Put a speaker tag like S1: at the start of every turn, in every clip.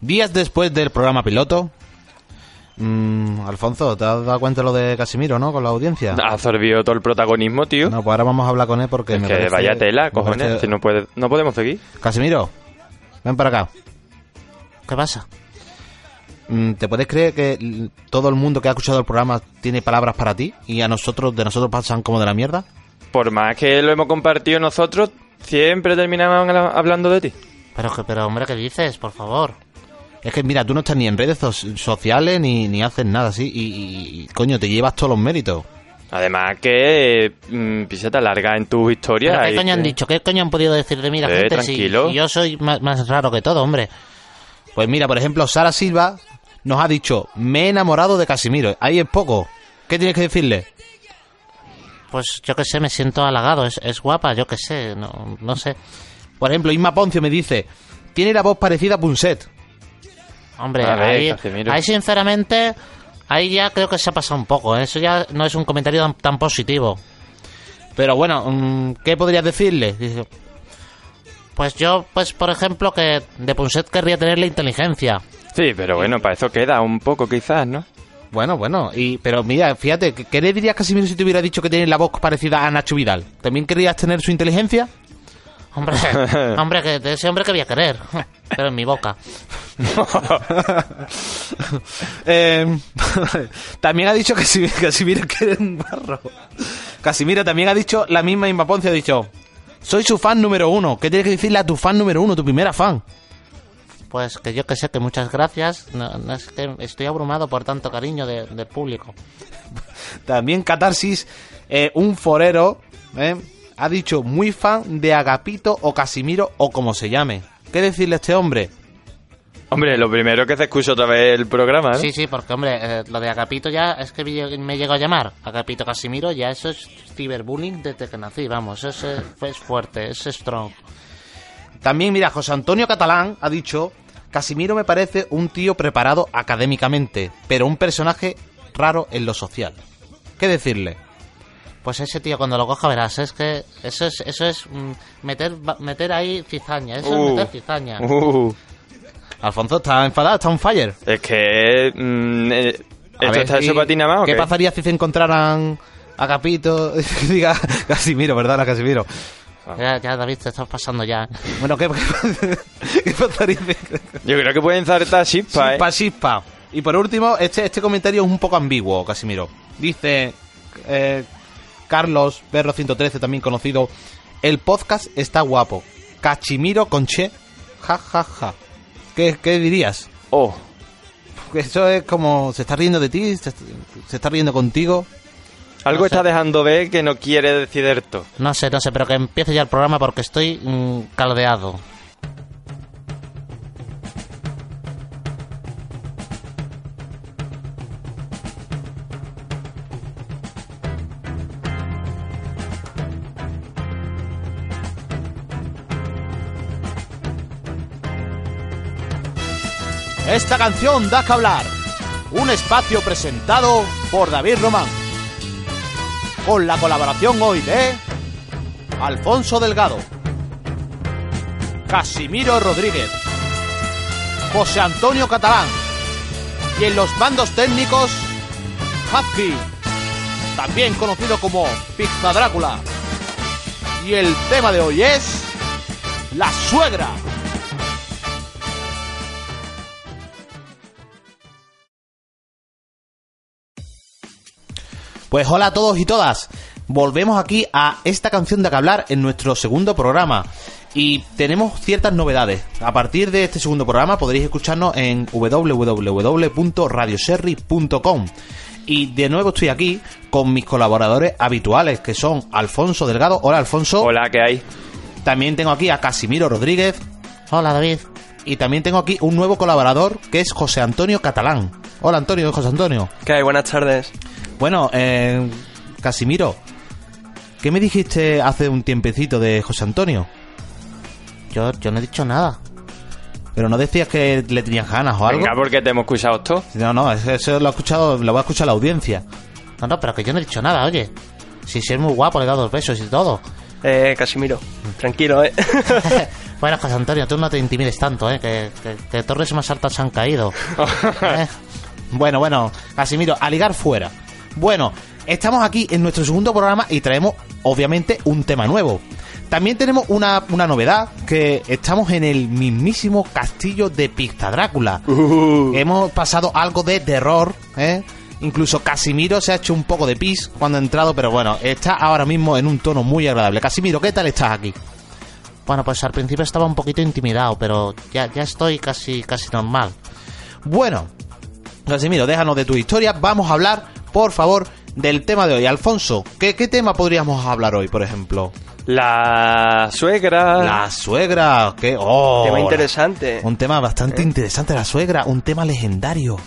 S1: Días después del programa piloto. mm, Alfonso, ¿te has dado cuenta lo de Casimiro, no? Con la audiencia.
S2: Absorbió todo el protagonismo, tío.
S1: No, pues ahora vamos a hablar con él porque
S2: Ah, es
S1: me
S2: que
S1: parece-
S2: vaya tela,
S1: me
S2: cojones.
S1: parece-
S2: Si no, puede, no podemos seguir.
S1: Casimiro, ven para acá. ¿Qué pasa? Mm, ¿Te puedes creer que l- todo el mundo que ha escuchado el programa tiene palabras para ti y a nosotros de nosotros pasan como de la mierda?
S2: Por más que lo hemos compartido nosotros, siempre terminaban habla- hablando de ti.
S1: Pero, que- pero hombre, ¿qué dices? Por favor. Es que mira, tú no estás ni en redes so- sociales ni, ni haces nada así y, y- y, coño, te llevas todos los méritos.
S2: Además que mm, piseta larga en tus historias.
S3: ¿Pero ¿Qué
S2: y
S3: coño han
S2: que-
S3: dicho? ¿Qué coño han podido decir de mí la
S2: Eh,
S3: gente? Si-
S2: tranquilo.
S3: si yo soy más, más raro que todo, hombre.
S1: Pues mira, por ejemplo, Sara Silva nos ha dicho, me he enamorado de Casimiro. Ahí es poco. ¿Qué tienes que decirle?
S3: Pues yo qué sé, me siento halagado. Es, es guapa, yo qué sé, no, no sé.
S1: Por ejemplo, Isma Poncio me dice, tiene la voz parecida a Punset.
S3: Hombre,
S2: A ver,
S3: ahí,
S2: Casimiro.
S3: ahí sinceramente, ahí ya creo que se ha pasado un poco. ¿eh? Eso ya no es un comentario tan, tan positivo.
S1: Pero bueno, mm, ¿qué podrías decirle? Dice,
S3: Pues yo, pues por ejemplo, que de Punset querría tener la inteligencia.
S2: Sí, pero bueno, para eso queda un poco quizás, ¿no?
S1: Bueno, bueno, y pero mira, fíjate, ¿qué- ¿qué le dirías a Casimiro si te hubiera dicho que tiene la voz parecida a Nacho Vidal? ¿También querías tener su inteligencia?
S3: Hombre, hombre, que de ese hombre que voy a querer. Pero en mi boca.
S1: Eh, también ha dicho que si Casimiro quiere un barro. Casimiro también ha dicho, la misma Inma Ponce ha dicho, soy su fan número uno. ¿Qué tienes que decirle a tu fan número uno, tu primera fan?
S3: Pues que yo que sé, que muchas gracias. No, no, es que estoy abrumado por tanto cariño de- del público.
S1: También Catarsis, eh, un forero, eh, ha dicho, muy fan de Agapito o Casimiro o como se llame. ¿Qué decirle a este hombre?
S2: Hombre, lo primero que se escucha otra vez el programa, ¿no?
S3: Sí, sí, porque hombre, eh, lo de Agapito ya es que vi- me llegó a llamar. Agapito Casimiro, ya eso es ciberbullying desde que nací, vamos. Eso es, es fuerte, es strong.
S1: También, mira, José Antonio Catalán ha dicho, Casimiro me parece un tío preparado académicamente, pero un personaje raro en lo social. ¿Qué decirle?
S3: Pues ese tío cuando lo coja verás, es que eso es, eso es mm, meter, ba- meter ahí cizaña, eso
S2: Uh,
S3: es meter cizaña.
S2: uh,
S1: Alfonso está enfadado, está on fire.
S2: es que... mm,
S1: A
S2: eh, ¿Esto
S1: ver,
S2: está hecho
S1: ¿y
S2: para ti nada más o
S1: ¿Qué
S2: qué?
S1: pasaría si se encontraran a Capito? Que Diga, Casimiro, ¿verdad? A Casimiro.
S3: Ya, ya, David, te estás pasando ya.
S1: Bueno, ¿qué, qué, qué pasaría si...
S2: Yo creo que pueden saltar chispas, ¿eh?
S1: Chispa, chispa. Pues, Y por último, este, este comentario es un poco ambiguo, Casimiro. Dice eh, Carlos Berro 113, también conocido. El podcast está guapo. Cachimiro con che. Ja, ja, ja. ¿Qué, qué dirías?
S2: Oh,
S1: Eso es como... ¿Se está riendo de ti? ¿Se, se está riendo contigo?
S2: algo está dejando ver que no quiere decir esto.
S3: No sé, no sé, pero que empiece ya el programa porque estoy mm, caldeado.
S1: Esta canción da que hablar. Un espacio presentado por David Román. Con la colaboración hoy de Alfonso Delgado, Casimiro Rodríguez, José Antonio Catalán y en los bandos técnicos Hapki, también conocido como Pizza Drácula. Y el tema de hoy es la suegra. Pues hola a todos y todas. Volvemos aquí a esta canción de que hablar en nuestro segundo programa. Y tenemos ciertas novedades. A partir de este segundo programa podréis escucharnos en www.radioserry.com. Y de nuevo estoy aquí con mis colaboradores habituales, que son Alfonso Delgado. Hola Alfonso.
S2: Hola, ¿qué hay?
S1: También tengo aquí a Casimiro Rodríguez.
S3: Hola, David.
S1: Y también tengo aquí un nuevo colaborador que es José Antonio Catalán. Hola Antonio, eh, José Antonio.
S4: ¿Qué hay? Buenas tardes.
S1: Bueno, eh, Casimiro, ¿qué me dijiste hace un tiempecito de José Antonio?
S3: Yo, yo no he dicho nada.
S1: Pero no decías que le tenías ganas o algo.
S2: Venga, porque te hemos escuchado esto.
S1: No, no, eso- eso lo ha escuchado, lo va a escuchar la audiencia.
S3: No, no, pero que yo no he dicho nada, oye. Si, si es muy guapo, le he dado dos besos y todo.
S1: Mm.
S4: Eh, Casimiro, tranquilo, ¿eh?
S1: Bueno, José Antonio, tú no te intimides tanto, ¿eh? Que, que- que torres más altas han caído. ¿Eh? Bueno, bueno, Casimiro, a ligar fuera. Bueno, estamos aquí en nuestro segundo programa y traemos, obviamente, un tema nuevo. También tenemos una, una novedad, que estamos en el mismísimo castillo de Pista Drácula. Hemos pasado algo de terror, ¿eh? Incluso Casimiro se ha hecho un poco de pis cuando ha entrado, pero bueno, está ahora mismo en un tono muy agradable. Casimiro, ¿qué tal estás aquí? Bueno, pues al principio estaba un poquito intimidado, pero ya, ya estoy casi, casi normal. Bueno, Casimiro, déjanos de tu historia. Vamos a hablar, por favor, del tema de hoy. Alfonso, ¿qué, qué tema podríamos hablar hoy, por ejemplo?
S2: La suegra.
S1: La suegra, qué... Oh,
S4: Tema
S1: la-
S4: interesante.
S1: un tema
S2: ¿Eh?
S1: bastante interesante, la suegra, un tema legendario.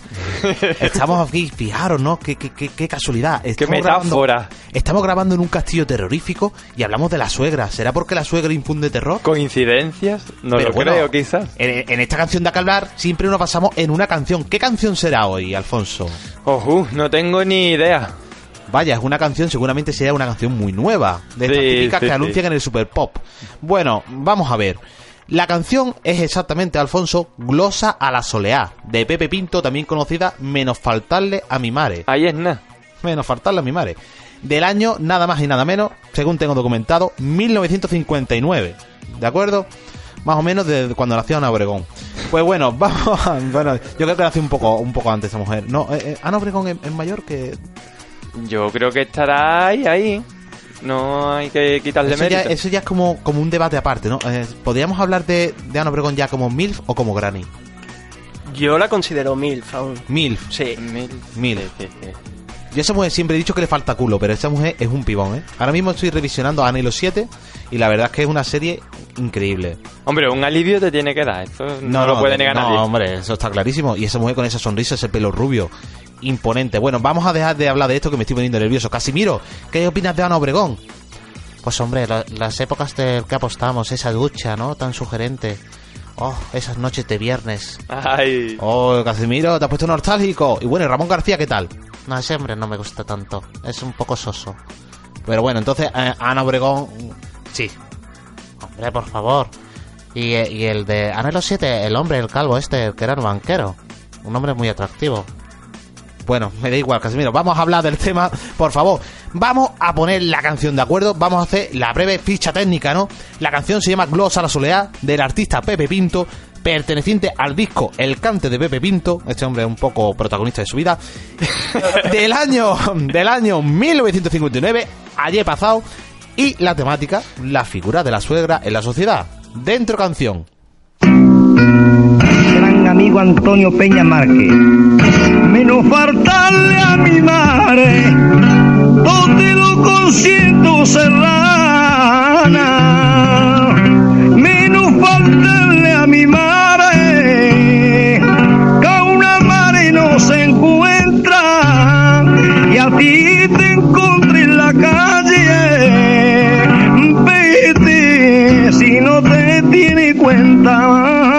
S1: Estamos aquí, fijaros, ¿no? Qué, qué- qué- qué casualidad. Estamos
S2: metáfora.
S1: Grabando, estamos grabando en un castillo terrorífico y hablamos de la suegra. ¿Será porque la suegra infunde terror?
S2: ¿Coincidencias? No
S1: Pero
S2: lo
S1: bueno,
S2: creo, quizás.
S1: En, en esta canción de Acalbar siempre nos basamos en una canción. ¿Qué canción será hoy, Alfonso?
S2: Ojú, no tengo ni idea.
S1: Vaya, es una canción, seguramente será una canción muy nueva, de estas
S2: Sí,
S1: típicas
S2: sí,
S1: que
S2: sí.
S1: anuncian en el Super Pop. Bueno, vamos a ver. La canción es exactamente, Alfonso, Glosa a la Soleá, de Pepe Pinto, también conocida Menos faltarle a mi mare.
S2: Ahí es nada.
S1: Menos faltarle a mi mare. Del año, nada más y nada menos, según tengo documentado, 1959. ¿De acuerdo? Más o menos desde cuando nació Ana Obregón. Pues bueno, vamos a- Bueno, yo creo que nació un poco, un poco antes esa mujer. No, eh, eh, Ana Obregón es- es mayor que
S2: Yo creo que estará ahí, ahí. No hay que quitarle
S1: Eso ya,
S2: mérito.
S1: eso ya es como, como un debate aparte, ¿no? Eh, ¿Podríamos hablar de, de Ana Obregón ya como MILF o como Granny?
S4: Yo la considero MILF aún.
S1: MILF.
S4: Sí.
S2: Mil-
S1: Mil.
S2: Sí, sí, sí.
S1: Yo a esa mujer siempre he dicho que le falta culo, pero esa mujer es un pibón, ¿eh? Ahora mismo estoy revisionando Ana y los siete y la verdad es que es una serie increíble.
S2: Hombre, un alivio te tiene que dar. Esto no, lo puede negar
S1: no,
S2: nadie.
S1: hombre, eso está clarísimo. Y esa mujer con esa sonrisa, ese pelo rubio, imponente. Bueno, vamos a dejar de hablar de esto que me estoy poniendo nervioso. Casimiro, ¿qué opinas de Ana Obregón? Pues hombre, la- las épocas del que apostamos, esa ducha, ¿no? Tan sugerente. Oh, esas noches de viernes.
S2: Ay.
S1: Oh, Casimiro, te has puesto nostálgico. Y bueno, y Ramón García, ¿qué tal?
S3: No, ese hombre no me gusta tanto. Es un poco soso.
S1: Pero bueno, entonces eh, Ana Obregón, sí.
S3: Hombre, por favor. Y, eh, y el de Anhelo 7, el hombre, el calvo este, el que era el banquero. Un hombre muy atractivo.
S1: Bueno, me da igual, Casimiro. Vamos a hablar del tema, por favor. Vamos a poner la canción, ¿de acuerdo? Vamos a hacer la breve ficha técnica, ¿no? La canción se llama Glosa a la Soledad, del artista Pepe Pinto, perteneciente al disco El Cante de Pepe Pinto. Este hombre es un poco protagonista de su vida. del año, del año 1959, ayer pasado. Y la temática, la figura de la suegra en la sociedad. Dentro canción.
S5: gran amigo Antonio Peña Márquez. Menos faltarle a mi madre, lo consiento serrana. Menos faltarle a mi madre, que a una madre no se encuentra. Y a ti te encontré en la calle, vete si no te tiene cuenta.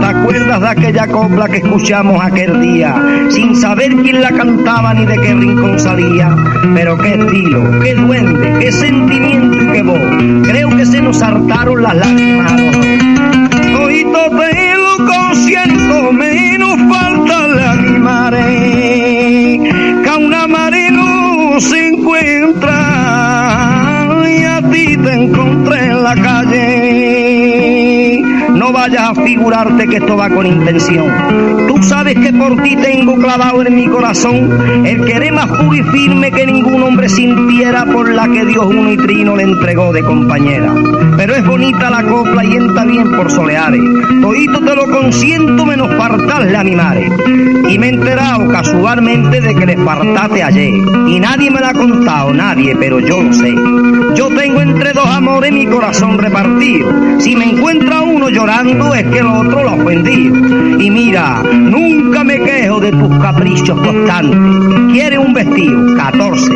S5: ¿Te acuerdas de aquella copla que escuchamos aquel día? Sin saber quién la cantaba ni de qué rincón salía. Pero qué estilo, qué duende, qué sentimiento y qué voz. Creo que se nos hartaron las lágrimas a los dos. Coito te lo consiento, menos falta la mi mare. Que a una mare no se encuentra. Y a ti te encontré en la calle. No vayas a figurarte que esto va con intención. Tú sabes que por ti tengo clavado en mi corazón el querer más puro y firme que ningún hombre sintiera por la que Dios uno y trino le entregó de compañera. Pero es bonita la copla y entra bien por soleares. Todito te lo consiento menos fartarle a mi madre. Y me he enterado casualmente de que le fartaste ayer. Y nadie me la ha contado, nadie, pero yo lo sé. Yo tengo entre dos amores mi corazón repartido. Si me encuentra uno llorando es que el otro lo ha ofendido. Y mira, nunca me quejo de tus caprichos constantes. Quiere un vestido, 14.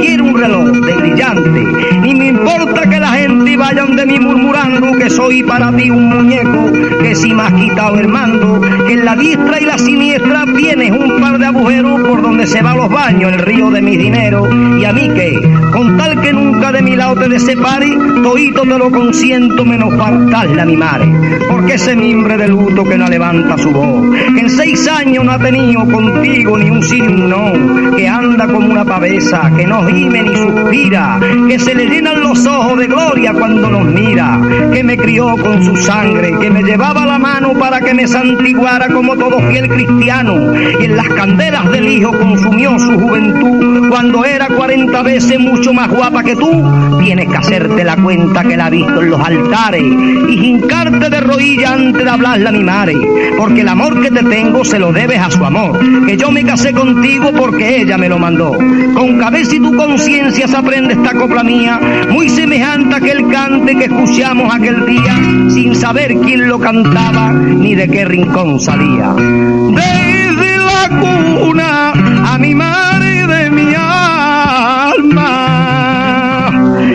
S5: Quiere un reloj de brillante. Ni me importa que la gente vayan de mí murmurando que soy para ti un muñeco que si me has quitado el mando. Que en la diestra y la siniestra tienes un par de agujeros por donde se van los baños el río de mi dinero. Y a mí que Con tal que nunca de mi lado te desepare, toito te lo consiento menos faltarle a mi madre. Porque ese mimbre de luto que no levanta su voz, que en seis años no ha tenido contigo ni un signo, que anda como una pavesa, que no gime ni suspira, que se le llenan los ojos de gloria cuando nos mira, que me crió con su sangre, que me llevaba la mano para que me santiguara como todo fiel cristiano, y en las candelas del hijo consumió su juventud, cuando era cuarenta veces mucho más guapa que tú, tienes que hacerte la cuenta que la ha visto en los altares, y jincarte de rodillas antes de hablarle a mi madre, porque el amor que te tengo se lo debes a su amor, que yo me casé contigo porque ella me lo mandó, con cabeza y tu conciencia se aprende esta copla mía, muy semejante a aquel cante que escuchamos aquel día, sin saber quién lo cantaba ni de qué rincón salía. Desde la cuna a mi madre de mi alma,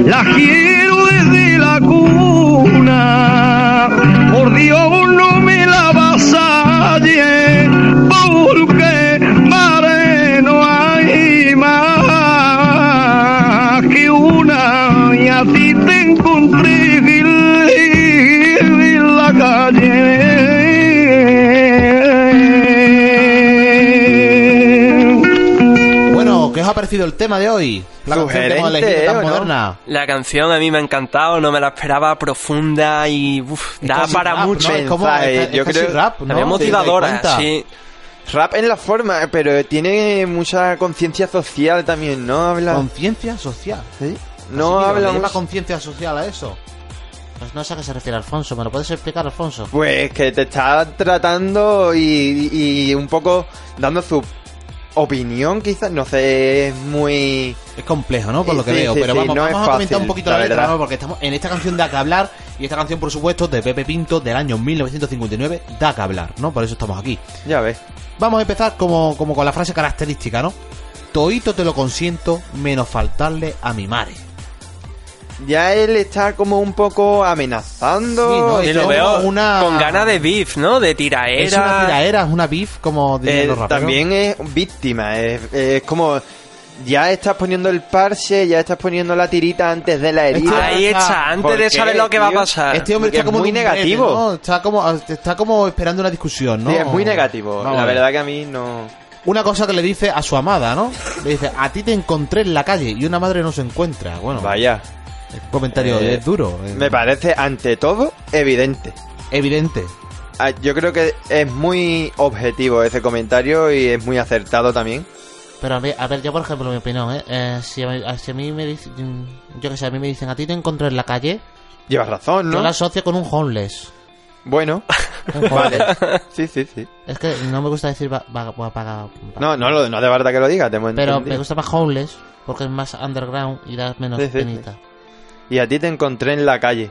S5: la quiero desde la cuna, por Dios no me la vasalle, porque madre no hay más que una y a ti te encontré en la calle.
S1: Bueno, ¿qué os ha parecido el tema de hoy? La canción que hemos elegido
S4: ¿eh,
S1: tan
S4: o no?
S1: moderna.
S4: La canción a mí me ha encantado, no me la esperaba profunda y uf,
S1: Es
S4: da
S1: casi
S4: para
S1: rap,
S4: mucho.
S1: ¿no? Es como,
S2: Ay,
S1: es- es
S2: eh, yo
S1: casi
S2: creo-
S1: rap, ¿no?
S4: La veo
S1: ¿Te das
S4: motivadora,
S1: cuenta?
S4: sí.
S2: Rap en la forma, pero tiene mucha conciencia social también, ¿no? Habla...
S1: Conciencia social.
S2: ¿Sí? No
S1: Así que
S2: habla
S1: le llama
S2: mucho-
S1: conciencia social a eso.
S3: Pues no sé a qué se refiere Alfonso, ¿me lo puedes explicar, Alfonso?
S2: Pues que te está tratando y, y un poco dando su opinión, quizás. No sé, es muy...
S1: Es complejo, ¿no? Por
S2: Sí,
S1: lo que
S2: sí,
S1: veo.
S2: sí,
S1: pero
S2: sí,
S1: vamos,
S2: no
S1: vamos
S2: es
S1: a comentar
S2: fácil,
S1: un poquito
S2: la
S1: la, letra,
S2: verdad.
S1: ¿no? Porque estamos en esta canción da que hablar. Y esta canción, por supuesto, de Pepe Pinto del año 1959, da que hablar, ¿no? Por eso estamos aquí.
S2: Ya ves.
S1: Vamos a empezar como, como con la frase característica, ¿no? Toito te lo consiento, menos faltarle a mi madre.
S2: Ya él está como un poco amenazando.
S1: Sí, no,
S4: Y
S1: es
S4: lo veo
S1: como una-
S4: con ganas de beef, ¿no? De tiraera.
S1: Es una tiraera, es una beef, como dirían
S2: Eh,
S1: los raperos.
S2: también es víctima, es, es como ya estás poniendo el parche, ya estás poniendo la tirita antes de la herida.
S4: Ahí está, antes
S2: ¿Por
S4: de
S2: qué,
S4: saber lo que va a
S2: tío?
S4: pasar.
S1: Este hombre
S2: porque
S1: está
S2: ah, es
S1: como
S2: muy
S1: en un brete,
S2: negativo.
S1: ¿no? Está como, ah, está como esperando una discusión, ¿no?
S2: Sí, es muy negativo,
S1: Vamos a
S2: la
S1: ver.
S2: verdad que a mí no...
S1: Una cosa que le dice a su amada, ¿no? Le dice, a ti te encontré en la calle y una madre no se encuentra. Bueno,
S2: Vaya,
S1: el comentario
S2: Eh,
S1: es duro. eh,
S2: me parece ante todo evidente.
S1: Evidente.
S2: Ah, Yo creo que es muy objetivo ese comentario y es muy acertado también.
S3: Pero a ver, a ver, yo por ejemplo, mi opinión, ¿eh? Eh, si, a mí, a- si a mí me dicen, yo que sé, a mí me dicen, a ti te encontré en la calle,
S2: Llevas razón,
S3: yo
S2: ¿no?
S3: la asocio con un homeless.
S2: Bueno,
S3: Un homeless.
S2: sí, sí, sí.
S3: es que no me gusta decir va- va- va- va- va-
S2: No, no, lo- no de verdad que lo digas, te hemos
S3: pero me
S2: entendido.
S3: gusta más homeless porque es más underground y da menos
S2: Sí, sí, sí.
S3: penita.
S2: Y a ti te encontré en la calle.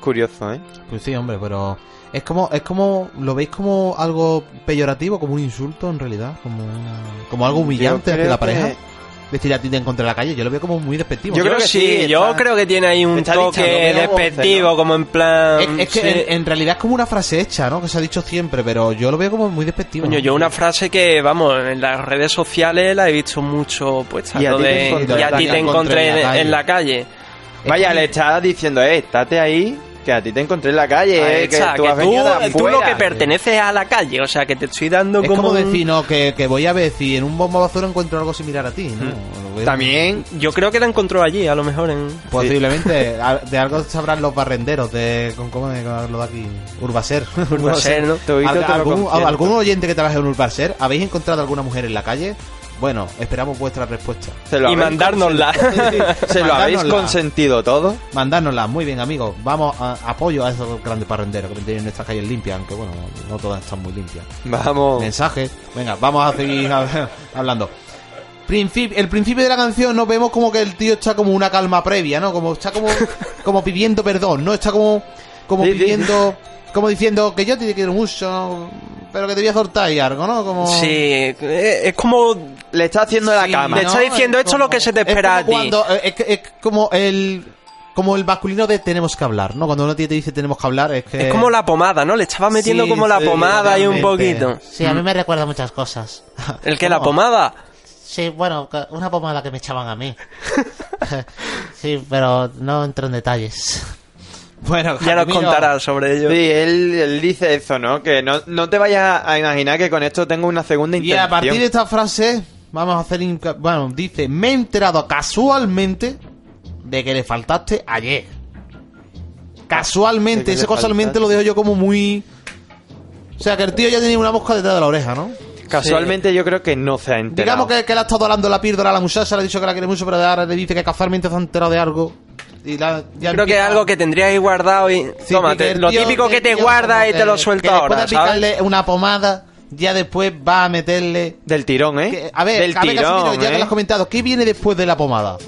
S2: Curioso, ¿eh?
S1: Pues sí, hombre, pero es como, es como, lo veis como algo peyorativo, como un insulto en realidad, como una- como algo humillante
S2: Yo
S1: de la
S2: creo
S1: pareja.
S2: que-
S1: Decir a ti te encontré en la calle, yo lo veo como muy despectivo.
S2: Yo
S4: Yo,
S2: creo que
S4: sí,
S2: sí,
S4: yo
S2: está-
S4: creo que tiene ahí un
S2: está dicha, lo
S4: toque
S2: veo como
S4: despectivo,
S2: cena.
S4: como en plan...
S1: Es, es que
S4: Mm, sí.
S1: en, en realidad es como una frase hecha, ¿no? Que se ha dicho siempre, pero yo lo veo como muy despectivo.
S4: Coño,
S1: ¿no?
S4: yo una frase que, vamos, en las redes sociales la he visto mucho puesta.
S2: Y a
S4: lo
S2: ti te
S4: de,
S2: encontré-
S4: y a ti te encontré en, en la calle.
S2: Vaya, le estás diciendo, eh, estate ahí, que a ti te encontré en la calle,
S4: Ahí
S2: eh, que
S4: está,
S2: tú
S4: Ah, que
S2: has venido de
S4: tú, tú lo
S2: afuera.
S4: que perteneces a la calle, o sea, que te estoy dando
S1: Es
S4: como...
S1: como
S4: un-
S1: decir, no, que, que voy a ver si en un bombo basura encuentro algo similar a ti, ¿no? Lo veo-
S2: Pues También,
S4: Yo creo que la encontró allí, a lo mejor en...
S2: Pues
S1: Posiblemente, a- de algo sabrán los barrenderos de. con- ¿Cómo es lo de aquí? Urbaser.
S4: Urbaser, ¿no?
S2: Toito
S1: ¿Al-
S2: te lo
S1: algún,
S2: confiero.
S1: algún oyente que trabaje en Urbaser? ¿Habéis encontrado alguna mujer en la calle? Bueno, esperamos vuestra respuesta.
S2: se lo
S4: Y
S2: habéis
S4: mandárnosla.
S2: consen- Se lo habéis
S1: Mandárnosla.
S2: consentido todo.
S1: Mandárnosla, muy bien, amigos. Vamos a apoyo a esos grandes barrenderos que tienen nuestras calles limpias, aunque bueno, no todas están muy limpias.
S2: Vamos.
S1: mensajes. Venga, vamos a seguir hab- hablando. Princip- el principio de la canción nos vemos como que el tío está como una calma previa, ¿no? Como está como, como pidiendo perdón, ¿no? Está como, como
S2: Sí, sí.
S1: pidiendo, como diciendo que yo te quiero mucho, pero que te voy a soltar y algo, ¿no? Como
S4: Sí, eh, es como...
S2: Le está haciendo la
S1: Sí,
S2: cama.
S4: Le
S1: ¿no?
S4: está diciendo, esto es lo que se te
S1: es
S4: espera
S1: como
S4: a ti.
S1: cuando- eh, es, que- es como el como el masculino de tenemos que hablar, ¿no? Cuando uno te dice tenemos que hablar es que
S4: Es como la pomada, ¿no? Le estaba metiendo
S1: sí,
S4: como la
S1: sí,
S4: pomada ahí un
S1: totalmente.
S4: poquito.
S3: Sí,
S2: Mm.
S3: a mí me recuerda muchas cosas.
S4: El que la
S1: ¿Cómo?
S4: pomada.
S3: Sí, bueno, que- una pomada que me echaban a mí. sí, pero no entro en detalles.
S1: Bueno,
S4: Ya nos
S1: Casimiro,
S4: contarás sobre ello.
S2: Sí, él, él dice eso, ¿no? Que no, no te vayas a imaginar que con esto tengo una segunda
S1: Y
S2: intención.
S1: a partir de esta frase, vamos a hacer. inca- Bueno, dice: Me he enterado casualmente de que le faltaste ayer.
S2: De que
S1: Casualmente,
S2: le
S1: ese casualmente
S2: faltaste.
S1: lo dejo yo como muy. O sea, que el tío ya tenía una mosca detrás de la oreja, ¿no?
S2: Casualmente yo creo que no se ha enterado.
S1: Digamos que, que le ha estado hablando la píldora a la muchacha, le ha dicho que la quiere mucho, pero ahora le dice que casualmente se ha enterado de algo. Y la, ya
S4: Creo que es
S1: empieza-
S4: algo que tendrías ahí guardado y...
S1: Sí, que
S4: Tómate,
S1: el
S4: lo
S1: tío-
S4: típico que
S1: el
S4: te
S1: tío
S4: guarda
S1: como
S4: y te lo
S1: que-
S4: suelto
S1: que
S4: ahora,
S1: después de
S4: ¿sabes?
S1: picarle una pomada, ya después va a meterle
S2: Del tirón, ¿eh?
S1: Que- a ver,
S2: Del
S1: a ver,
S2: tirón,
S1: Casimiro, ya
S2: ¿eh?
S1: que lo has comentado, ¿qué viene después de la pomada?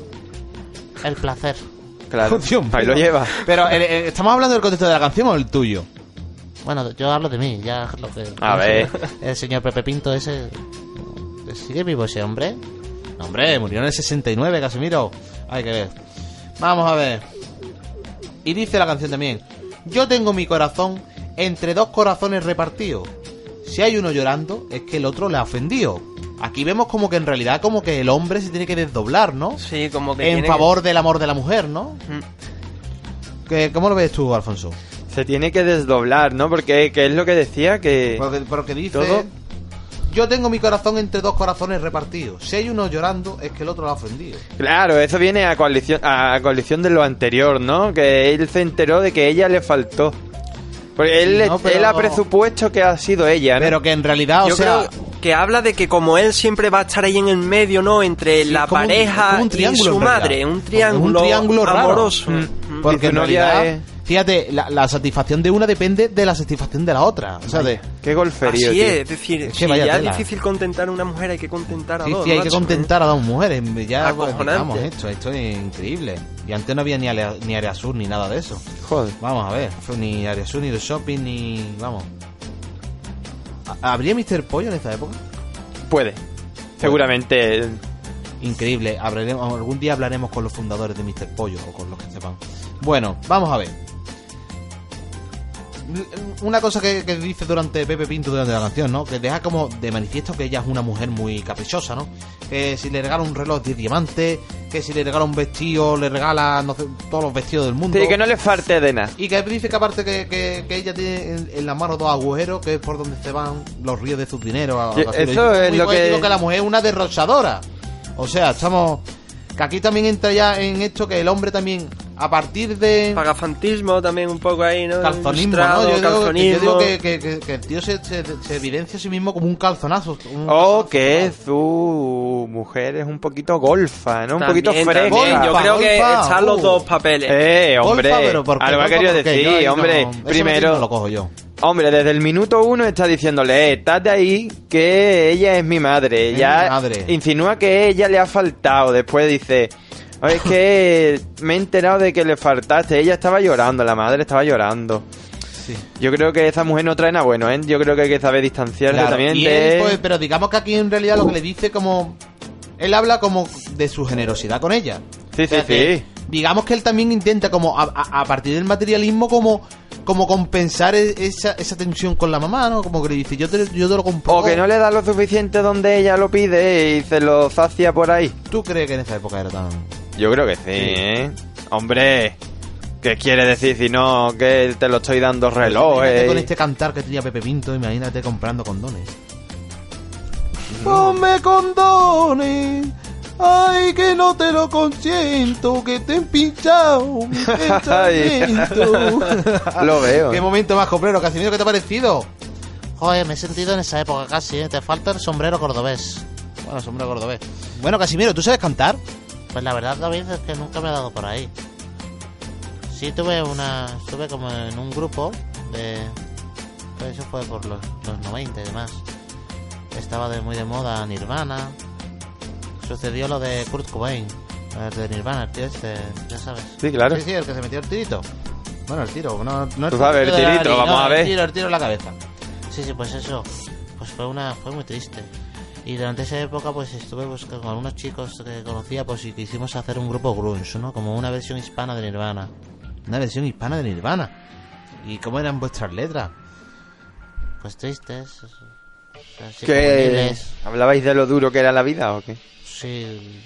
S3: El placer.
S2: Claro.
S1: Dios mío.
S2: Ahí lo lleva.
S1: Pero eh, eh, estamos hablando del contexto de la canción o el tuyo.
S3: Bueno, yo hablo de mí, ya es lo que...
S2: A ver.
S3: El señor Pepe Pinto ese... ¿Sigue vivo ese hombre?
S1: Hombre, murió en el 69, Casimiro. Hay que ver. Vamos a ver. Y dice la canción también. Yo tengo mi corazón entre dos corazones repartidos. Si hay uno llorando, es que el otro le ha ofendido. Aquí vemos como que en realidad como que el hombre se tiene que desdoblar, ¿no?
S4: Sí, como que Mm.
S1: En
S4: tiene-
S1: favor del amor de la mujer, ¿no? ¿Qué- ¿Cómo lo ves tú, Alfonso?
S2: Se tiene que desdoblar, ¿no? Porque que es lo que decía que...
S1: Porque, porque dice...
S2: Todo.
S1: Yo tengo mi corazón entre dos corazones repartidos. Si hay uno llorando, es que el otro lo ha ofendido.
S2: Claro, eso viene a coalición, a coalición de lo anterior, ¿no? Que él se enteró de que ella le faltó. Porque él,
S1: no, pero-
S2: él ha presupuesto que ha sido ella, ¿no?
S1: Pero que en realidad, o
S4: Yo
S1: sea...
S4: creo que habla de que como él siempre va a estar ahí en el medio, ¿no? Entre
S1: Sí,
S4: la
S1: es como un- es
S4: pareja
S1: como un
S4: y
S1: triángulo,
S4: su
S1: en realidad.
S4: madre, un
S1: Es un
S4: triángulo,
S1: triángulo raro.
S4: amoroso.
S2: Mm.
S4: Mm.
S1: Porque
S2: Dice,
S1: en
S2: no, ya
S1: realidad,
S2: es-
S1: fíjate, la, la satisfacción de una depende de la satisfacción de la otra. O sea, de,
S2: Qué golferío,
S4: Así
S2: tío.
S4: es, es decir,
S1: Es que
S4: si
S1: vaya
S4: ya es
S1: tela.
S4: difícil contentar a una mujer, hay que contentar a
S1: sí,
S4: dos.
S1: sí, hay que
S4: macho. ¿eh?
S1: contentar a dos mujeres. Ya pues,
S4: Acojonante.
S1: vamos, esto, esto es increíble. Y antes no había ni área, ni área sur ni nada de eso.
S2: Joder.
S1: Vamos a ver, ni área sur, ni de shopping, ni. Vamos. ¿Ha- ¿Habría Mr. Pollo en esta época?
S2: Puede. Seguramente.
S1: Increíble. Hablaremos, algún día hablaremos con los fundadores de Mr. Pollo o con los que sepan. Bueno, vamos a ver. L- Una cosa que, que dice durante Pepe Pinto durante la canción, ¿no? Que deja como de manifiesto que ella es una mujer muy caprichosa, ¿no? Que si le regala un reloj de diamantes, que si le regala un vestido, le regala no sé, todos los vestidos del mundo.
S2: Sí, que no le falte de nada.
S1: Y que dice que aparte que, que- que ella tiene en, en la mano dos agujeros, que es por donde se van los ríos de sus dineros. algo
S2: Yo-
S1: así.
S2: eso
S1: Yo
S2: es
S1: muy
S2: lo
S1: guay,
S2: que-
S1: digo que la mujer es una derrochadora. O sea, estamos... Que aquí también entra ya en esto que el hombre también, a partir de...
S4: Pagafantismo también un poco ahí, ¿no?
S1: Calzonismo, ¿no?
S4: Ilustrado,
S1: Yo digo, que, yo
S4: calzonismo.
S1: digo que, que- que- que el tío se, se- se evidencia a sí mismo como un calzonazo. un-
S2: O que su Oh, mujer es un poquito golfa, ¿no? Un
S4: También,
S2: poquito fresca.
S4: también. Yo
S1: Golfa,
S4: creo que
S1: golfa,
S4: están los
S1: uh.
S4: dos papeles.
S2: Eh,
S1: Golfa,
S2: hombre.
S1: pero ¿por qué?
S2: algo
S1: Golfa,
S2: que quería
S1: ¿por qué?
S2: decir,
S1: Yo ahí no-
S2: hombre.
S1: eso no
S2: primero,
S1: lo cojo yo.
S2: hombre, desde el minuto uno está diciéndole, "Eh, estás de ahí, que ella es mi madre.
S1: Es
S2: ya
S1: mi madre.
S2: insinúa que ella le ha faltado. Después dice, "Oye, es que me he enterado de que le faltaste. Ella estaba llorando, la madre estaba llorando.
S1: Sí.
S2: Yo creo que esa mujer no trae nada bueno, ¿eh? Yo creo que hay que saber distanciarse
S1: Claro,
S2: también
S1: y
S2: de...
S1: él, pues, pero digamos que aquí en realidad lo que le dice como... Él habla como de su generosidad con ella.
S2: Sí,
S1: O sea
S2: sí,
S1: que,
S2: sí.
S1: Digamos que él también intenta como a, a- a partir del materialismo como como compensar e- esa, esa tensión con la mamá, ¿no? Como que le dice, yo te, yo te lo compro.
S2: O que no le da lo suficiente donde ella lo pide y se lo sacia por ahí.
S1: ¿Tú crees que en esa época era tan...?
S2: Yo creo que sí, ¿eh? Hombre, ¿qué quiere decir si no que te lo estoy dando reloj,
S1: Imagínate
S2: eh?
S1: Con este cantar que tenía Pepe Pinto, imagínate comprando condones.
S6: Ponme condones. Ay, que no te lo consiento, que te he pinchado.
S2: Lo veo.
S1: ¿Qué momento más coplero, Casimiro? ¿Qué te ha parecido?
S3: Joder, me he sentido en esa época casi, ¿eh? Te falta el sombrero cordobés. Bueno, sombrero cordobés.
S1: Bueno, Casimiro, ¿tú sabes cantar?
S3: Pues la verdad, David, es que nunca me ha dado por ahí. Sí tuve una... Estuve como en un grupo de... pues eso fue por los, los 90 y demás. Estaba de muy de moda Nirvana. Sucedió lo de Kurt Cobain. El de Nirvana, el tío este, ya sabes.
S2: Sí, claro.
S1: Sí, sí, el que se metió el tirito. Bueno, el tiro, no, no
S2: Tú sabes, el
S1: de la
S2: tirito,
S1: nariz,
S2: vamos
S1: no,
S2: a
S1: El
S2: ver.
S1: tiro, el tiro en la cabeza.
S3: Sí, sí, pues eso. Pues fue una, fue muy triste. Y durante esa época, pues estuve buscando con algunos chicos que conocía, pues y quisimos hacer un grupo grunge, ¿no? Como una versión hispana de Nirvana.
S1: Una versión hispana de Nirvana. ¿Y cómo eran vuestras letras?
S3: Pues tristes. o sea, así como
S2: ¿Qué?
S3: miles.
S2: ¿Hablabais de lo duro que era la vida o qué?
S3: sí.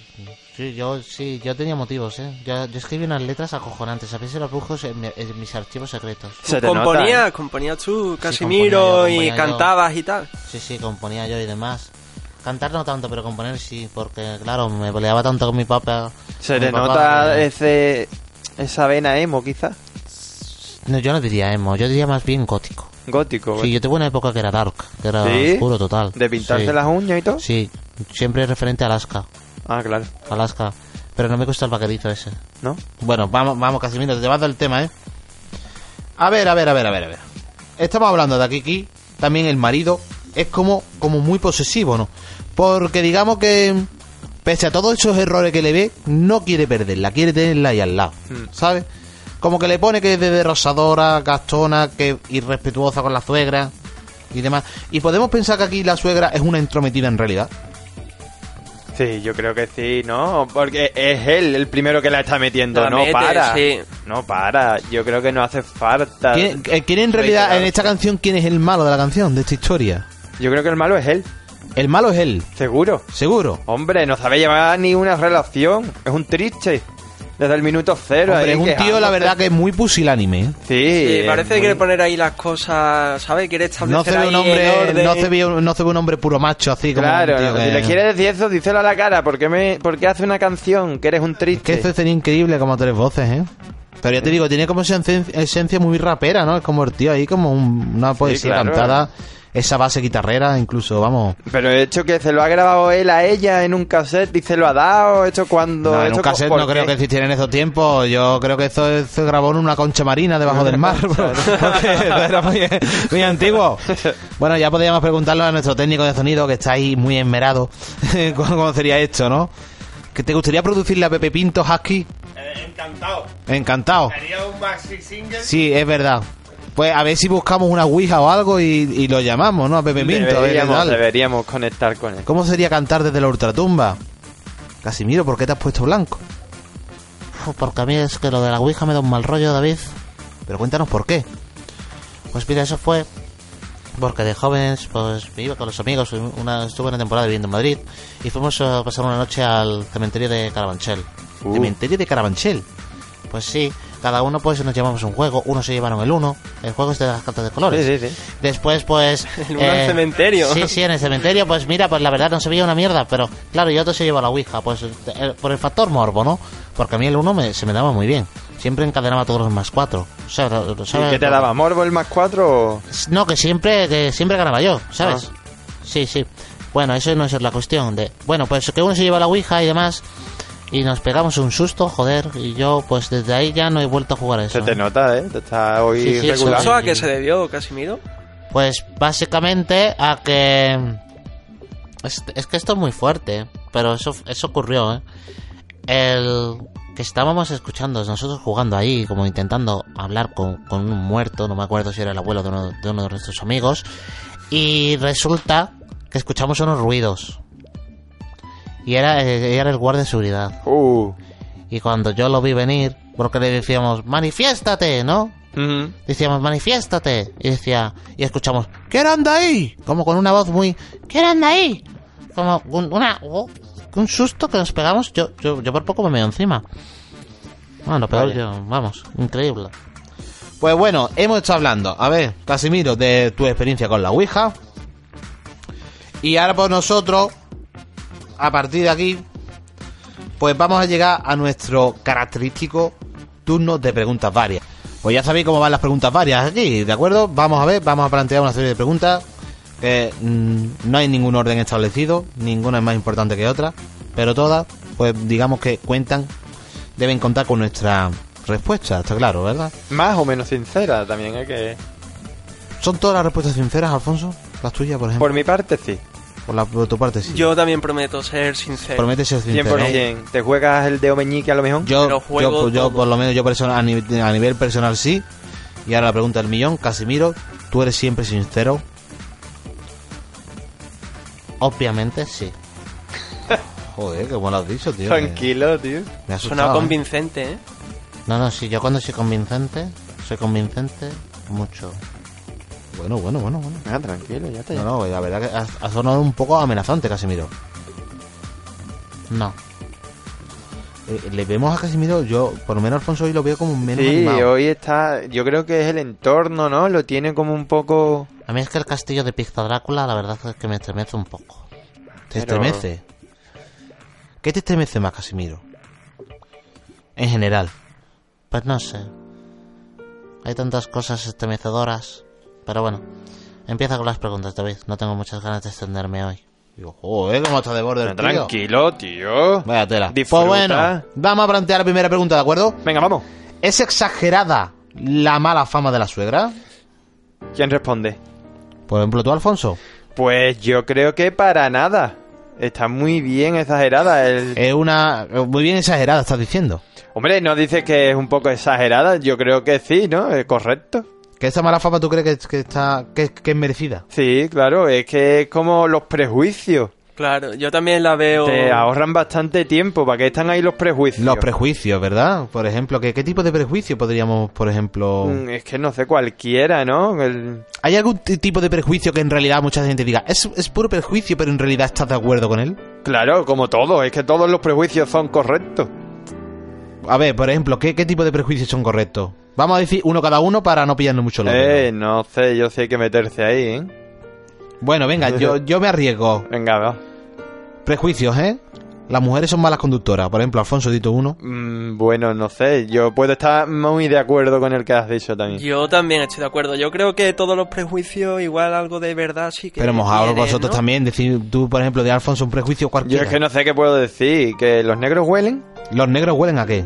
S3: Sí, yo, sí, yo tenía motivos, ¿eh? Yo, yo escribí unas letras acojonantes. A veces las busco en, mi- en mis archivos secretos.
S2: Se te
S4: componías,
S2: nota, ¿eh?
S4: componías tú, Casimiro,
S3: componía yo,
S4: y
S3: componía yo.
S4: cantabas y tal.
S3: Sí, sí, componía yo y demás. Cantar no tanto, pero componer sí, porque claro, me peleaba tanto con mi papá.
S2: Se
S3: con
S2: te
S3: mi papá,
S2: nota
S3: que-
S2: ese, esa vena emo, quizás.
S3: No, yo no diría emo, yo diría más bien gótico.
S2: Gótico,
S3: Sí,
S2: ¿eh?
S3: yo tuve una época que era dark, que era
S2: ¿Sí?
S3: oscuro total.
S2: De pintarse
S3: Sí.
S2: las uñas y todo.
S3: Sí, siempre referente a Alaska,
S2: Ah, claro.
S3: Alaska. Pero no me gusta el vaquerito ese.
S2: ¿No?
S1: Bueno, vamos, vamos, Casimiro, te llevas del tema, ¿eh? A ver, a ver, a ver, a ver, a ver. Estamos hablando de Akiki, también el marido es como, como muy posesivo, ¿no? Porque digamos que, pese a todos esos errores que le ve, no quiere perderla, quiere tenerla ahí al lado, ¿sabes? Como que le pone que es de derrosadora, gastona, que irrespetuosa con la suegra y demás. Y podemos pensar que aquí la suegra es una entrometida en realidad.
S2: Sí, yo creo que sí, ¿no? Porque es él el primero que la está metiendo,
S4: La
S2: no
S4: mete,
S2: para.
S4: sí.
S2: No para, yo creo que no hace falta.
S1: ¿Quién, eh, quién en realidad, en esta canción, quién es el malo de la canción, de esta historia?
S2: Yo creo que el malo es él,
S1: El malo es él,
S2: seguro.
S1: seguro.
S2: Hombre, no sabe llevar ni una relación, es un triste. Desde el minuto cero.
S1: Hombre,
S2: ahí
S1: es un tío, la
S2: quejándose.
S1: verdad, que es muy pusilánime. ¿eh?
S2: Sí,
S4: Sí,
S2: es
S4: parece que
S2: muy-
S4: quiere poner ahí las cosas, ¿sabes? Quiere
S1: No
S4: establecer
S1: se, ve un
S4: ahí el
S1: hombre,
S4: orden.
S1: no, se ve, un- no se ve un hombre puro macho así como. un
S2: Claro,
S1: tío
S2: si
S1: que-
S2: le quieres decir eso, díselo a la cara. ¿Por qué, me, por qué hace una canción que eres un
S1: Es que
S2: triste?
S1: este sería increíble como tres voces, ¿eh? Pero ya te digo, tiene como esa encen- esencia muy rapera, ¿no? Es como el tío ahí, como un- una poesía
S2: claro.
S1: cantada, esa base guitarrera, incluso, vamos.
S2: Pero el hecho que se lo ha grabado él a ella en un cassette y se lo ha dado, hecho cuando...
S1: No, en
S2: hecho
S1: un
S2: co-
S1: cassette
S2: ¿por
S1: no creo
S2: qué?
S1: que existiera en esos tiempos. Yo creo que eso se grabó en una concha marina debajo del mar. porque eso era muy, muy antiguo. Bueno, ya podríamos preguntarlo a nuestro técnico de sonido que está ahí muy enmerado. ¿Cómo cómo sería esto, no? ¿Que ¿Te gustaría producirle a Pepe Pinto Husky?
S7: Eh, encantado.
S1: Encantado.
S7: Haría un maxi single.
S1: Sí, es verdad. Pues a ver si buscamos una Ouija o algo y, y lo llamamos, ¿no? A Pepe Pinto. a ver qué
S2: Deberíamos,
S1: tal.
S2: deberíamos conectar con él.
S1: ¿Cómo sería cantar desde la ultratumba? Casimiro, ¿por qué te has puesto blanco?
S3: Uf, porque a mí es que lo de la Ouija me da un mal rollo, David.
S1: Pero cuéntanos por qué.
S3: Pues mira, eso fue porque de jóvenes, pues me iba con los amigos, una, estuve una temporada viviendo en Madrid y fuimos a pasar una noche al cementerio de Carabanchel.
S1: Cementerio de Carabanchel.
S3: Pues sí, cada uno pues nos llevamos un juego, uno se llevaron el uno, el juego es de las cartas de colores.
S2: Sí, sí, sí.
S3: Después pues...
S4: El uno al cementerio.
S3: Sí, sí, en el cementerio pues mira, pues la verdad no se veía una mierda, pero claro, yo otro se llevó la Ouija, pues eh, por el factor morbo, ¿no? Porque a mí el uno me- se me daba muy bien, siempre encadenaba todos los más cuatro. O sea,
S2: ¿Y
S3: ¿sabes?
S2: qué te daba? ¿Morbo el más cuatro?
S3: No, que siempre, que siempre ganaba yo, ¿sabes?
S2: Ah.
S3: Sí, sí. Bueno, eso no es la cuestión de... Bueno, pues que uno se lleva la Ouija y demás y nos pegamos un susto, joder, y yo pues desde ahí ya no he vuelto a jugar a eso.
S2: Se te
S3: ¿eh?
S2: nota, ¿eh? Te está hoy
S3: Sí, sí,
S2: regular.
S4: ¿Eso a qué se debió, Casimiro?
S3: Pues básicamente a que... Es, es que esto es muy fuerte, ¿eh? pero eso, eso ocurrió, ¿eh? El que estábamos escuchando, nosotros jugando ahí, como intentando hablar con, con un muerto, no me acuerdo si era el abuelo de uno de, uno de nuestros amigos, y resulta que escuchamos unos ruidos. Y era, eh, era el guardia de seguridad.
S2: Uh.
S3: Y cuando yo lo vi venir, porque le decíamos, manifiéstate, ¿no?
S2: Ujú.
S3: Decíamos, manifiéstate. Y decía, y escuchamos, ¿quién anda ahí? Como con una voz muy, ¿quién anda ahí? Como un, una, oh, un susto que nos pegamos. Yo, yo, yo por poco me meo encima. Bueno, lo peor,
S2: Vaya.
S3: yo, vamos, increíble.
S1: Pues bueno, hemos estado hablando, a ver, Casimiro, de tu experiencia con la Ouija. Y ahora por nosotros, a partir de aquí, pues vamos a llegar a nuestro característico turno de preguntas varias. Pues ya sabéis cómo van las preguntas varias aquí, ¿de acuerdo? Vamos a ver, vamos a plantear una serie de preguntas que mm, no hay ningún orden establecido, ninguna es más importante que otra, pero todas, pues digamos que cuentan, deben contar con nuestra respuesta, está claro, ¿verdad?
S2: Más o menos sincera también, ¿eh? Que...
S1: ¿Son todas las respuestas sinceras, Alfonso? Las tuyas, por ejemplo.
S2: Por mi parte, sí.
S1: Por, la, por tu parte, sí.
S4: Yo eh, también prometo ser sincero.
S1: Promete ser sincero.
S2: 100%. ¿Te juegas el dedo meñique a lo mejor?
S1: Yo,
S4: Te lo
S1: yo,
S4: juego
S1: pues, yo,
S4: todo.
S1: por lo menos, yo persona- a, nivel, a nivel personal sí. Y ahora la pregunta del millón, Casimiro, ¿tú eres siempre sincero?
S3: Obviamente sí.
S1: Joder, qué bueno lo has dicho, tío. me-
S2: Tranquilo, tío.
S1: Me ha asustado,
S4: Suena
S1: ¿eh?
S4: convincente, ¿eh?
S3: No, no, sí, yo cuando soy convincente, soy convincente mucho.
S1: Bueno, bueno, bueno, bueno.
S2: Ah, tranquilo, ya te
S1: No, no, la verdad que ha, ha sonado un poco amenazante, Casimiro. No. Eh, le vemos a Casimiro, yo por lo menos Alfonso hoy lo veo como menos
S2: Sí,
S1: animado.
S2: hoy está. Yo creo que es el entorno, ¿no? Lo tiene como un poco.
S3: A mí es que el castillo de Pizza Drácula, la verdad es que me estremece un poco.
S1: Te
S2: Pero-
S1: estremece. ¿Qué te estremece más, Casimiro? En general.
S3: Pues no sé. Hay tantas cosas estremecedoras. Pero bueno, empieza con las preguntas, David. No tengo muchas ganas de extenderme hoy.
S1: Digo, joder, cómo está de borde el tío.
S2: Tranquilo, tío.
S1: Vaya tela.
S2: Disfruta.
S1: Pues bueno, vamos a plantear la primera pregunta, ¿de acuerdo?
S2: Venga, vamos.
S1: ¿Es exagerada la mala fama de la suegra?
S2: ¿Quién responde?
S1: Por ejemplo, tú, Alfonso.
S2: Pues yo creo que para nada. Está muy bien exagerada. El...
S1: Es una... Ah, eh, Muy bien exagerada, estás diciendo.
S2: Hombre, ¿no dices que es un poco exagerada? Yo creo que sí, ¿no? Es correcto.
S1: ¿Que esa mala fama tú crees que, que está... que- que es merecida?
S2: Sí, claro, es que es como los prejuicios.
S4: Claro, yo también la veo.
S2: Te ahorran bastante tiempo. ¿Para qué están ahí los prejuicios?
S1: Los prejuicios, ¿verdad? Por ejemplo, ¿qué, qué tipo de prejuicio podríamos, por ejemplo...
S2: Mm, Es que no sé, cualquiera, ¿no? El...
S1: ¿Hay algún t- tipo de prejuicio que en realidad mucha gente diga, es, es puro prejuicio, pero en realidad estás de acuerdo con él?
S2: Claro, como todo, es que todos los prejuicios son correctos.
S1: A ver, por ejemplo, ¿qué, qué tipo de prejuicios son correctos? Vamos a decir uno cada uno para no pillarnos mucho los
S2: Eh,
S1: dedos.
S2: no sé, yo sé hay que meterse ahí, ¿eh?
S1: Bueno, venga, yo, yo me arriesgo.
S2: Venga, va.
S1: Prejuicios, ¿eh? Las mujeres son malas conductoras. Por ejemplo, Alfonso, dito uno.
S2: Mm, bueno, no sé, yo puedo estar muy de acuerdo con el que has dicho también.
S4: Yo también estoy de acuerdo. Yo creo que todos los prejuicios, igual algo de verdad sí que.
S1: Pero mojado
S4: tienen,
S1: vosotros
S4: ¿no?
S1: también. Decir tú, por ejemplo, de Alfonso un prejuicio
S2: Yo
S1: cualquiera.
S2: es que no sé qué puedo decir, que los negros huelen
S1: Los negros huelen a qué?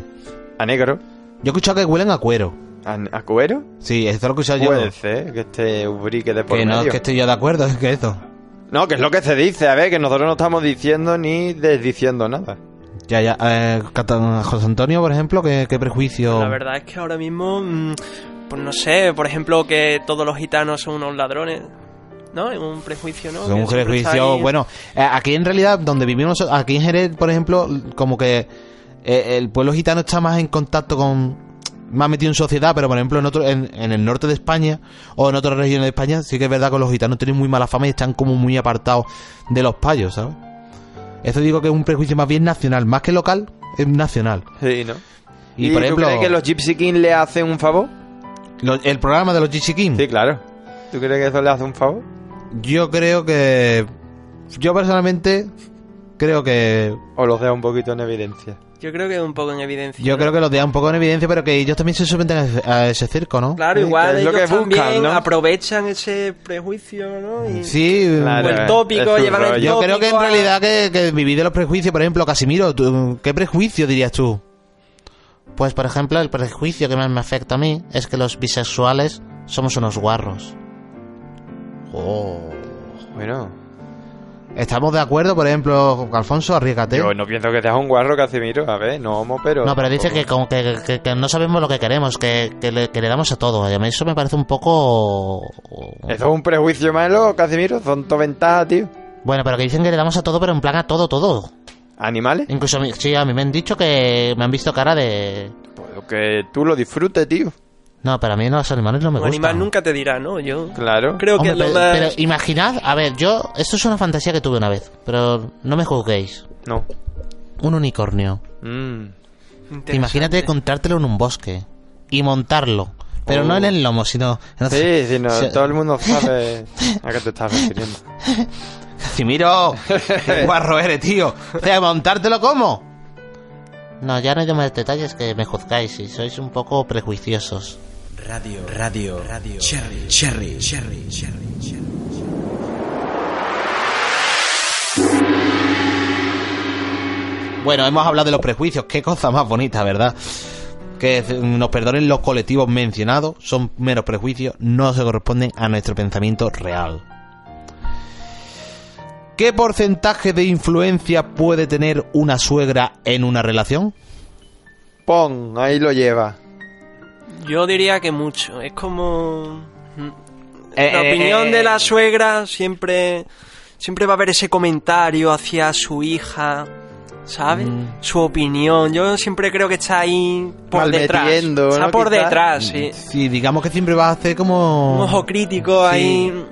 S2: a negro,
S1: Yo he escuchado que huelen a cuero.
S2: a, a cuero.
S1: Sí, esto lo he escuchado yo.
S2: Puede ser que este ubrique de por
S1: Que no es
S2: medio.
S1: que este- esté yo de acuerdo, es que eso.
S2: No, que es lo que se dice, a ver, que nosotros no estamos diciendo ni desdiciendo nada.
S1: Ya, ya. eh, Cata- José Antonio, por ejemplo, ¿qué, qué prejuicio?
S4: La verdad es que ahora mismo. mm, pues no sé, por ejemplo, que todos los gitanos son unos ladrones. ¿No? Es un prejuicio, ¿no?
S1: Según
S4: Que siempre
S1: prejuicio,
S4: está ahí-
S1: bueno, eh, aquí en realidad, donde vivimos, nosotros- aquí en Jerez, por ejemplo, como que eh, el pueblo gitano está más en contacto con. más metido en sociedad, pero por ejemplo, en, otro, en, en el norte de España o en otras regiones de España, sí que es verdad que los gitanos tienen muy mala fama y están como muy apartados de los payos, ¿sabes? Eso digo que es un prejuicio más bien nacional, más que local, es nacional.
S2: Sí, ¿no?
S1: Y,
S2: ¿Y,
S1: por
S2: tú
S1: ejemplo,
S2: crees que los Gypsy King le hacen un favor?
S1: lo- el programa de los Gypsy King,
S2: Sí, claro. ¿Tú crees que eso le hace un favor?
S1: yo creo que. Yo personalmente creo que
S2: ¿O los deja un poquito en evidencia?
S4: Yo creo que es un poco en evidencia.
S1: Yo
S4: ¿no?
S1: creo que los deja un poco en evidencia, pero que ellos también se someten a ese, a ese circo, ¿no?
S4: Claro,
S2: Sí,
S4: igual
S2: que es lo
S4: ellos
S2: que buscan,
S4: también
S2: ¿no?
S4: aprovechan ese prejuicio, ¿no? Y-
S1: Sí,
S4: O
S2: Claro.
S4: el
S2: es-
S4: tópico,
S2: es su
S4: llevan el
S2: rollo.
S1: yo creo que en
S4: tópico a-
S1: realidad que, que vivir de los prejuicios, por ejemplo, Casimiro, tú, ¿qué prejuicio dirías tú?
S3: Pues por ejemplo, el prejuicio que más me afecta a mí es que los bisexuales somos unos guarros.
S2: Bueno,
S1: Oh. ¿Estamos de acuerdo, por ejemplo, Alfonso, arriesgate?
S2: yo no pienso que seas un guarro, Casimiro. A ver, no homo, pero...
S3: No, pero dice que,
S2: tampoco-
S3: como que, que- que no sabemos lo que queremos, que, que le, que le damos a todo. Y a mí eso me parece un poco...
S2: ¿Eso es un prejuicio malo, Casimiro? Son dos ventajas, tío.
S3: Bueno, pero que dicen que le damos a todo, pero en plan a todo, todo.
S2: ¿Animales?
S3: Incluso a mí, sí, a mí me han dicho que me han visto cara de...
S2: Pues que tú lo disfrutes, tío.
S3: No, pero a mí los animales no me
S4: Un
S3: gustan.
S4: animal nunca te dirá, ¿no? Yo
S2: Claro.
S4: creo que
S3: Hombre,
S4: es lo
S3: pero,
S4: más...
S3: pero imaginad, a ver, yo... Esto es una fantasía que tuve una vez, pero no me juzguéis.
S2: No.
S3: Un unicornio.
S2: Mm.
S4: interesante.
S3: Imagínate contártelo en un bosque y montarlo.
S4: Oh.
S3: Pero no en el lomo, sino... no sé,
S2: Sí, sí, no,
S3: Sí.
S2: todo el mundo sabe a qué te estás refiriendo.
S1: Casimiro, qué guarro eres, tío. O sea, montártelo cómo?
S3: No, ya no hay más detalles que me juzgáis y sois un poco prejuiciosos.
S8: Radio, radio, radio. Cherry, cherry, cherry, cherry, cherry.
S1: Bueno, hemos hablado de los prejuicios, qué cosa más bonita, ¿verdad? Que mm, nos perdonen los colectivos mencionados, son meros prejuicios, no se corresponden a nuestro pensamiento real. ¿Qué porcentaje de influencia puede tener una suegra en una relación?
S2: Pon, ahí lo lleva.
S4: Yo diría que mucho. Es como... mm,
S1: Eh,
S4: la
S1: eh,
S4: opinión
S1: eh,
S4: de la suegra siempre... Siempre va a haber ese comentario hacia su hija, ¿sabes? Su opinión. Yo siempre creo que está ahí por detrás.
S2: Malmetiendo,
S4: Está
S2: ¿no?
S4: por
S2: Quizás.
S4: detrás, sí.
S1: Sí, digamos que siempre va a hacer como...
S4: Un ojo crítico
S1: Oh. Sí.
S4: ahí.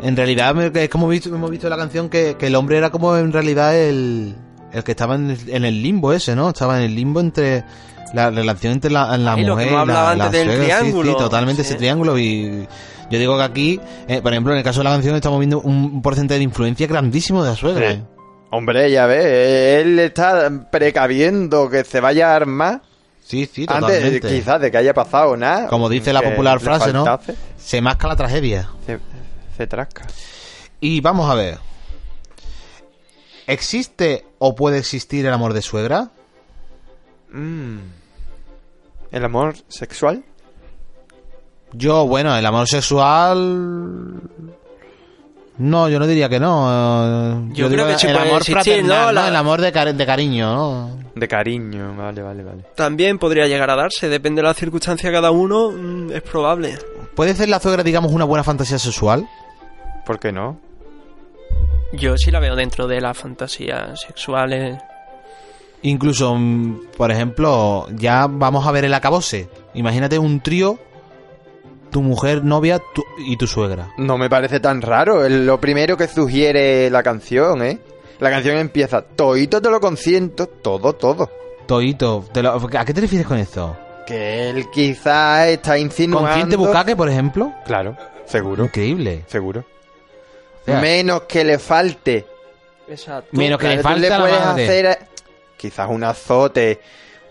S1: En realidad me- que es como visto- hemos visto en la canción que, que el hombre era como en realidad el... El que estaba en el, en el limbo ese, ¿no? Estaba en el limbo entre la relación entre la, la
S4: Ahí
S1: mujer
S4: lo que
S1: y
S4: hemos hablado
S1: la, la
S4: antes del
S1: suegra. Sí, sí,
S4: triángulo.
S1: totalmente
S4: Sí.
S1: ese triángulo. Y yo digo que aquí, eh, por ejemplo, en el caso de la canción estamos viendo un porcentaje de influencia grandísimo de la suegra. ¿eh?
S2: Sí. Hombre, ya ves, él está precaviendo que se vaya a armar
S1: Sí, sí, totalmente.
S2: antes quizás de que haya pasado nada.
S1: Como dice la
S2: que
S1: popular
S2: le
S1: frase, ¿no?
S2: faltase,
S1: Se masca la tragedia.
S2: Se, se trasca.
S1: Y vamos a ver. ¿Existe o puede existir el amor de suegra?
S2: Mm. ¿El amor sexual?
S1: Yo, bueno, el amor sexual. No, yo no diría que no. eh,
S4: Yo creo
S1: digo
S4: que sí
S1: el
S4: puede
S1: amor
S4: existir,
S1: fraternal,
S4: ¿no? La-
S1: El amor de, cari- de cariño, ¿no?
S2: De cariño, vale, vale, vale.
S4: También podría llegar a darse, depende de la circunstancia de cada uno, mm, es probable.
S1: ¿Puede ser la suegra, digamos, una buena fantasía sexual?
S2: ¿Por qué no?
S4: Yo sí la eh. veo dentro de las fantasías sexuales.
S1: Incluso, mm, por ejemplo, ya vamos a ver el acabose. Imagínate un trío, tu mujer, novia tu- y tu suegra.
S2: No me parece tan raro. Es lo primero que sugiere la canción, ¿eh? La canción empieza, toito te lo consiento, todo, todo.
S1: Toito, te lo- ¿a qué te refieres con esto?
S2: Que él quizás está insinuando...
S1: ¿Consciente bucaque, por ejemplo?
S2: Claro, seguro,
S1: Increíble.
S2: seguro.
S1: O sea,
S2: Menos que le falte.
S4: Exacto.
S1: Menos que le
S2: Claro, tú
S1: falta la
S2: puedes
S1: madre.
S2: hacer eh, quizás un azote,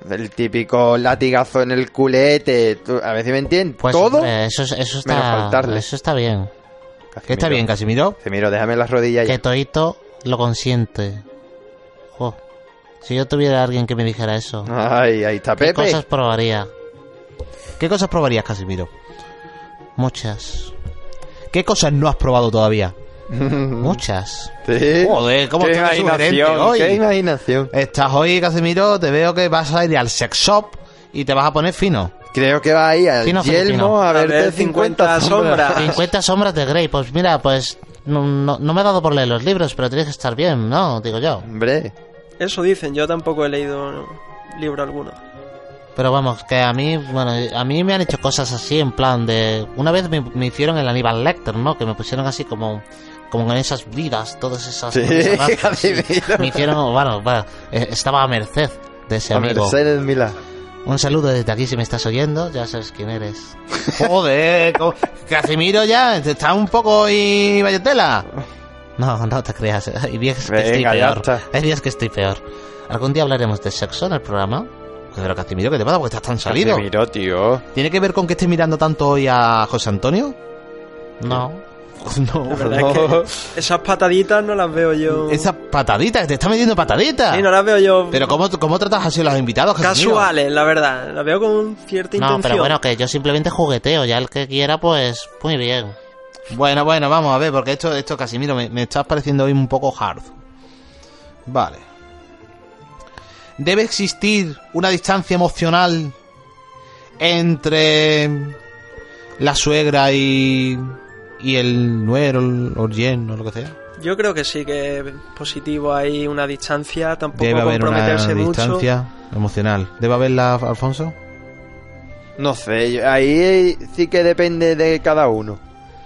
S2: el típico latigazo en el culete, tú- a ver si me entiendes.
S3: Pues
S2: todo.
S3: hombre, eso, es- eso
S2: menos
S3: está.
S2: faltarle.
S3: Eso está bien.
S1: eh, que está bien, Casimiro.
S2: Casimiro, déjame las rodillas
S3: Que
S2: ya.
S3: Toito lo consiente. Jo. Si yo tuviera alguien que me dijera eso,
S2: Ay, ahí está
S3: ¿qué
S2: Pepe.
S3: cosas probaría?
S1: ¿Qué cosas probarías, Casimiro?
S3: Muchas.
S1: ¿Qué cosas no has probado todavía?
S3: Muchas.
S2: Sí.
S1: Joder, cómo
S2: qué
S1: tú eres sugerente
S2: imaginación,
S1: hoy.
S2: qué imaginación.
S1: Estás hoy, Casimiro, te veo que vas a ir al sex shop y te vas a poner fino.
S2: Creo que va ahí al
S3: Fino,
S2: yelmo
S3: filipino.
S2: a
S4: A
S2: verte
S4: ver,
S2: 50
S4: 50
S2: sombras.
S4: sombras.
S3: 50 sombras de Grey. Pues mira, pues no, no, no me he dado por leer los libros, pero tienes que estar bien, ¿no? Digo yo.
S2: Hombre,
S4: Eso dicen, yo tampoco he leído libro alguno.
S3: Pero vamos, que a mí, bueno, a mí me han hecho cosas así en plan de... Una vez me, me hicieron el Aníbal Lecter, ¿no? Que me pusieron así como... Como en esas vidas, todas esas...
S2: Sí,
S1: Pues,
S3: esas razas,
S2: Casimiro.
S3: sí. Me hicieron, bueno, bueno, eh, estaba a merced de ese
S2: a
S3: amigo.
S2: Mercedes Milá.
S3: Un saludo desde aquí si me estás oyendo, ya sabes quién eres.
S1: Joder, cómo- Casimiro ya está un poco y valletela.
S3: No, no te creas. Hay días que estoy
S2: Venga, ya
S3: peor.
S2: está.
S3: Hay días que estoy peor. Algún día hablaremos de sexo en el programa.
S1: Pero Casimiro, ¿qué te pasa? Porque estás tan salido.
S2: Casimiro, tío.
S1: ¿Tiene que ver con que estés mirando tanto hoy a José Antonio?
S3: No.
S4: La verdad es que esas pataditas no las veo yo.
S1: Esas pataditas, que te está metiendo pataditas.
S4: Sí, no las veo yo
S1: Pero ¿cómo, ¿cómo tratas así a los invitados, Casimiro?
S4: casuales, la verdad. Las veo con cierta
S3: No,
S4: intención.
S3: pero bueno, que yo simplemente jugueteo. Ya el que quiera, pues muy bien.
S1: Bueno, bueno, vamos a ver, porque esto, esto Casimiro, me, me estás pareciendo hoy un poco hard. Vale. ¿Debe existir una distancia emocional entre la suegra y, y el nuero, el o el yerno, lo que sea?
S4: Yo creo que sí que es positivo hay una distancia, tampoco
S1: Debe haber una
S4: comprometerse mucho.
S1: distancia emocional. ¿Debe haberla, Alfonso?
S2: No sé, yo- ahí sí que depende de cada uno.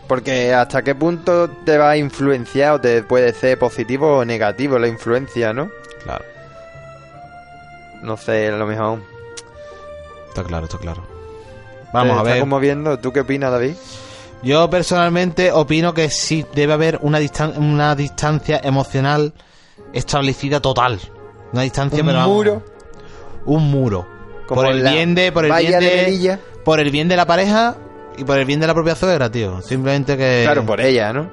S2: Porque hasta qué punto te va a influenciar o te puede ser positivo o negativo la influencia, ¿no?
S1: Claro,
S2: No sé, a lo mejor.
S1: está claro, está claro.
S2: ¿Te
S4: Eh,
S1: Vamos a
S2: está
S1: ver.
S2: conmoviendo? ¿Tú qué opinas, David?
S1: Yo personalmente opino que sí debe haber una, distan- una distancia emocional establecida total. Una distancia,
S2: Un
S1: pero vamos,
S2: muro.
S1: un muro.
S2: Como
S1: por el
S2: la
S1: bien de, por el bien
S2: valla de
S1: de,
S2: Melilla.
S1: por el bien de la pareja y por el bien de la propia suegra, tío. Simplemente que
S2: Claro, pues. por ella, ¿no?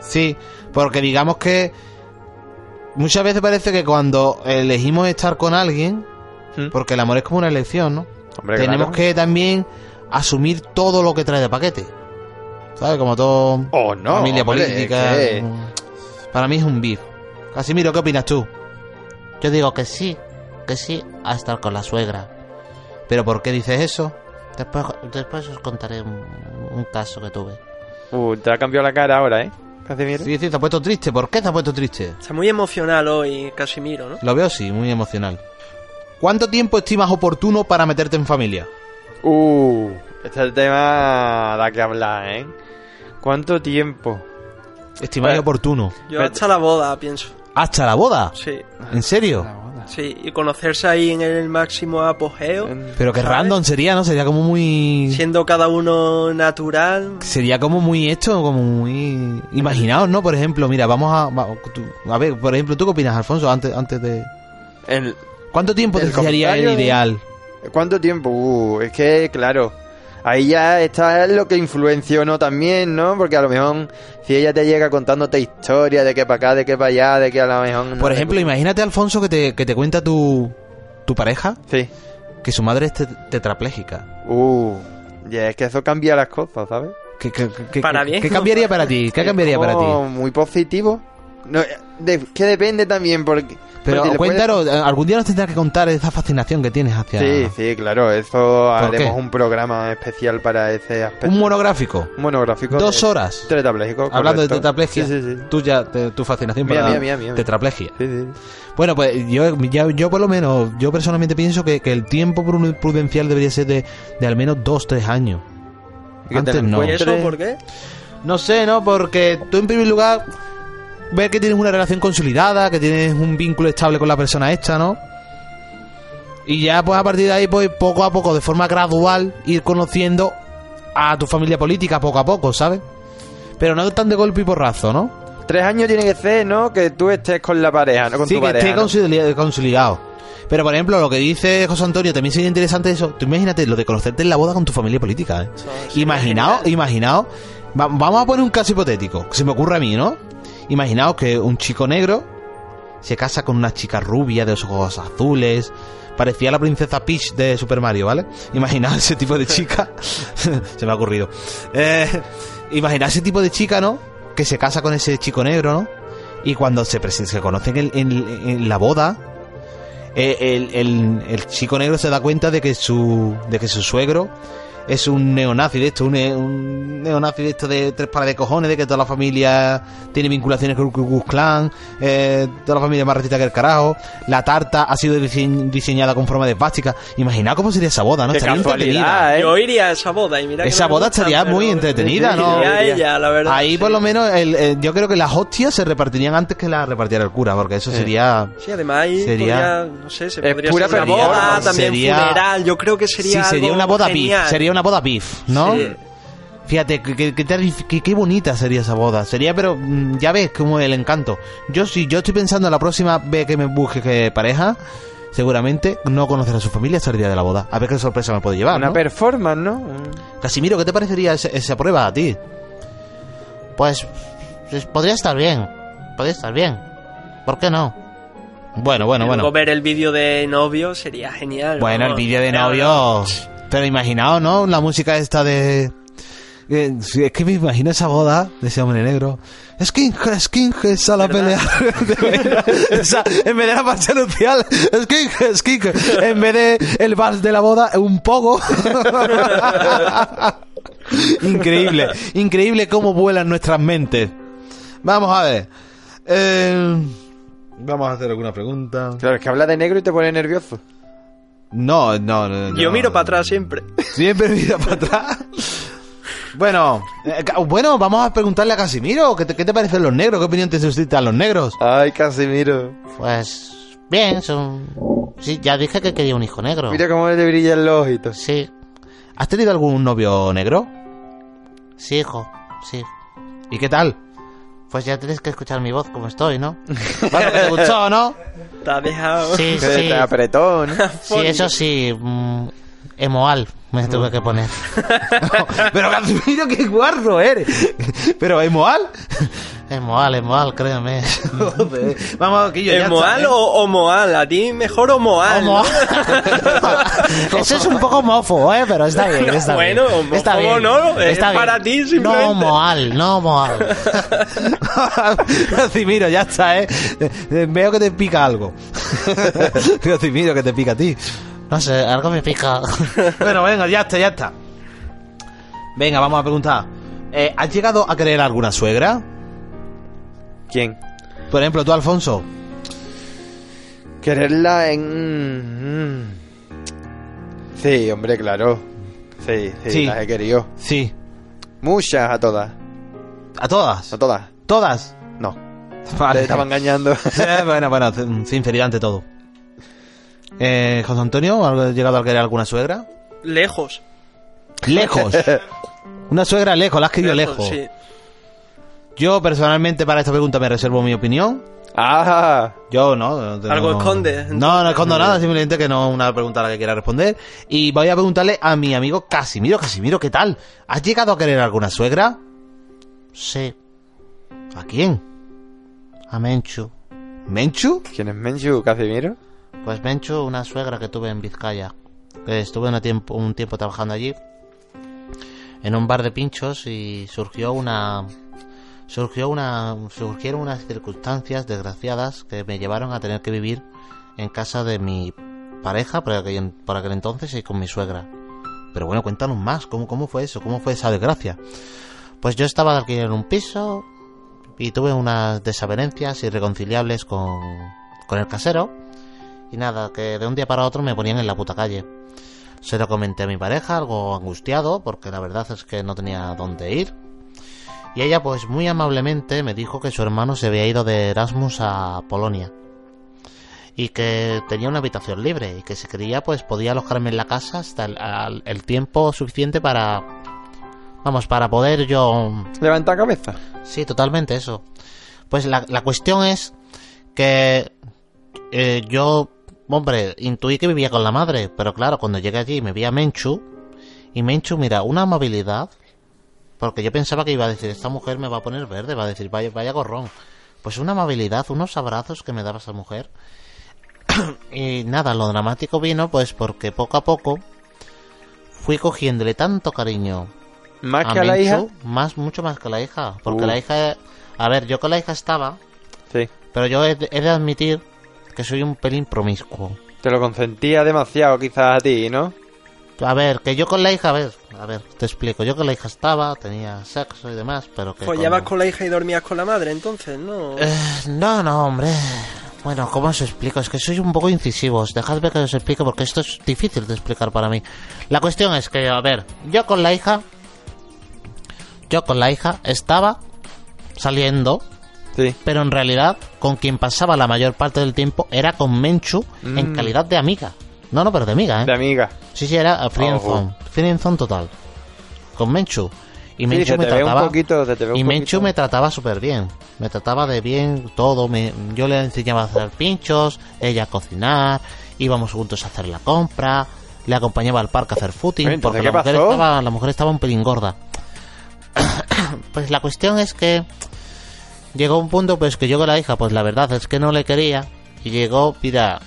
S1: sí, porque digamos que muchas veces parece que cuando elegimos estar con alguien,
S2: ¿Mm?
S1: porque el amor es como una elección, ¿no?
S2: Hombre,
S1: Tenemos
S2: claro.
S1: que también asumir todo lo que trae de paquete. ¿Sabes? Como todo
S2: O no.
S1: familia
S2: hombre,
S1: política.
S2: que-
S1: Para mí es un beef. Casimiro, ¿qué opinas tú?
S3: Yo digo que sí, que sí a estar con la suegra.
S1: ¿Pero por qué dices eso?
S3: Después, después os contaré un, un caso que tuve.
S2: Uh, te ha cambiado la cara ahora, ¿eh? Casimiro.
S1: Sí, sí, te has puesto triste. ¿Por qué te has puesto triste?
S4: Está muy emocional hoy Casimiro, ¿no?
S1: Lo veo sí, muy emocional. ¿Cuánto tiempo estimas oportuno para meterte en familia?
S2: Uh, este es el tema da que hablar, ¿eh? ¿Cuánto tiempo?
S1: Estimáis
S2: Bueno.
S1: oportuno.
S4: Yo hasta la boda pienso.
S1: Hasta la boda.
S4: Sí,
S1: ¿En serio?
S4: sí, y conocerse ahí en el máximo apogeo,
S1: Pero que
S4: ¿Sabes?
S1: random sería, ¿no? Sería como muy...
S4: siendo cada uno natural.
S1: Sería como muy esto, como muy... Imaginaos, ¿no? Por ejemplo, mira, vamos a... va- tú- a ver, por ejemplo, ¿tú qué opinas, Alfonso, antes, antes de...?
S2: El-
S1: ¿Cuánto tiempo
S2: El
S1: desearía el
S2: comentario-
S1: ideal?
S2: ¿Cuánto tiempo? Uh, es que, claro, ahí ya está lo que influenció no también, ¿no? Porque a lo mejor si ella te llega contándote historias de que para acá, de que para allá, de que a lo mejor... no
S1: Por
S2: te
S1: ejemplo,
S2: gusta.
S1: imagínate, Alfonso, que te, que te cuenta tu, tu pareja
S2: Sí.
S1: que su madre es te- tetrapléjica.
S2: Uh, ya es que eso cambia las cosas, ¿sabes?
S1: ¿Qué, qué- qué- qué-
S4: Para bien.
S1: ¿Qué cambiaría para ti? ¿Qué
S2: Es
S1: cambiaría para ti?
S2: como Muy positivo. No, de- que depende también porque...
S1: Pero
S2: porque le puedes-
S1: cuéntanos, algún día nos tendrás que contar esa fascinación que tienes hacia...
S2: Sí, sí, claro, eso haremos
S1: qué?
S2: un programa especial para ese aspecto.
S1: Un monográfico.
S2: Un monográfico.
S1: Dos
S2: de-
S1: horas.
S2: Tetrapléjico.
S1: Hablando de
S2: correcto.
S1: tetraplegia.
S2: Sí, sí, sí.
S1: Tú ya, te- tu fascinación
S2: Mía,
S1: para
S2: mía, mía, mía.
S1: tetraplegia.
S2: Sí, sí.
S1: Bueno, pues yo, ya- yo por lo menos, yo personalmente pienso que, que el tiempo pruden- prudencial debería ser de, de al menos dos, tres años.
S2: Y que te
S1: Antes
S2: lo
S1: no.
S4: ¿Y eso
S2: Hombre.
S4: por qué?
S1: No sé, ¿no? Porque tú en primer lugar ver que tienes una relación consolidada, que tienes un vínculo estable con la persona esta, ¿no? Y ya pues a partir de ahí pues poco a poco, de forma gradual, ir conociendo a tu familia política poco a poco, ¿sabes? Pero no tan de golpe y porrazo, ¿no?
S2: Tres años tiene que ser, ¿no? Que tú estés con la pareja, no con
S1: sí,
S2: tu
S1: que
S2: pareja.
S1: esté
S2: ¿no?
S1: consoli- consolidado. Pero por ejemplo, lo que dice José Antonio también sería interesante eso. Tú imagínate lo de conocerte en la boda con tu familia política, ¿eh?
S4: sería
S1: Imaginaos, imaginaos. va- vamos a poner un caso hipotético, que se me ocurre a mí, ¿no? Imaginaos que un chico negro se casa con una chica rubia de ojos azules. Parecía la princesa Peach de Super Mario, ¿vale? Imaginaos ese tipo de chica. se me ha ocurrido. Eh, imaginaos ese tipo de chica, ¿no? Que se casa con ese chico negro, ¿no? Y cuando se, presen- se conocen en, en- en la boda, eh, el, el- el chico negro se da cuenta de que su, de que su suegro es un neonazi de esto, un, ne- un neonazi de esto de tres pares de cojones, de que toda la familia tiene vinculaciones con el Ku Klux Klan, eh, toda la familia es más racista que el carajo, la tarta ha sido dise- diseñada con forma de plástica. Imaginaos cómo sería esa boda, ¿no?
S2: Qué
S1: Estaría
S2: casualidad,
S1: entretenida.
S2: ¿eh?
S4: Yo iría a esa boda y mira que
S1: Esa
S4: no me
S1: boda
S4: gusta,
S1: estaría
S4: pero
S1: muy entretenida, ¿no?
S4: iría a ella, la verdad.
S1: Ahí
S4: sí.
S1: por lo menos el- el- yo creo que las hostias se repartirían antes que las repartiera el cura, porque eso sería...
S4: Sí, además ahí
S1: Sería-
S4: podría, no sé, se
S2: Es
S4: podría
S2: pura
S4: hacer una
S2: performance.
S4: boda, también
S1: Sería-
S4: funeral, yo creo que sería
S1: sí, sería
S4: algo
S1: una boda
S4: genial.
S1: beef, sería una boda beef, ¿no?
S4: Sí.
S1: Fíjate, qué que, que terri- que- qué bonita sería esa boda. Sería, pero mm, ya ves como el encanto. Yo si yo estoy pensando la próxima vez que me busque que pareja, seguramente no conocer a su familia hasta el día de la boda. A ver qué sorpresa me puede llevar.
S2: Una
S1: ¿no?
S2: performance, ¿no?
S1: Casimiro, ¿qué te parecería ese- esa prueba a ti?
S3: Pues, pues podría estar bien. Podría estar bien. ¿Por qué no?
S1: Bueno, bueno,
S4: Y
S1: bueno.
S4: luego ver el vídeo de novio sería genial.
S1: Bueno, el
S4: vamos.
S1: vídeo de
S4: Pero
S1: novio. Pero imaginaos, ¿no? La música esta de. eh, sí, Es que me imagino esa boda de ese hombre negro. Skinhead, skinhead, a la pelea.
S4: ¿Verdad?
S1: O sea, en vez de la marcha nupcial, skinhead, skinhead. En vez de el vals de la boda, un poco. increíble, increíble cómo vuelan nuestras mentes. Vamos a ver. Eh, vamos a hacer alguna pregunta.
S2: Claro, es que habla de negro y te pone nervioso.
S1: No, no, no.
S4: Yo
S1: no.
S4: miro para atrás siempre.
S1: Siempre mira para atrás. Bueno, eh, ca- bueno, vamos a preguntarle a Casimiro, ¿qué te, qué te parecen los negros? ¿Qué opinión te suscitan los negros?
S2: Ay, Casimiro.
S3: Pues, bien, son... Sí, ya dije que quería un hijo negro.
S2: Mira cómo le brillan los ojitos.
S3: Sí,
S1: ¿Has tenido algún novio negro?
S3: sí, hijo, sí.
S1: ¿Y qué tal?
S3: Pues ya tienes que escuchar mi voz como estoy, ¿no?
S1: Bueno, ¿Te gustó, no?
S4: Te has dejado.
S3: Sí,
S2: Que
S3: sí.
S2: te apretó, ¿no?
S3: Sí, eso sí. mm, emoal me tuve que poner.
S1: Pero Casimiro, qué guarro eres. Pero Emoal.
S3: Emoal, emoal, créeme.
S1: Joder. Vamos, que yo ya ¿eh?
S4: ¿El Moal o, o Moal? A ti mejor o Moal. ¿no?
S3: Homo- Eso es un poco mofo, ¿eh? Pero está bien, está bien.
S4: Bueno, homófobo
S3: está bien.
S4: no, es
S3: está bien.
S4: para ti simplemente.
S3: No moal, no moal.
S1: Casimiro, ya está, ¿eh? Eh, eh, Veo que te pica algo. Casimiro, que te pica a ti.
S3: No sé, algo me pica.
S1: Bueno, venga, ya está, ya está. Venga, vamos a preguntar. Eh, ¿Has llegado a querer alguna suegra?
S2: ¿Quién?
S1: Por ejemplo, tú, Alfonso.
S2: Quererla en... mm, mm. Sí, hombre, claro. Sí, sí,
S1: Sí.
S2: las he querido.
S1: Sí.
S2: Muchas a todas.
S1: ¿A todas?
S2: A todas.
S1: ¿Todas?
S2: No.
S1: Vale.
S2: Te estaba engañando.
S1: Eh, bueno, bueno, c- sinceridad ante todo. Eh, José Antonio, ¿has llegado a querer alguna suegra?
S4: Lejos.
S1: Lejos. Una suegra lejos, la has querido lejos.
S4: Sí.
S1: Yo personalmente para esta pregunta me reservo mi opinión.
S2: ¡Ah!
S1: Yo no. no-
S4: Algo
S1: no-
S4: esconde, entonces.
S1: No, no escondo nada, simplemente que no es una pregunta a la que quiera responder. Y voy a preguntarle a mi amigo Casimiro. Casimiro, ¿qué tal? ¿Has llegado a querer alguna suegra?
S3: Sí,
S1: ¿A quién?
S3: a Menchu.
S1: ¿Menchu?
S2: ¿Quién es Menchu, Casimiro?
S3: Pues Menchu, una suegra que tuve en Vizcaya. que Estuve una tiempo, un tiempo trabajando allí. En un bar de pinchos y surgió una. Surgió una. Surgieron unas circunstancias desgraciadas que me llevaron a tener que vivir en casa de mi pareja por aquel, por aquel entonces y con mi suegra.
S1: Pero bueno, cuéntanos más. ¿Cómo, ¿Cómo fue eso? ¿Cómo fue esa desgracia?
S3: Pues yo estaba de alquiler en un piso y tuve unas desavenencias irreconciliables con, con el casero. Y nada, que de un día para otro me ponían en la puta calle. Se lo comenté a mi pareja, algo angustiado, porque la verdad es que no tenía dónde ir. Y ella pues muy amablemente me dijo que su hermano se había ido de Erasmus a Polonia. Y que tenía una habitación libre y que si quería pues podía alojarme en la casa hasta el- al- el tiempo suficiente para... Vamos, para poder yo
S2: Levanta cabeza.
S3: Sí, totalmente eso. Pues la, la cuestión es que eh, yo, hombre, intuí que vivía con la madre, pero claro, cuando llegué allí me vi a Menchu y Menchu, mira, una amabilidad, porque yo pensaba que iba a decir, esta mujer me va a poner verde, va a decir, vaya, vaya gorrón. Pues una amabilidad, unos abrazos que me daba esa mujer. y nada, lo dramático vino pues porque poco a poco fui cogiéndole tanto cariño
S2: Más
S3: a
S2: que a la hija.
S3: Menchu, Más, mucho más que a la hija. Porque
S2: Uh.
S3: la hija. A ver, yo con la hija estaba,
S2: Sí.
S3: pero yo he, de- he de admitir que soy un pelín promiscuo.
S2: Te lo consentía demasiado, quizás a ti, ¿no?
S3: A ver, que yo con la hija, a ver, a ver, te explico. Yo con la hija estaba, tenía sexo y demás, pero que.
S4: Follabas
S3: con-
S4: con la hija y dormías con la madre, entonces, ¿no?
S3: Eh, no, no, hombre. Bueno, ¿cómo os explico? Es que sois un poco incisivos. Dejadme que os explique porque esto es difícil de explicar para mí. La cuestión es que, a ver, yo con la hija. Yo con la hija estaba saliendo,
S2: Sí.
S3: pero en realidad con quien pasaba la mayor parte del tiempo era con Menchu en calidad de amiga. No, no, pero de amiga, ¿eh?
S2: Mm. De amiga.
S3: Sí, sí, era a Friendzone. Friendzone total. Con Menchu. Y Menchu
S2: se
S3: me
S2: te ve un
S3: trataba.
S2: poquito, se te ve un
S3: y Menchu
S2: poquito.
S3: me trataba súper bien. Me trataba de bien todo. me- yo le enseñaba a hacer pinchos, ella a cocinar. Íbamos juntos a hacer la compra. Le acompañaba al parque a hacer footing.
S2: Entonces,
S3: porque
S2: ¿qué
S3: la mujer,
S2: pasó?
S3: estaba, la mujer estaba un pelín gorda. pues la cuestión es que. Llegó un punto pues que yo con la hija, pues la verdad es que no le quería. Y llegó, mira,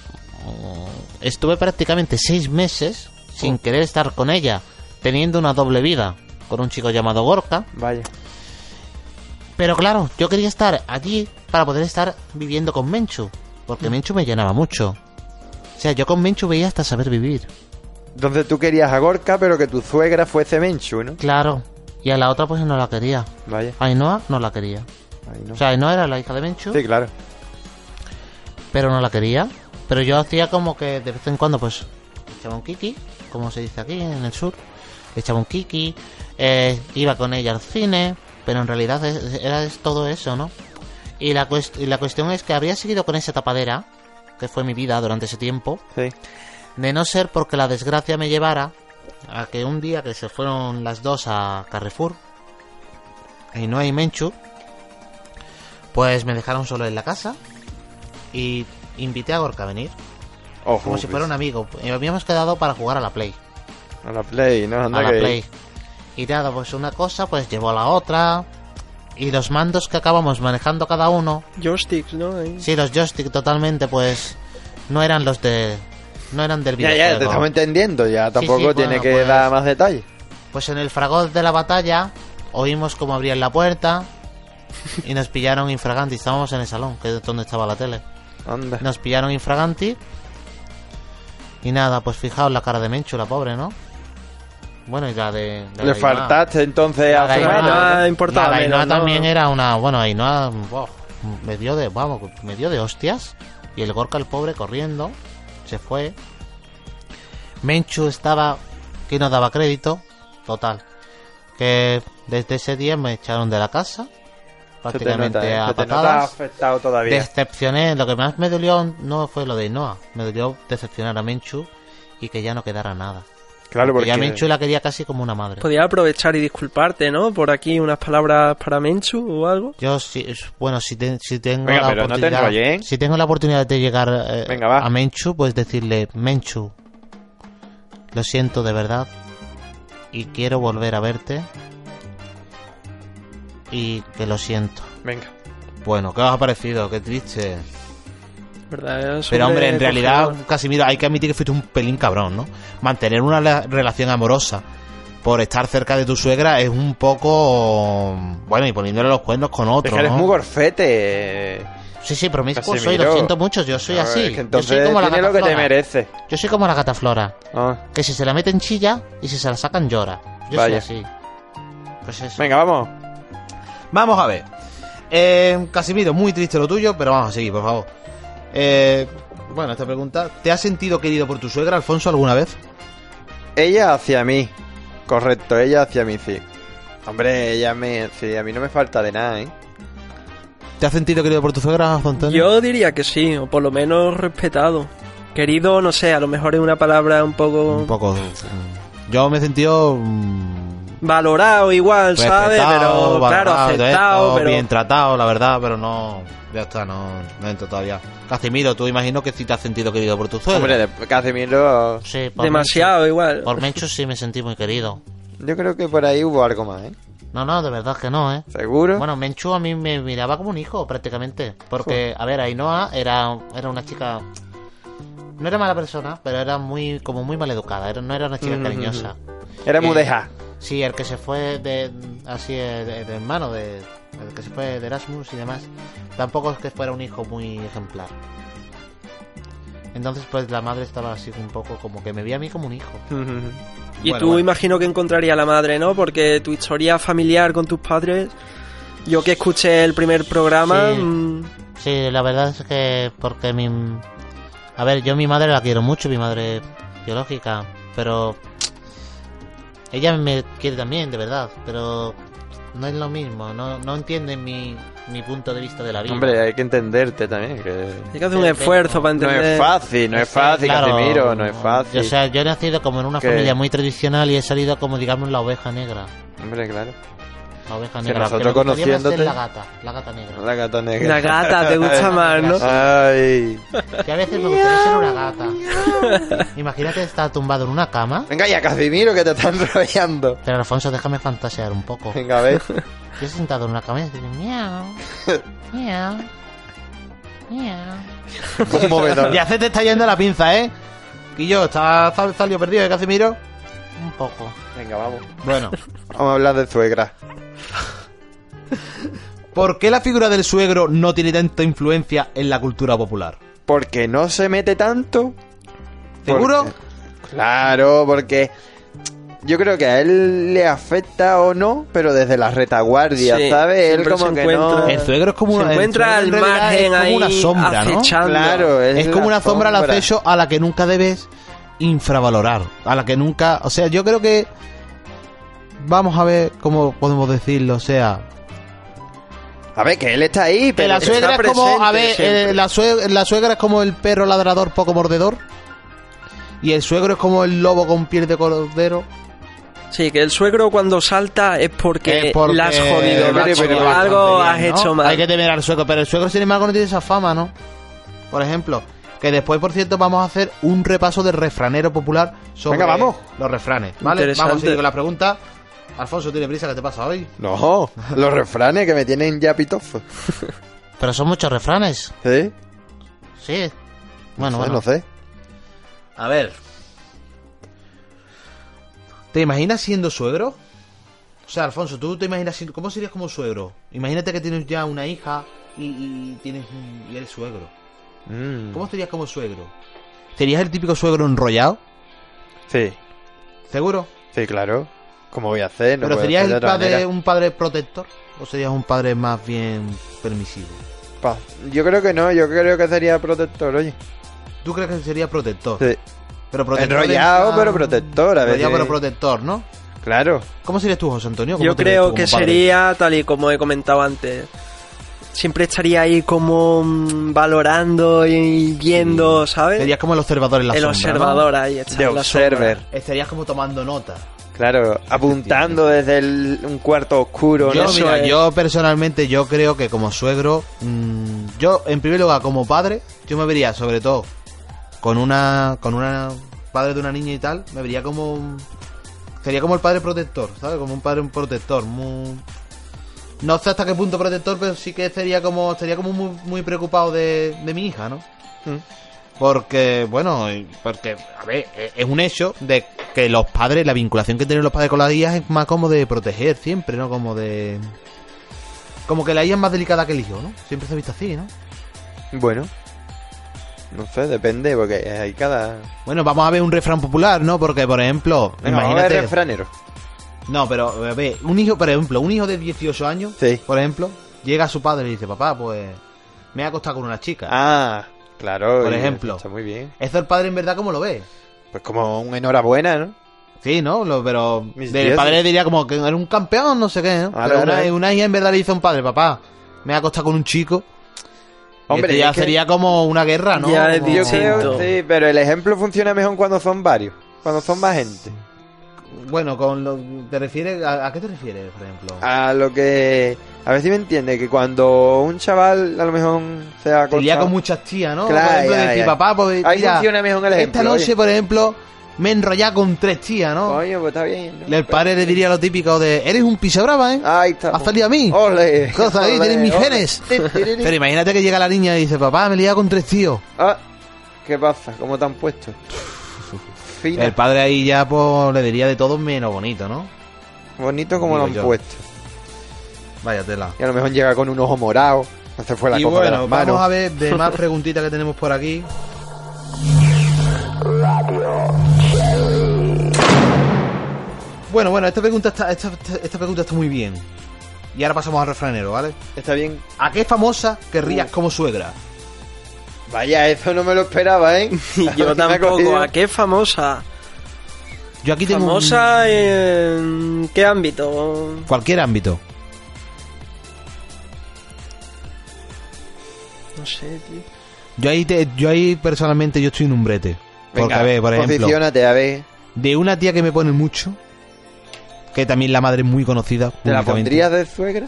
S3: mm, estuve prácticamente seis meses
S2: Oh.
S3: sin querer estar con ella, teniendo una doble vida con un chico llamado Gorka.
S2: Vaya.
S3: Pero claro, yo quería estar allí para poder estar viviendo con Menchu, porque Menchu me llenaba mucho. O sea, yo con Menchu veía hasta saber vivir.
S2: Entonces tú querías a Gorka, pero que tu suegra fuese Menchu, ¿no?
S3: Claro. Y a la otra pues no la quería.
S2: Vaya.
S3: Ainhoa no la quería.
S2: Ahí no.
S3: O sea, Ainhoa era la hija de Menchu.
S2: Sí, claro.
S3: pero no la quería. Pero yo hacía como que de vez en cuando, pues, echaba un kiki, como se dice aquí en el sur, echaba un kiki, eh, iba con ella al cine, pero en realidad es- era es todo eso, ¿no? Y la, cuest- y la cuestión es que habría seguido con esa tapadera, que fue mi vida durante ese tiempo,
S2: Sí.
S3: de no ser porque la desgracia me llevara a que un día que se fueron las dos a Carrefour, Ainhoa y Menchu, pues me dejaron solo en la casa y invité a Gorka a venir,
S2: Ojo. pues,
S3: como si fuera un amigo. Y Habíamos quedado para jugar a la Play.
S2: A la Play, ¿no? Anda
S3: a la
S2: que-
S3: Play. Y nada, pues una cosa pues llevó a la otra. Y los mandos que acabamos manejando cada uno,
S4: Joysticks, ¿no? Ahí.
S3: sí, los joystick totalmente pues no eran los de... No eran del
S2: Ya,
S3: videojuego.
S2: ya, te estamos entendiendo. Ya tampoco
S3: sí,
S2: tiene
S3: bueno,
S2: que
S3: pues-
S2: dar más detalles.
S3: Pues en el fragor de la batalla oímos como abrían la puerta y nos pillaron infraganti. Estábamos en el salón, que es donde estaba la tele.
S2: Anda.
S3: Nos pillaron infraganti. Y nada, pues fijaos la cara de Menchu, la pobre, ¿no? Bueno, y la de... la
S2: Le
S3: de Aimar.
S2: faltaste entonces
S3: La
S2: a
S3: de
S2: su
S3: Aimar.
S2: hermana.
S4: Nada, importaba
S3: ¿eh? La de Ainhoa
S4: menos, ¿no?
S3: también era una... Bueno, Ainhoa... buah, me dio de... Vamos, me dio de hostias. Y el Gorka, el pobre, corriendo. Se fue. Menchu estaba... Que no daba crédito. Total. Que desde ese día me echaron de la casa.
S2: Se te nota,
S3: prácticamente
S2: ¿eh?
S3: a
S2: Se te nota
S3: patadas.
S2: afectado todavía.
S3: Decepcioné, lo que más me dolió no fue lo de Noah, me dolió decepcionar a Menchu y que ya no quedara nada.
S2: Claro, porque
S3: Porque ya Menchu la quería casi como una madre.
S4: Podría aprovechar y disculparte, ¿no? Por aquí unas palabras para Menchu o algo.
S3: Yo sí, es- bueno, si, te- si tengo
S2: Venga,
S3: la
S2: pero no te
S3: oportunidad,
S2: enrolles, ¿eh?
S3: si tengo la oportunidad de llegar eh,
S2: Venga, va.
S3: a Menchu, pues decirle Menchu, lo siento de verdad y quiero volver a verte y que lo siento.
S2: Venga.
S1: Bueno, ¿qué os ha parecido? Qué triste.
S4: ¿Verdad? Es
S1: Pero hombre, en realidad,
S4: cogedor.
S1: Casimiro, hay que admitir que fuiste un pelín cabrón, ¿no? Mantener una la- relación amorosa por estar cerca de tu suegra es un poco... Bueno, y poniéndole los cuernos con
S2: Es
S1: otro,
S2: que eres
S1: ¿no?
S2: muy gorfete. eh.
S3: Sí, sí, promiscuo soy,
S2: Casimiro.
S3: lo siento mucho, yo soy
S2: No,
S3: así.
S2: es que
S3: yo
S2: entonces
S3: soy como la
S2: tiene lo que ¿eh? te
S3: gataflora.
S2: merece.
S3: Yo soy como la gataflora,
S2: Ah,
S3: que si se la meten chilla y si se la sacan llora. Yo
S2: Vaya.
S3: soy así. Pues eso.
S2: Venga, vamos.
S1: Vamos a ver. Eh, Casimiro, muy triste lo tuyo, pero vamos a seguir, por favor. Eh, bueno, esta pregunta. ¿Te has sentido querido por tu suegra, Alfonso, alguna vez?
S2: Ella hacia mí. Correcto, ella hacia mí, sí. Hombre, ella me... Sí, a mí no me falta de nada, ¿eh?
S1: ¿Te has sentido querido por tu suegra, Alfonso Antonio?
S4: Yo diría que sí, o por lo menos respetado. Querido, no sé, a lo mejor es una palabra un poco,
S1: Un poco... mm, Yo me he sentido... mm,
S4: valorado igual, ¿sabes? Pero claro,
S1: valorado, todo
S4: aceptado,
S1: esto,
S4: pero
S1: bien tratado, la verdad, pero no, ya está, no, no entro todavía. Casimiro, tú imagino que sí te has sentido querido por tu suegra.
S2: Hombre, de Casimiro...
S3: Sí, por
S4: demasiado igual.
S3: Menchu- por Menchu sí me sentí muy querido.
S2: Yo creo que por ahí hubo algo más, ¿eh?
S3: No, no, de verdad que no, ¿eh?
S2: ¿Seguro?
S3: Bueno, Menchu a mí me miraba como un hijo, prácticamente. Porque, a ver, Ainhoa era, era una chica... No era mala persona, pero era muy como muy maleducada. Era, no era una chica cariñosa.
S2: Era
S3: eh,
S2: mudeja.
S3: Sí, el que se fue de... Así, el, el hermano de... El que se fue de Erasmus y demás. Tampoco es que fuera un hijo muy ejemplar. Entonces, pues la madre estaba así un poco como que me veía a mí como un hijo.
S4: y
S1: bueno,
S4: tú
S1: bueno.
S4: imagino que encontraría a la madre, ¿no? Porque tu historia familiar con tus padres, yo que escuché el primer programa,
S3: Sí.
S4: mm,
S3: Sí, la verdad es que porque mi... A ver, yo mi madre la quiero mucho, mi madre biológica, pero... Ella me quiere también, de verdad, pero no es lo mismo, no, no entiende mi, mi punto de vista de la vida.
S2: Hombre, hay que entenderte también, que...
S4: hay que hacer un
S3: Sí,
S4: esfuerzo
S3: sí.
S4: para
S2: No
S4: entender.
S2: es fácil, no es
S3: que,
S2: fácil,
S3: claro,
S2: Casimiro, no es fácil.
S3: O sea, yo he nacido como en una
S2: Que-
S3: familia muy tradicional y he salido como, digamos, la oveja negra.
S2: Hombre, claro.
S3: La oveja
S2: Que
S3: negra.
S2: nosotros
S3: lo que podríamos ser
S2: conociéndote-
S3: La gata, la gata negra.
S2: La gata negra.
S4: La gata, te gusta más, ¿no?
S2: Ay.
S3: Que a veces me gustaría ser una gata. Imagínate estar tumbado en una cama.
S2: Venga ya, Casimiro, que te están enrollando.
S3: Pero Alfonso, déjame fantasear un poco.
S2: Venga, a ver.
S3: Yo sentado en una cama y decir, miau, miau, miau.
S2: Un movedor.
S1: Ya se te está yendo la pinza, ¿eh? Quillo, está sal- salió perdido, ¿eh, Casimiro?
S3: Un poco.
S2: Venga, vamos.
S1: Bueno,
S2: Vamos a hablar de suegra.
S1: ¿por qué la figura del suegro no tiene tanta influencia en la cultura popular?
S2: Porque no se mete tanto.
S1: ¿Seguro?
S2: Porque- Claro, porque yo creo que a él le afecta o no, pero desde la retaguardia,
S4: Sí,
S2: ¿sabes? Él
S4: siempre
S2: como
S4: se
S2: que no.
S4: encuentra-
S1: El suegro es como
S4: Se
S1: una, el
S4: encuentra al
S1: suegro en realidad
S4: margen
S1: es como
S4: ahí,
S1: una sombra, ¿no?
S4: acechando.
S2: Claro,
S1: Es como una sombra al acceso a la que nunca debes infravalorar, a la que nunca, o sea, yo creo que vamos a ver cómo podemos decirlo, o sea,
S2: A ver, que él está ahí,
S1: que
S2: pero
S1: la
S2: está
S1: suegra es como, a
S2: presente
S1: ver, eh,
S2: siempre.
S1: la, sue- la suegra es como el perro ladrador poco mordedor y el suegro es como el lobo con piel de cordero.
S4: Sí, que el suegro cuando salta es Eh, porque,
S1: Es porque-
S4: la has jodido,
S2: Pero,
S4: macho,
S2: pero,
S4: algo
S1: tonterías,
S4: has
S1: ¿no?
S4: hecho
S1: Hay
S4: mal.
S1: que temer al suegro, pero el suegro sin embargo no tiene esa fama, ¿no? Por ejemplo, que después, por cierto, vamos a hacer un repaso de refranero popular sobre
S2: Venga, vamos.
S1: los refranes, ¿vale?
S4: Interesante.
S1: Vamos a seguir con la pregunta. Alfonso, tiene prisa, ¿qué te pasa hoy?
S2: No, los refranes que me tienen ya pitofo.
S3: Pero son muchos refranes.
S2: ¿Sí?
S3: Sí.
S2: Pues no,
S3: Bueno,
S2: sé,
S3: bueno.
S2: no sé.
S1: A ver. ¿Te imaginas siendo suegro? O sea, Alfonso, ¿tú te imaginas siendo... ¿Cómo serías como suegro? Imagínate que tienes ya una hija y, y tienes un- y eres suegro.
S2: Mm,
S1: ¿Cómo serías como suegro? ¿Serías el típico suegro enrollado?
S2: Sí,
S1: ¿Seguro?
S2: sí, claro. ¿Cómo voy a hacer? No
S1: ¿Pero
S2: puedo
S1: serías
S2: hacer de
S1: el
S2: otra manera.
S1: padre, un padre protector? ¿O serías un padre más bien permisivo?
S2: Pa- Yo creo que no, yo creo que sería protector, oye.
S1: ¿Tú crees que sería protector?
S2: Sí.
S1: Pero protector
S2: Enrollado,
S1: en plan-
S2: pero protector, a
S1: Enrollado,
S2: veces.
S1: pero protector, ¿no?
S2: Claro.
S1: ¿Cómo serías tú, José Antonio? ¿Cómo
S4: Yo
S1: te ves tú
S4: creo
S1: como
S4: que
S1: padre?
S4: sería tal y como he comentado antes. siempre estaría ahí como mm, valorando y viendo, ¿sabes?
S1: Serías como el observador en la
S4: el
S1: sombra,
S4: observador ahí está.
S2: De
S4: en la sombra.
S2: observer.
S1: ¿no? Estarías como tomando nota.
S2: Claro, apuntando desde el- un cuarto oscuro.
S1: Yo,
S2: ¿no?
S1: mira,
S2: Eso es.
S1: yo personalmente yo creo que como suegro, mm, yo en primer lugar como padre, yo me vería sobre todo con una con una padre de una niña y tal, me vería como un- sería como el padre protector, ¿sabes? Como un padre un protector, muy no sé hasta qué punto protector, pero sí que sería como estaría como muy, muy preocupado de, de mi hija, ¿no? Porque, bueno, porque, a ver, e-, es- es un hecho de que los padres, la vinculación que tienen los padres con las hijas es más como de proteger siempre, ¿no? Como de... Como que la hija es más delicada que el hijo, ¿no? Siempre se ha visto así, ¿no?
S2: Bueno. No sé, depende, porque hay cada...
S1: Bueno, vamos a ver un refrán popular, ¿no? Porque, por ejemplo,
S2: Venga, vamos a ver
S1: imagínate...
S2: refranero.
S1: No, pero, a ver, un hijo, por ejemplo, un hijo de 18 años,
S2: Sí.
S1: por ejemplo, llega a su padre y dice, papá, pues me he acostado con una chica.
S2: Ah, claro.
S1: Por
S2: y-
S1: ejemplo.
S2: Está muy bien.
S1: ¿Eso el padre en verdad cómo lo ve?
S2: Pues como un enhorabuena, ¿no?
S1: Sí, ¿no? Lo- pero
S2: Mis
S1: del
S2: dioses.
S1: padre le diría como que era un campeón, no sé qué, ¿no?
S2: Ahora,
S1: pero una,
S2: ahora, ¿eh?
S1: una hija en verdad le dice a un padre, papá, me ha acostado con un chico.
S2: Hombre,
S1: Hombre, ya
S2: es que-
S1: sería como una guerra, ¿no?
S4: Ya es
S1: Como-
S2: Yo
S4: Distinto.
S2: creo, sí, pero el ejemplo funciona mejor cuando son varios, cuando son más gente.
S1: Bueno, con lo- ¿te refieres a, a qué te refieres, por ejemplo?
S2: A lo que... A ver si me entiende, que cuando un chaval a lo mejor se ha
S1: Te lía
S2: acostado-
S1: con muchas tías, ¿no?
S2: Claro,
S1: por ejemplo,
S2: ya,
S1: decir,
S2: ya.
S1: papá, pues
S2: Ahí
S1: mira,
S2: funciona mejor el ejemplo,
S1: esta noche,
S2: oye.
S1: por ejemplo, me he enrollado con tres tías, ¿no?
S2: Coño, pues está bien. ¿no?
S1: El padre le diría lo típico de, eres un pisa brava, ¿eh?
S2: Ahí está.
S1: Has salido a mí.
S2: Ole.
S1: Cosa ahí,
S2: ole,
S1: tienes mis
S2: ole.
S1: genes.
S2: Ti, ti, ti, ti.
S1: Pero imagínate que llega la niña y dice, papá, me he liado con tres tíos.
S2: Ah, ¿Qué pasa? ¿Cómo te han puesto? Fina.
S1: El padre ahí ya pues le diría de todo menos bonito, ¿no?
S2: Bonito como lo
S1: Digo yo.
S2: han puesto.
S1: Vaya tela.
S2: Y a lo mejor llega con un ojo morado. No se fue la
S1: y
S2: cosa de
S1: bueno,
S2: las
S1: vamos a
S2: manos.
S1: ver de más preguntitas que tenemos por aquí. Bueno, bueno, esta pregunta está, esta, esta- esta pregunta está muy bien. Y ahora pasamos al refranero, ¿vale?
S2: Está bien.
S1: ¿A qué famosa querrías
S2: Uh.
S1: como suegra?
S2: Vaya, eso no me lo esperaba, ¿eh?
S4: Y yo
S2: Me ha
S4: tampoco.
S2: cogido.
S4: ¿A qué famosa?
S1: Yo aquí tengo un-
S4: ¿Famosa en qué ámbito?
S1: cualquier ámbito.
S4: No sé, tío.
S1: Yo ahí, te- yo ahí personalmente yo estoy en un brete. Porque,
S2: Venga,
S1: a ver, por ejemplo,
S2: Posiciónate, a ver.
S1: de una tía que me pone mucho, que también la madre es muy conocida.
S2: ¿Te la
S1: públicamente.
S2: pondrías de suegra?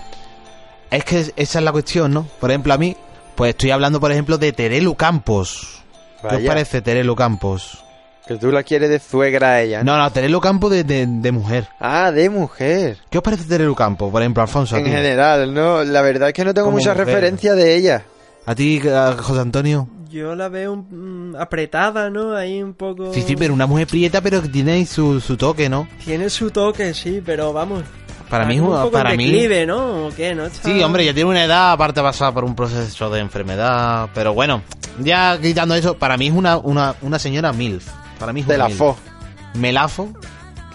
S1: Es que es- esa es la cuestión, ¿no? Por ejemplo, a mí, pues estoy hablando, por ejemplo, de Terelu Campos. ¿Qué os
S2: Vaya.
S1: parece Terelu Campos?
S2: Que tú la quieres de suegra a ella.
S1: No, no, Terelu Campos de, de- de mujer.
S2: Ah, de mujer.
S1: ¿Qué os parece Terelu Campos, por ejemplo, Alfonso? A
S2: En
S1: ti,
S2: general, no. La verdad es que no tengo
S1: Como
S2: muchas
S1: mujer.
S2: referencias de ella.
S1: ¿A ti, a José Antonio.
S4: Yo la veo mm, apretada, ¿no? Ahí un poco.
S1: Sí, sí, pero una mujer prieta, pero que tiene ahí su, su toque, ¿no?
S4: Tiene su toque, sí, pero vamos.
S1: Para mí,
S4: está como un poco en
S1: para mí.
S4: declive, ¿no? ¿O qué? ¿No está-
S1: Sí, hombre, ya tiene una edad, aparte ha pasado por un proceso de enfermedad, pero bueno, ya quitando eso, para mí es una, una, una señora MILF. Para mí es
S2: De
S1: una
S2: la
S1: MILF.
S2: FO.
S1: Melafo,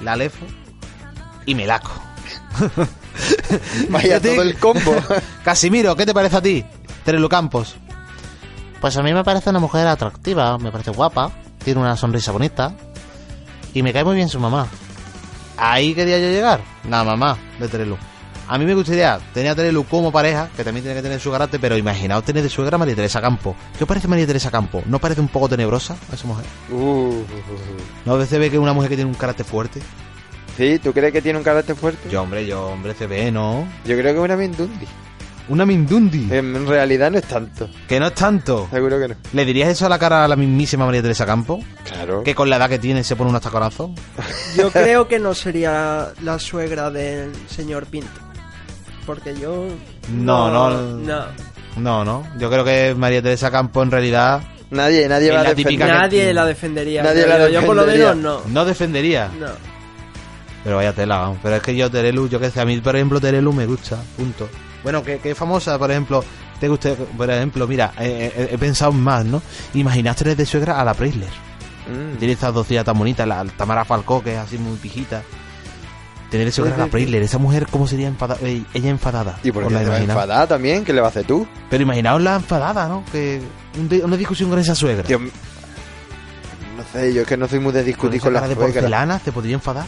S1: Lalefo y Melaco.
S2: Vaya,
S1: ¿A ti?
S2: todo el combo.
S1: Casimiro, ¿qué te parece a ti? Terelu Campos.
S3: Pues a mí me parece una mujer atractiva, me parece guapa, tiene una sonrisa bonita y me cae muy bien su mamá.
S1: Ahí quería yo llegar. La mamá de Terelu. A mí me gustaría tener a Terelu como pareja, que también tiene que tener su carácter, pero imaginaos tener de suegra a María Teresa Campo. ¿Qué os parece María Teresa Campo? ¿No parece un poco tenebrosa esa mujer?
S2: Uh.
S1: ¿No se ve que es una mujer que tiene un carácter fuerte?
S2: Sí, ¿tú crees que tiene un carácter fuerte?
S1: Yo, hombre, yo, hombre, se ve, ¿no?
S2: Yo creo que una Mindundi.
S1: Una Mindundi.
S2: En realidad no es tanto.
S1: Que no es tanto.
S2: Seguro que no.
S1: ¿Le dirías eso a la cara a la mismísima María Teresa Campo?
S2: Claro.
S1: Que con la edad que tiene se pone un hasta corazón.
S4: Yo creo que no sería la suegra del señor Pinto. Porque yo.
S1: No, no.
S4: no.
S1: No, no. Yo creo que María Teresa Campo en realidad
S2: Nadie, nadie
S1: Es
S2: va a
S1: la típica
S2: defender.
S4: Nadie la defendería.
S2: Nadie
S4: creo
S2: la
S4: yo. Yo por lo
S2: defendería.
S4: menos no.
S1: no defendería.
S4: No.
S1: Pero vaya tela, vamos. Pero es que yo, Terelu, yo que sé, a mí, por ejemplo, Terelu me gusta, punto. Bueno, que, que famosa, por ejemplo, te gusta, por ejemplo, mira, eh, eh, he pensado más, ¿no? Imaginaste de suegra a la Preisler.
S2: Mm.
S1: Tiene estas dos tías tan bonitas, la Tamara Falcó, que es así muy pijita. Tener de suegra a la Preisler, esa mujer, ¿cómo sería enfada- eh, ella enfadada?
S2: ¿Y por
S1: Os
S2: qué
S1: la
S2: te vas a
S1: imagináis.
S2: enfadar también? ¿Qué le vas a hacer tú?
S1: Pero imaginaos la enfadada, ¿no? Que un di- una discusión con esa suegra.
S2: Tío, no sé, yo es que no soy muy de
S1: con
S2: discutir
S1: esa
S2: con,
S1: cara
S2: las
S1: de
S2: suegras.
S1: porcelana, te podría enfadar.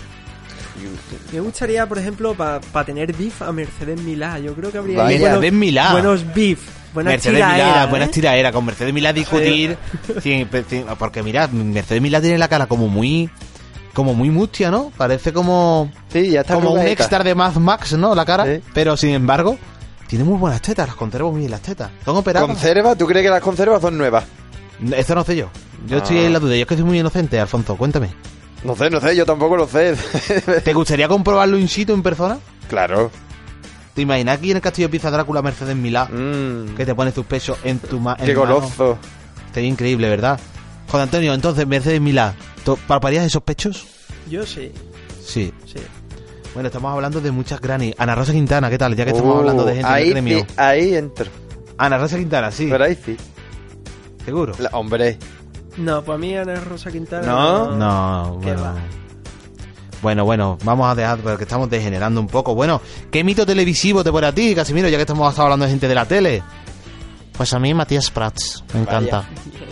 S4: Me gustaría, por ejemplo, para tener beef a Mercedes Milá. Yo creo que habría
S2: Vaya,
S4: ahí
S1: Mercedes Milá.
S4: buenos beef. Buenas
S1: Mercedes
S4: tiraderas,
S1: Milá,
S4: ¿eh?
S1: buenas tiraderas, con Mercedes Milá discutir, sí, pe- sí, porque mira, Mercedes Milá tiene la cara como muy, como muy mustia, ¿no? Parece como,
S2: Sí, ya está
S1: como un
S2: arrugadita.
S1: extra de Mad Max, ¿no? La cara,
S2: Sí.
S1: pero sin embargo, tiene muy buenas tetas, las conservo muy bien las tetas, son operadas.
S2: ¿Conserva? ¿Tú crees que las conservas son nuevas?
S1: Eso no sé yo, yo estoy en la duda, yo es que soy muy inocente, Alfonso, cuéntame.
S2: No sé, no sé, yo tampoco lo sé.
S1: ¿Te gustaría comprobarlo in situ, en persona?
S2: claro.
S1: ¿Te imaginas aquí en el castillo de Pizza Drácula Mercedes Milá?
S2: Mm,
S1: Que te pones tus pechos en tu ma en
S2: qué
S1: tu mano?
S2: goloso.
S1: Sería increíble, ¿verdad? Juan Antonio, entonces, Mercedes Milá, ¿to- ¿palparías esos pechos?
S4: Yo sí,
S1: Sí.
S4: sí.
S1: Bueno, estamos hablando de muchas granny. Ana Rosa Quintana, ¿qué tal? Ya que estamos
S2: Uh,
S1: hablando de gente
S2: ahí
S1: de premio.
S2: sí, ahí entro.
S1: Ana Rosa Quintana, sí.
S2: Pero ahí sí.
S1: ¿Seguro?
S2: La- hombre,
S4: No, para mí Ana Rosa Quintana.
S2: ¿No?
S1: No,
S4: ¿Qué
S1: bueno.
S4: va?
S1: Bueno, bueno, vamos a dejar porque estamos degenerando un poco. Bueno, ¿qué mito televisivo te pone a ti, Casimiro? Ya que estamos hasta hablando de gente de la tele.
S3: Pues a mí Matías Prats, me encanta.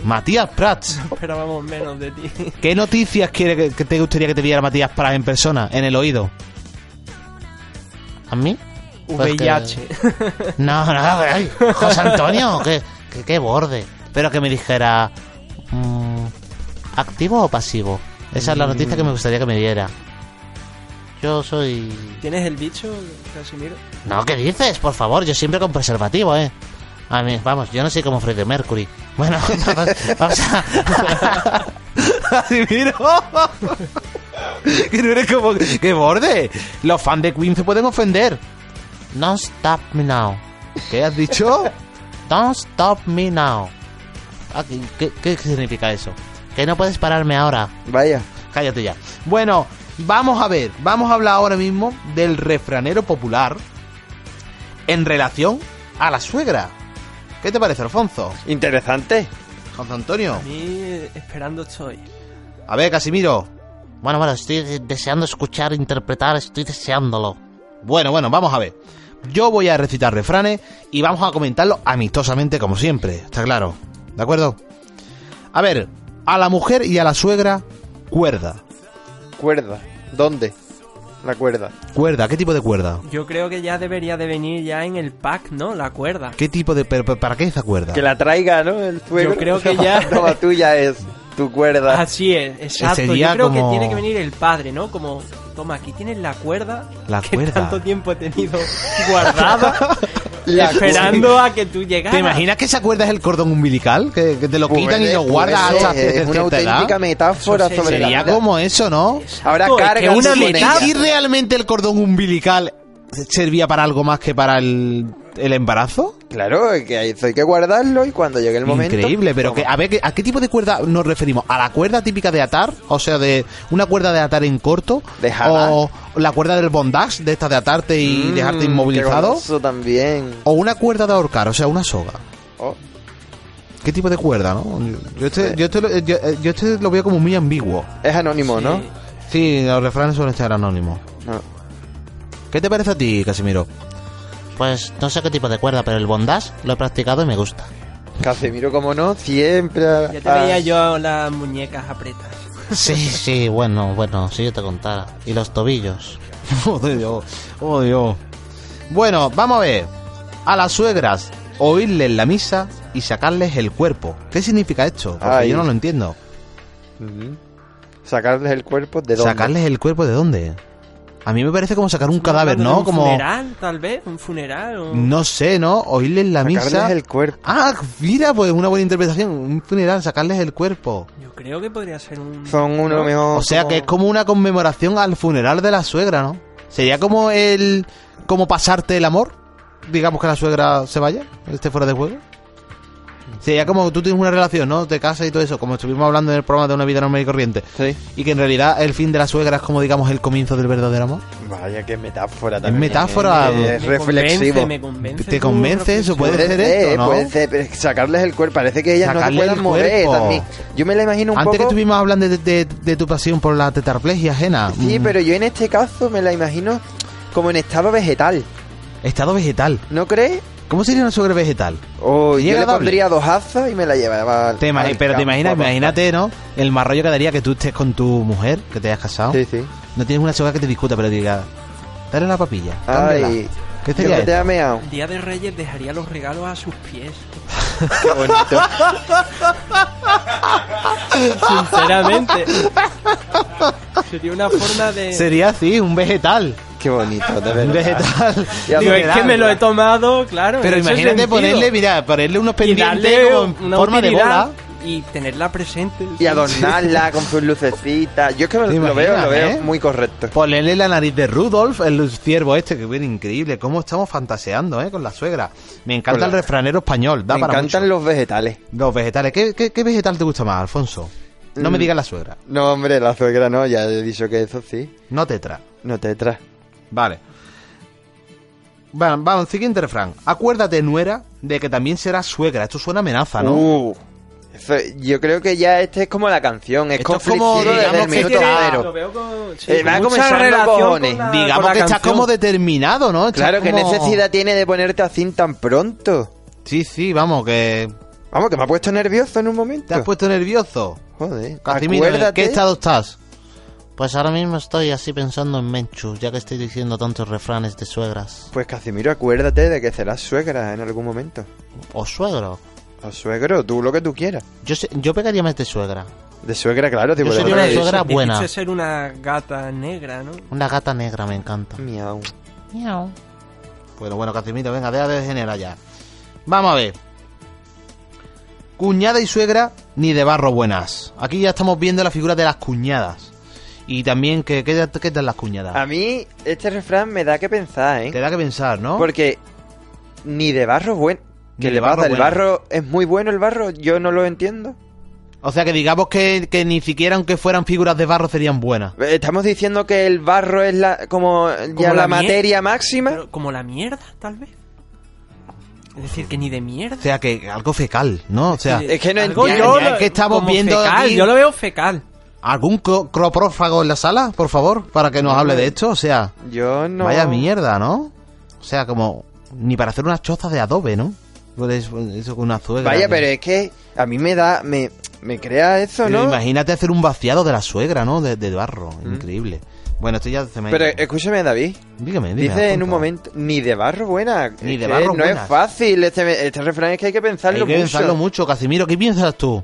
S1: Matías Prats.
S4: Esperábamos menos de ti.
S1: ¿Qué noticias quiere que, que te gustaría que te viera Matías Prats en persona, en el oído?
S3: ¿A mí? Pues que-
S4: VIH.
S3: No, no, ay, José Antonio, qué, qué, qué borde. Pero que me dijera, mm, ¿activo o pasivo? Esa es la noticia que me gustaría que me diera. Yo soy...
S4: ¿Tienes el bicho, Casimiro?
S3: No, ¿qué dices? Por favor, yo siempre con preservativo, ¿eh? A mí, vamos, yo no soy como Freddie Mercury. Bueno, vamos a...
S1: Casimiro. que no eres como. ¡Qué borde! Los fans de Queen se pueden ofender.
S3: Don't stop me now.
S1: ¿Qué has dicho?
S3: Don't stop me now. Ah, ¿qué- ¿Qué, qué significa eso? Que no puedes pararme ahora.
S2: vaya.
S1: Cállate ya. Bueno, vamos a ver. Vamos a hablar ahora mismo del refranero popular en relación a la suegra. ¿Qué te parece, Alfonso?
S2: Interesante.
S1: José Antonio.
S4: A mí eh, esperando estoy.
S1: A ver, Casimiro.
S3: Bueno, bueno, estoy de- deseando escuchar, interpretar, estoy deseándolo.
S1: Bueno, bueno, vamos a ver. Yo voy a recitar refranes y vamos a comentarlo amistosamente como siempre, está claro. ¿De acuerdo? A ver, a la mujer y a la suegra, cuerda.
S2: Cuerda. ¿Dónde? La cuerda.
S1: Cuerda, ¿qué tipo de cuerda?
S4: Yo creo que ya debería de venir ya en el pack, ¿no? La cuerda.
S1: ¿Qué tipo de... pero- pero ¿Para qué esa cuerda?
S2: Que la traiga, ¿no? El suegro.
S4: creo que ya- Ah,
S2: No, la tuya es tu cuerda.
S4: Así es, exacto.
S1: Sería
S4: Yo creo
S1: como-
S4: que tiene que venir el padre, ¿no? Como, toma, aquí tienes la cuerda
S1: La
S4: que
S1: cuerda.
S4: tanto tiempo he tenido guardada,
S2: La
S4: esperando a que tú llegaras.
S1: ¿Te imaginas que esa cuerda es el cordón umbilical? Que, que te lo
S2: Puede-
S1: quitan y lo
S2: puede
S1: guardan
S2: ser,
S1: hasta
S2: Pues Es
S1: cierta
S2: una auténtica
S1: edad.
S2: metáfora
S4: Eso sí,
S2: sobre la
S1: Sería
S2: vida.
S1: como eso, ¿no?
S2: Ahora
S4: Exacto, es que
S2: carga
S4: una metáfora-
S1: ¿Y realmente el cordón umbilical servía para algo más que para el- el embarazo?
S2: Claro, es que hay- hay que guardarlo y cuando llegue el momento.
S1: Increíble, pero que, a ver, ¿a qué tipo de cuerda nos referimos? ¿A la cuerda típica de atar? O sea, de una cuerda de atar en corto.
S2: De jalar.
S1: o la cuerda del bondage, de esta de atarte y
S2: Mm,
S1: dejarte
S2: qué
S1: inmovilizado.
S2: goloso también.
S1: O una cuerda de ahorcar, o sea, una soga.
S2: Oh,
S1: ¿Qué tipo de cuerda, no? Yo este, yo este lo- yo- eh, yo este lo veo como muy ambiguo.
S2: es anónimo,
S4: Eh,
S2: ¿no?
S1: Sí, los refranes suelen estar anónimos.
S2: No.
S1: ¿Qué te parece a ti, Casimiro?
S3: Pues no sé qué tipo de cuerda, pero el bondage lo he practicado y me gusta.
S2: Casemiro, como no, siempre.
S4: Ya te
S2: ah,
S4: veía yo las muñecas apretas.
S3: Sí, sí, bueno, bueno, si yo te contara. Y los tobillos.
S1: Oh, Dios. Oh, Dios. Bueno, vamos a ver. A las suegras, oírles la misa y sacarles el cuerpo. ¿Qué significa esto? Porque
S2: Ay.
S1: yo no lo entiendo.
S2: ujú. Sacarles el cuerpo de dónde.
S1: ¿Sacarles el cuerpo de dónde? A mí me parece como sacar un cadáver,
S4: Hablando de
S1: ¿no?
S4: Un
S1: Como.
S4: funeral, tal vez, un funeral. o-
S1: No sé, ¿no? Oírles la
S2: Sacarles
S1: misa.
S2: el cuerpo.
S1: Ah, mira, pues una buena interpretación. Un funeral, sacarles el cuerpo.
S4: Yo creo que podría ser un.
S2: Son uno mejor.
S1: O sea que es como una conmemoración al funeral de la suegra, ¿no? Sería como el. como pasarte el amor. Digamos que la suegra se vaya, esté fuera de juego. Sería como tú tienes una relación, ¿no? Te casas y todo eso, como estuvimos hablando en el programa de una vida normal y corriente.
S2: Sí.
S1: Y que en realidad el fin de la suegra es como, digamos, el comienzo del verdadero amor.
S2: Vaya, qué metáfora también.
S1: metáfora.
S2: eh, Es
S4: me
S2: reflexivo.
S4: convence, me convence
S1: ¿Te
S4: tu
S1: convence eso?
S4: reflexión.
S1: Puede ser esto,
S2: eh,
S1: ¿no?
S2: puede ser, pero es que sacarles el cuerpo. Parece que ellas
S1: Sacarle
S2: no se
S1: el
S2: pueden mover
S1: cuerpo.
S2: también. Yo me la imagino un
S1: Antes que
S2: poco.
S1: estuvimos hablando de, de- de tu pasión por la tetraplegia ajena.
S2: Sí,
S1: Mm,
S2: pero yo en este caso me la imagino como en estado vegetal.
S1: Estado vegetal.
S2: ¿No crees?
S1: ¿Cómo sería una suegra vegetal?
S2: O
S1: Sería
S2: yo le
S1: agradable.
S2: pondría dos hazas y me la llevaba. al-
S1: Te imagi-
S2: al
S1: pero te
S2: campo
S1: imaginas,
S2: a pastar.
S1: imagínate, ¿no? El mal rollo que daría que tú estés con tu mujer, que te hayas casado.
S2: Sí, sí.
S1: No tienes una soga que te discuta, pero diga, dale una papilla. cámbiala.
S2: Ay,
S1: ¿Qué
S2: yo
S1: sería
S2: que te
S1: esto?
S2: ha meao.
S4: El día de Reyes dejaría los regalos a sus pies.
S2: Qué bonito.
S4: Sinceramente. Sería una forma de.
S1: Sería así, un vegetal.
S2: Qué bonito, de
S1: Un
S2: verdad.
S1: vegetal.
S2: Ya
S4: Digo,
S2: me
S4: es
S2: da,
S4: que me lo he
S2: ¿verdad?
S4: tomado, claro.
S1: Pero
S4: en ese
S1: imagínate
S4: sentido.
S1: ponerle, mira, ponerle unos
S4: Y
S1: pendientes
S4: darle
S1: como en
S4: una
S1: forma de
S4: utilidad
S1: bola.
S4: Y tenerla presente.
S2: Y adornarla con sus lucecitas. Yo es que me-
S1: ¿Te
S2: lo veo,
S1: imaginas,
S2: lo veo
S1: eh?
S2: muy correcto.
S1: Ponerle la nariz de Rudolf, el ciervo este, que viene increíble. Cómo estamos fantaseando, ¿eh? Con la suegra. Me encanta
S2: Hola.
S1: el refranero español. Da
S2: me
S1: para
S2: encantan
S1: mucho.
S2: los vegetales.
S1: Los vegetales. ¿Qué, qué, qué vegetal te gusta más, Alfonso? No me
S2: Mm.
S1: digas la suegra.
S2: No, hombre, la suegra no, ya he dicho que eso sí.
S1: No tetra.
S2: No te traes.
S1: Vale. Vamos, vamos, siguiente refrán. Acuérdate, nuera, de que también serás suegra. Esto suena a amenaza, ¿no?
S2: Uh, eso- yo creo que ya este es como la canción, es
S1: Esto es como,
S2: conflictivo
S1: digamos,
S2: desde el
S1: que
S2: minuto
S1: tiene-
S2: cero.
S4: Lo veo con. sí,
S2: Eh,
S4: con
S2: va
S4: mucha
S2: comenzando,
S4: relación
S2: cojones.
S4: con la- Ah, con
S1: Digamos
S4: la
S1: que está
S4: canción.
S1: como determinado, ¿no? Está
S2: Claro, que
S1: como-
S2: necesidad tiene de ponerte así tan pronto.
S1: Sí, sí, vamos, que
S2: Vamos, que me ha puesto nervioso en un momento.
S1: te has puesto nervioso.
S2: Joder,
S1: Casimiro, ¿en
S2: acuérdate.
S1: qué estado estás?
S3: Pues ahora mismo estoy así pensando en Menchu, ya que estoy diciendo tantos refranes de suegras.
S2: Pues Casimiro, acuérdate de que serás suegra en algún momento.
S3: O suegro.
S2: O suegro, tú lo que tú quieras.
S3: Yo, sé- yo pegaría más de suegra.
S2: De suegra, claro, te
S3: Yo
S2: voy a
S3: sería
S2: dar
S3: una
S2: una
S3: suegra
S4: Dijiste
S3: buena.
S4: ser una gata negra, ¿no?
S3: Una gata negra me encanta.
S2: de- Miau.
S3: Miau.
S1: Bueno, bueno, Casimiro, venga, deja de generar ya. Vamos a ver. Cuñada y suegra, ni de barro buenas. Aquí ya estamos viendo la figura de las cuñadas. Y también, ¿qué, qué, qué tal las cuñadas?
S2: A mí, este refrán me da que pensar, ¿eh?
S1: Te da que pensar, ¿no?
S2: Porque ni de barro es bueno.
S1: Ni
S2: Que
S1: de
S2: le
S1: barro
S2: pasa? El
S1: bueno.
S2: barro es muy bueno, el barro, yo no lo entiendo.
S1: O sea que digamos que, que ni siquiera aunque fueran figuras de barro serían buenas.
S2: Eh, Estamos diciendo que el barro es la como ya la,
S4: la mie-
S2: materia máxima.
S4: Pero como la mierda, tal vez. Es decir, que ni de mierda.
S1: O sea que algo fecal, ¿no? O sea,
S2: Es que no
S4: Algo
S2: entiendo.
S4: yo
S1: ya
S4: lo-
S1: que estamos
S4: como
S1: viendo
S4: fecal,
S1: aquí-
S4: Yo lo veo fecal.
S1: ¿algún cro- croprófago en la sala, por favor? Para que nos hable de esto, o sea...
S2: Yo no.
S1: Vaya mierda, ¿no? O sea, como... Ni para hacer unas chozas de adobe, ¿no? Pues Eso eso con una suegra.
S2: Vaya,
S1: ¿no?
S2: pero es que a mí me da. Me, me crea eso,
S1: Pero
S2: ¿no?
S1: Imagínate hacer un vaciado de la suegra, ¿no? De, de barro. Increíble. Bueno, esto ya se me... ha
S2: Mm. Pero
S1: ido.
S2: escúchame, David.
S1: dígame, dígame.
S2: Dice en un
S1: apunta.
S2: momento, ni de barro buena.
S1: Ni
S2: Es
S1: de
S2: que
S1: barro
S2: No
S1: buena.
S2: es fácil. Este, este refrán es que hay que pensarlo
S1: Hay que
S2: mucho.
S1: pensarlo mucho, Casimiro. ¿Qué piensas tú?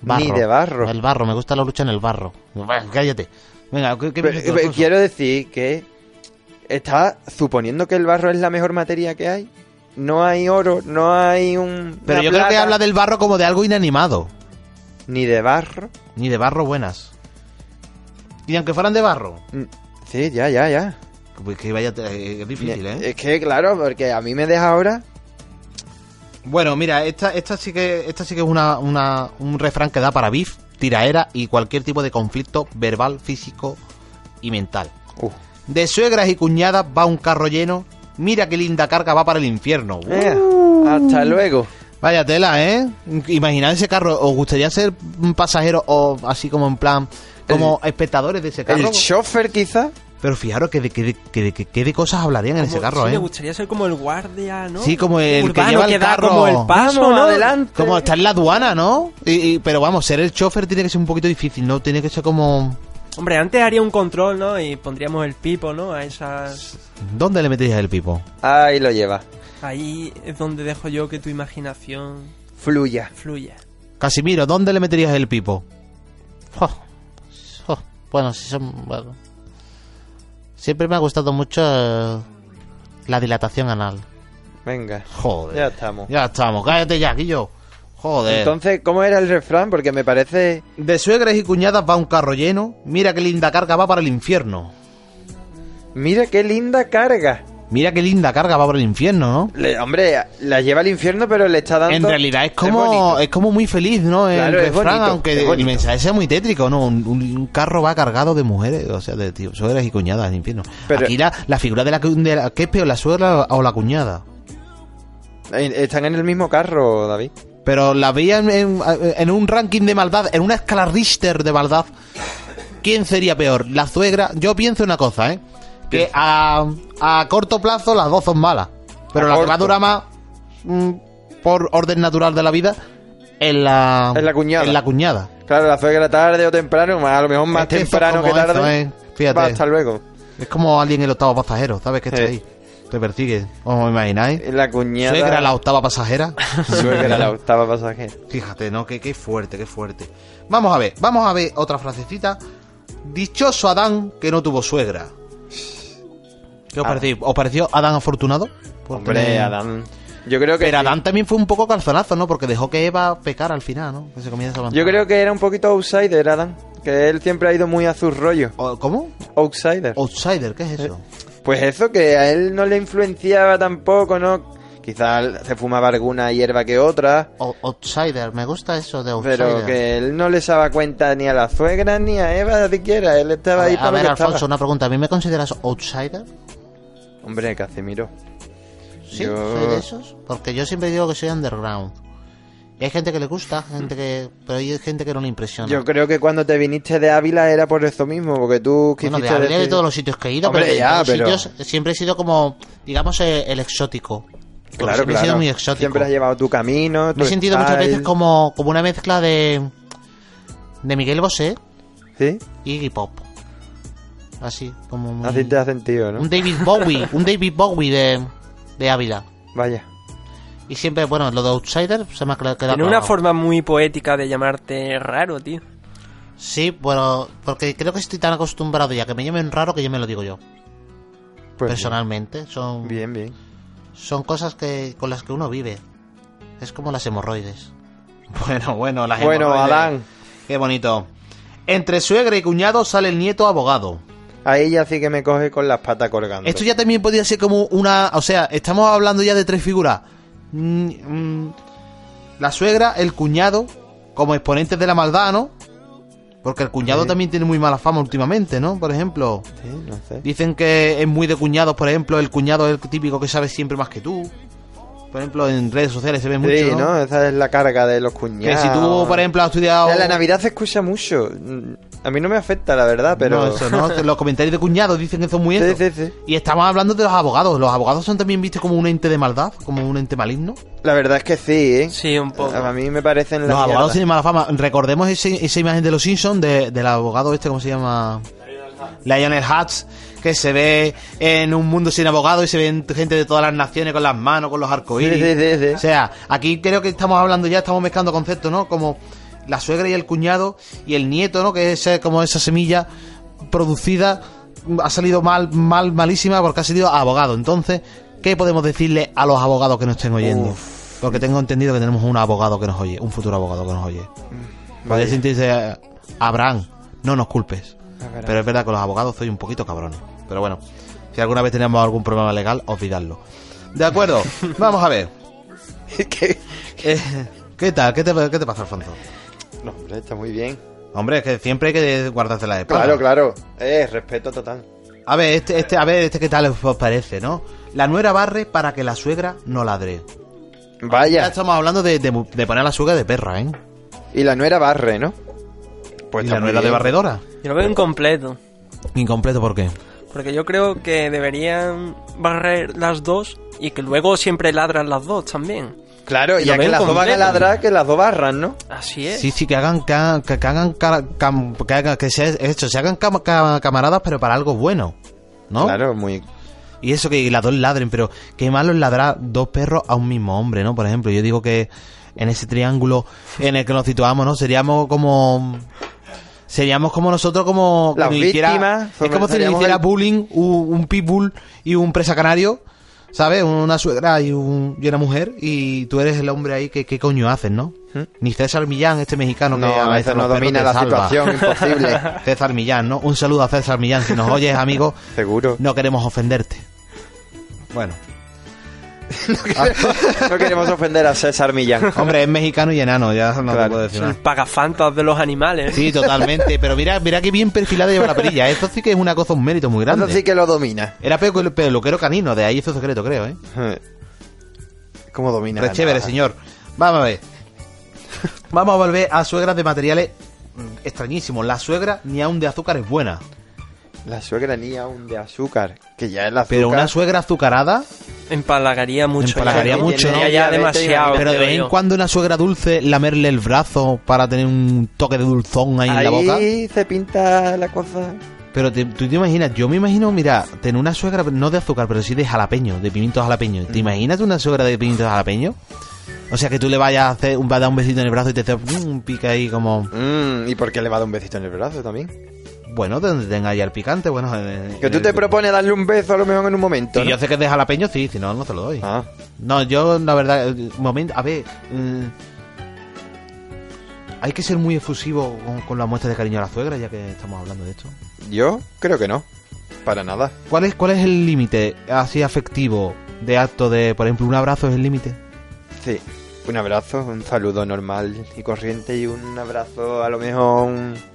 S2: Ni de barro.
S3: El barro, me gusta la lucha en el barro.
S1: Bueno, cállate. Venga, ¿qué, qué
S2: Pero- eh,
S1: piensas tú,
S2: pero
S1: Alfonso?
S2: quiero decir que está suponiendo que el barro es la mejor materia que hay. No hay oro, no hay un.
S1: Pero
S2: una
S1: yo creo que
S2: plata,
S1: habla del barro como de algo inanimado.
S2: Ni de barro.
S1: Ni de barro buenas. Y aunque fueran de barro.
S2: Mm, Sí, ya, ya, ya.
S1: Pues que vaya, eh, es difícil, ¿eh?
S2: Es que, claro, porque a mí me deja ahora.
S1: Bueno, mira, esta, esta sí que esta sí que es una, una- un refrán que da para beef, tiraera y cualquier tipo de conflicto verbal, físico y mental.
S2: Uh.
S1: De suegras y cuñadas va un carro lleno. Mira qué linda carga va para el infierno. Uh,
S2: Venga, eh, hasta luego.
S1: Vaya tela, ¿eh? Imaginad ese carro. ¿Os gustaría ser un pasajero o así como en plan, como espectadores de ese
S2: El
S1: carro?
S2: chofer, quizá.
S1: Pero fijaros que de, que de- que de- que- que de cosas hablarían en ese
S4: Como-
S1: carro,
S4: sí,
S1: ¿eh?
S4: Me gustaría ser como el guardia, ¿no?
S1: Sí, como el que
S4: Urbano
S1: lleva el
S4: da
S1: carro.
S4: como el paso,
S2: Vamos,
S4: ¿no?
S2: adelante.
S1: Como está en la aduana, ¿no? Y, y- pero vamos, ser el chofer tiene que ser un poquito difícil, ¿no? Tiene que ser como...
S4: Hombre, antes haría un control, ¿no? Y pondríamos el pipo, ¿no? A esas...
S1: ¿Dónde le metéis el pipo?
S2: Ahí lo lleva.
S4: Ahí es donde dejo yo que tu imaginación
S2: Fluya.
S4: fluya.
S1: Casimiro, ¿dónde le meterías el pipo?
S3: Jo. Jo. Bueno, sí son. bueno. Siempre me ha gustado mucho eh, la dilatación anal.
S2: Venga,
S1: Joder. Eh.
S2: ya estamos.
S1: Ya estamos, cállate ya, Guillo. Joder.
S2: Entonces, ¿cómo era el refrán? Porque me parece.
S1: de suegras y cuñadas va un carro lleno. Mira qué linda carga va para el infierno.
S2: Mira qué linda carga.
S1: Mira qué linda carga va para el infierno, ¿no?
S2: Le- hombre, la lleva al infierno, pero le está dando.
S1: En realidad es como
S2: bonito.
S1: es, como muy feliz, ¿no? El
S2: Claro, es
S1: refrán,
S2: bonito, es
S1: aunque el
S2: bonito.
S1: mensaje sea muy tétrico, ¿no? Un, un- un carro va cargado de mujeres, o sea, de tío, suegras y cuñadas, en infierno.
S2: Pero-
S1: Aquí la, la figura de la, cu- de la- ¿Qué es peor, la suegra o la cuñada?
S2: Eh, Están en el mismo carro, David.
S1: Pero la veía en, en- en un ranking de maldad, en una escala Richter de maldad. ¿Quién sería peor? ¿La suegra? Yo pienso una cosa, ¿eh? Que a, a corto plazo las dos son malas. Pero
S2: A
S1: la que va a
S2: corto.
S1: durar más mm, por orden natural de la vida en la,
S2: En la cuñada.
S1: en la cuñada.
S2: Claro, las suegra tarde o temprano, más- a lo mejor más
S1: Es que eso es
S2: temprano que
S1: como eso,
S2: tarde.
S1: ¿eh? Fíjate.
S2: Va, hasta luego.
S1: Es como alguien en el octavo pasajero, ¿sabes? Que está
S2: Sí.
S1: ahí. Te persigue. ¿Os imagináis?
S2: En La cuñada.
S1: Suegra la octava pasajera.
S2: Suegra la octava pasajera.
S1: Fíjate, ¿no? Qué, qué fuerte, qué fuerte. Vamos a ver, vamos a ver otra frasecita. Dichoso Adán que no tuvo suegra. ¿Qué os
S2: Ah.
S1: pareció? ¿Os pareció Adán afortunado? Por
S2: Hombre,
S1: tener-
S2: Adán. Yo creo que.
S1: Pues Pero Adán también fue un poco calzonazo, ¿no? Porque dejó que Eva pecara al final, ¿no? Que se comiera esa
S2: Yo
S1: manzana.
S2: creo que era un poquito outsider, Adán. Que él siempre ha ido muy a sus rollos.
S1: O- ¿Cómo?
S2: Outsider.
S1: Outsider, ¿qué es eso?
S2: Pues eso, que a él no le influenciaba tampoco, ¿no? Quizás se fumaba alguna hierba que otra.
S3: O- outsider, me gusta eso de outsider.
S2: Pero que él no les daba cuenta ni a la suegra ni a Eva siquiera. Él estaba
S3: a
S2: ahí
S3: ver,
S2: para
S3: a
S2: lo
S3: ver,
S2: que
S3: Alfonso,
S2: estaba.
S3: una pregunta. ¿A mí me consideras outsider?
S2: Hombre, Casimiro.
S3: Sí,
S2: Yo-
S3: soy de esos. Porque yo siempre digo que soy underground. Y hay gente que le gusta, gente que. Pero hay gente que no le impresiona.
S2: Yo creo que cuando te viniste de Ávila era por eso mismo, porque tú
S3: Bueno,
S2: quisiste
S3: de, Ávila y de
S2: decir-
S3: todos los sitios que he ido,
S2: Hombre,
S3: pero, de
S2: ya,
S3: todos
S2: pero-
S3: los sitios siempre he sido como, digamos, eh, el exótico. Porque
S2: Claro,
S3: siempre he sido
S2: claro.
S3: muy exótico.
S2: Siempre has llevado tu camino.
S3: Me he
S2: tu
S3: sentido
S2: style.
S3: muchas veces como, como una mezcla de. de Miguel Bosé
S2: Sí,
S3: y Iggy Pop. Así, como. muy-
S2: así te has sentido, ¿no?
S3: Un David Bowie, un David Bowie de, de Ávila.
S2: Vaya.
S3: Y siempre, bueno, lo de Outsider se me ha cla- quedado.
S4: Tiene una
S3: clavado.
S4: forma muy poética de llamarte raro, tío.
S3: Sí, bueno, porque creo que estoy tan acostumbrado ya que me llamen raro que yo me lo digo yo,
S2: Pues
S3: personalmente. Son,
S2: Bien, bien.
S3: son cosas que con las que uno vive. Es como las hemorroides.
S1: Bueno, bueno, la
S2: Bueno,
S1: hemorroides.
S2: Adán.
S1: Qué bonito. Entre suegra y cuñado sale el nieto abogado.
S2: Ahí ya sí que me coge con las patas colgando.
S1: Esto ya también podría ser como una. O sea, estamos hablando ya de tres figuras. Mm, mm, la suegra, el cuñado, como exponentes de la maldad, ¿no? Porque el cuñado
S2: Sí.
S1: también tiene muy mala fama últimamente, ¿no? Por ejemplo,
S2: Sí, no sé.
S1: dicen que es muy de cuñados, por ejemplo, el cuñado es el típico que sabe siempre más que tú. Por ejemplo, en redes sociales se ve mucho.
S2: Sí,
S1: ¿no?
S2: ¿no? Esa es la carga de los
S1: Que
S2: cuñados.
S1: si tú, por ejemplo, has estudiado.
S2: Ya, La Navidad se escucha mucho. Mm, A mí no me afecta, la verdad, pero...
S1: No, eso, ¿no? Los comentarios de cuñados dicen que son muy
S2: Sí,
S1: eso.
S2: sí, sí.
S1: Y estamos hablando de los abogados. Los abogados son también vistos como un ente de maldad, como un ente maligno.
S2: La verdad es que sí, ¿eh?
S4: Sí, un poco.
S2: A mí me parecen
S1: Los
S2: la mierda.
S1: abogados tienen mala fama. Recordemos ese- esa imagen de los Simpsons de, del abogado este, ¿cómo se llama? Lionel Hutz, que se ve en un mundo sin abogado y se ven gente de todas las naciones con las manos, con los arcoíris.
S2: Sí, sí, sí, sí.
S1: O sea, aquí creo que estamos hablando ya, estamos mezclando conceptos, ¿no? Como la suegra y el cuñado y el nieto, ¿no? Que es eh, como esa semilla producida, ha salido mal, mal, malísima porque ha sido abogado. Entonces, ¿qué podemos decirle a los abogados que nos estén oyendo? Porque tengo entendido que tenemos un abogado que nos oye, un futuro abogado que nos oye. Podría sentirse eh, Abraham, no nos culpes.
S2: Ah,
S1: Pero es verdad que los abogados soy un poquito cabrones. Pero bueno, si alguna vez tenemos algún problema legal, olvidadlo. De acuerdo, vamos a ver.
S2: Que-
S1: Eh, ¿Qué tal? ¿Qué te, qué te pasa, Alfonso?
S2: No, hombre, está muy bien.
S1: Hombre, es que siempre hay que guardarse la espalda.
S2: Claro, claro. Eh, respeto total.
S1: A ver, este, este, a ver, este qué tal os parece, ¿no? La nuera barre para que la suegra no ladre. Ah, Ya
S2: Vaya.
S1: estamos hablando de, de, de poner a la suegra de perra, ¿eh?
S2: Y la nuera barre, ¿no? Pues
S1: y
S2: está
S1: la
S2: muy
S1: nuera de
S2: bien.
S1: barredora.
S4: Yo lo veo incompleto.
S1: Incompleto, ¿por qué?
S4: Porque yo creo que deberían barrer las dos y que luego siempre ladran las dos también.
S2: Claro,
S4: Y
S2: ya
S4: lo
S2: que
S4: ven
S2: las dos van a
S4: completo.
S2: ladrar, que las dos barran, ¿no?
S4: Así es.
S1: Sí, sí, que hagan que, hagan- que hagan cara- cam- que, hagan- que se, esto, se hagan cam- ca- camaradas, pero para algo bueno, ¿no?
S2: Claro, muy...
S1: Y eso que las dos ladren, pero qué malo es ladrar dos perros a un mismo hombre, ¿no? Por ejemplo, yo digo que en ese triángulo en el que nos situamos, ¿no? Seríamos como... Seríamos como nosotros, como...
S2: Las
S1: que nos hiciera-
S2: víctimas,
S1: es como si nos
S2: seríamos
S1: hiciera
S2: el-
S1: bullying un, un pitbull y un presa canario, ¿sabes? Una suegra y, un- y una mujer, y tú eres el hombre ahí que qué coño haces, ¿no? Ni César Millán, este mexicano que
S2: ¿Mm? No, a
S1: veces
S2: veces no
S1: los perros
S2: domina
S1: te
S2: la
S1: salva.
S2: situación, imposible.
S1: César Millán, ¿no? Un saludo a César Millán. Si nos oyes, amigo,
S2: Seguro.
S1: no queremos ofenderte. Bueno.
S2: Ah, No queremos ofender a César Millán.
S1: Hombre, es mexicano y enano, ya no te
S2: Claro.
S1: puedo decir
S4: El
S1: nada.
S4: pagafantas de los animales.
S1: Sí, totalmente, pero mira, mira qué bien perfilada lleva la perilla. ¿eh? Esto sí que es una cosa, un mérito muy grande.
S2: Eso sí que lo domina.
S1: Era pelu- peluquero canino, de ahí hizo secreto, creo, ¿eh?
S2: ¿Cómo domina? la
S1: Rechévere,
S2: navaja?
S1: señor. Vamos a ver. Vamos a volver a suegras de materiales mm, extrañísimos. La suegra ni aun de azúcar es buena.
S2: La suegra niña aún de azúcar, que ya es la azúcar.
S1: Pero una suegra azucarada,
S4: Empalagaría mucho.
S1: Empalagaría
S4: ya.
S1: mucho, ¿no?
S4: Sería ya demasiado.
S1: pero de
S4: creo
S1: vez en
S4: yo.
S1: cuando una suegra dulce, lamerle el brazo para tener un toque de dulzón ahí, en la boca.
S2: Ahí se pinta la cosa.
S1: Pero te- tú te imaginas, yo me imagino, mira, tener una suegra no de azúcar, pero sí de jalapeño, de pimientos jalapeño.
S2: Mm.
S1: ¿Te imaginas una suegra de pimientos jalapeño? O sea, que tú le vayas a hacer un, vas a dar un besito en el brazo y te hace mm, un pica ahí como,
S2: Mm, ¿Y por qué le va a dar un besito en el brazo también?
S1: bueno, de donde tenga ya el picante, bueno. en-
S2: Que
S1: en
S2: tú
S1: el-
S2: te propones darle un beso a lo mejor en un momento.
S1: Si
S2: ¿no?
S1: yo sé que es de jalapeño, sí, si no, no te lo doy.
S2: Ah.
S1: No, yo, la verdad, eh, momento, a ver. mm, hay que ser muy efusivo con, con la muestra de cariño a la suegra, ya que estamos hablando de esto.
S2: Yo creo que no. Para nada.
S1: ¿Cuál es, cuál es el límite así afectivo de acto de, por ejemplo, un abrazo es el límite?
S2: Sí. Un abrazo, un saludo normal y corriente y un abrazo a lo mejor un-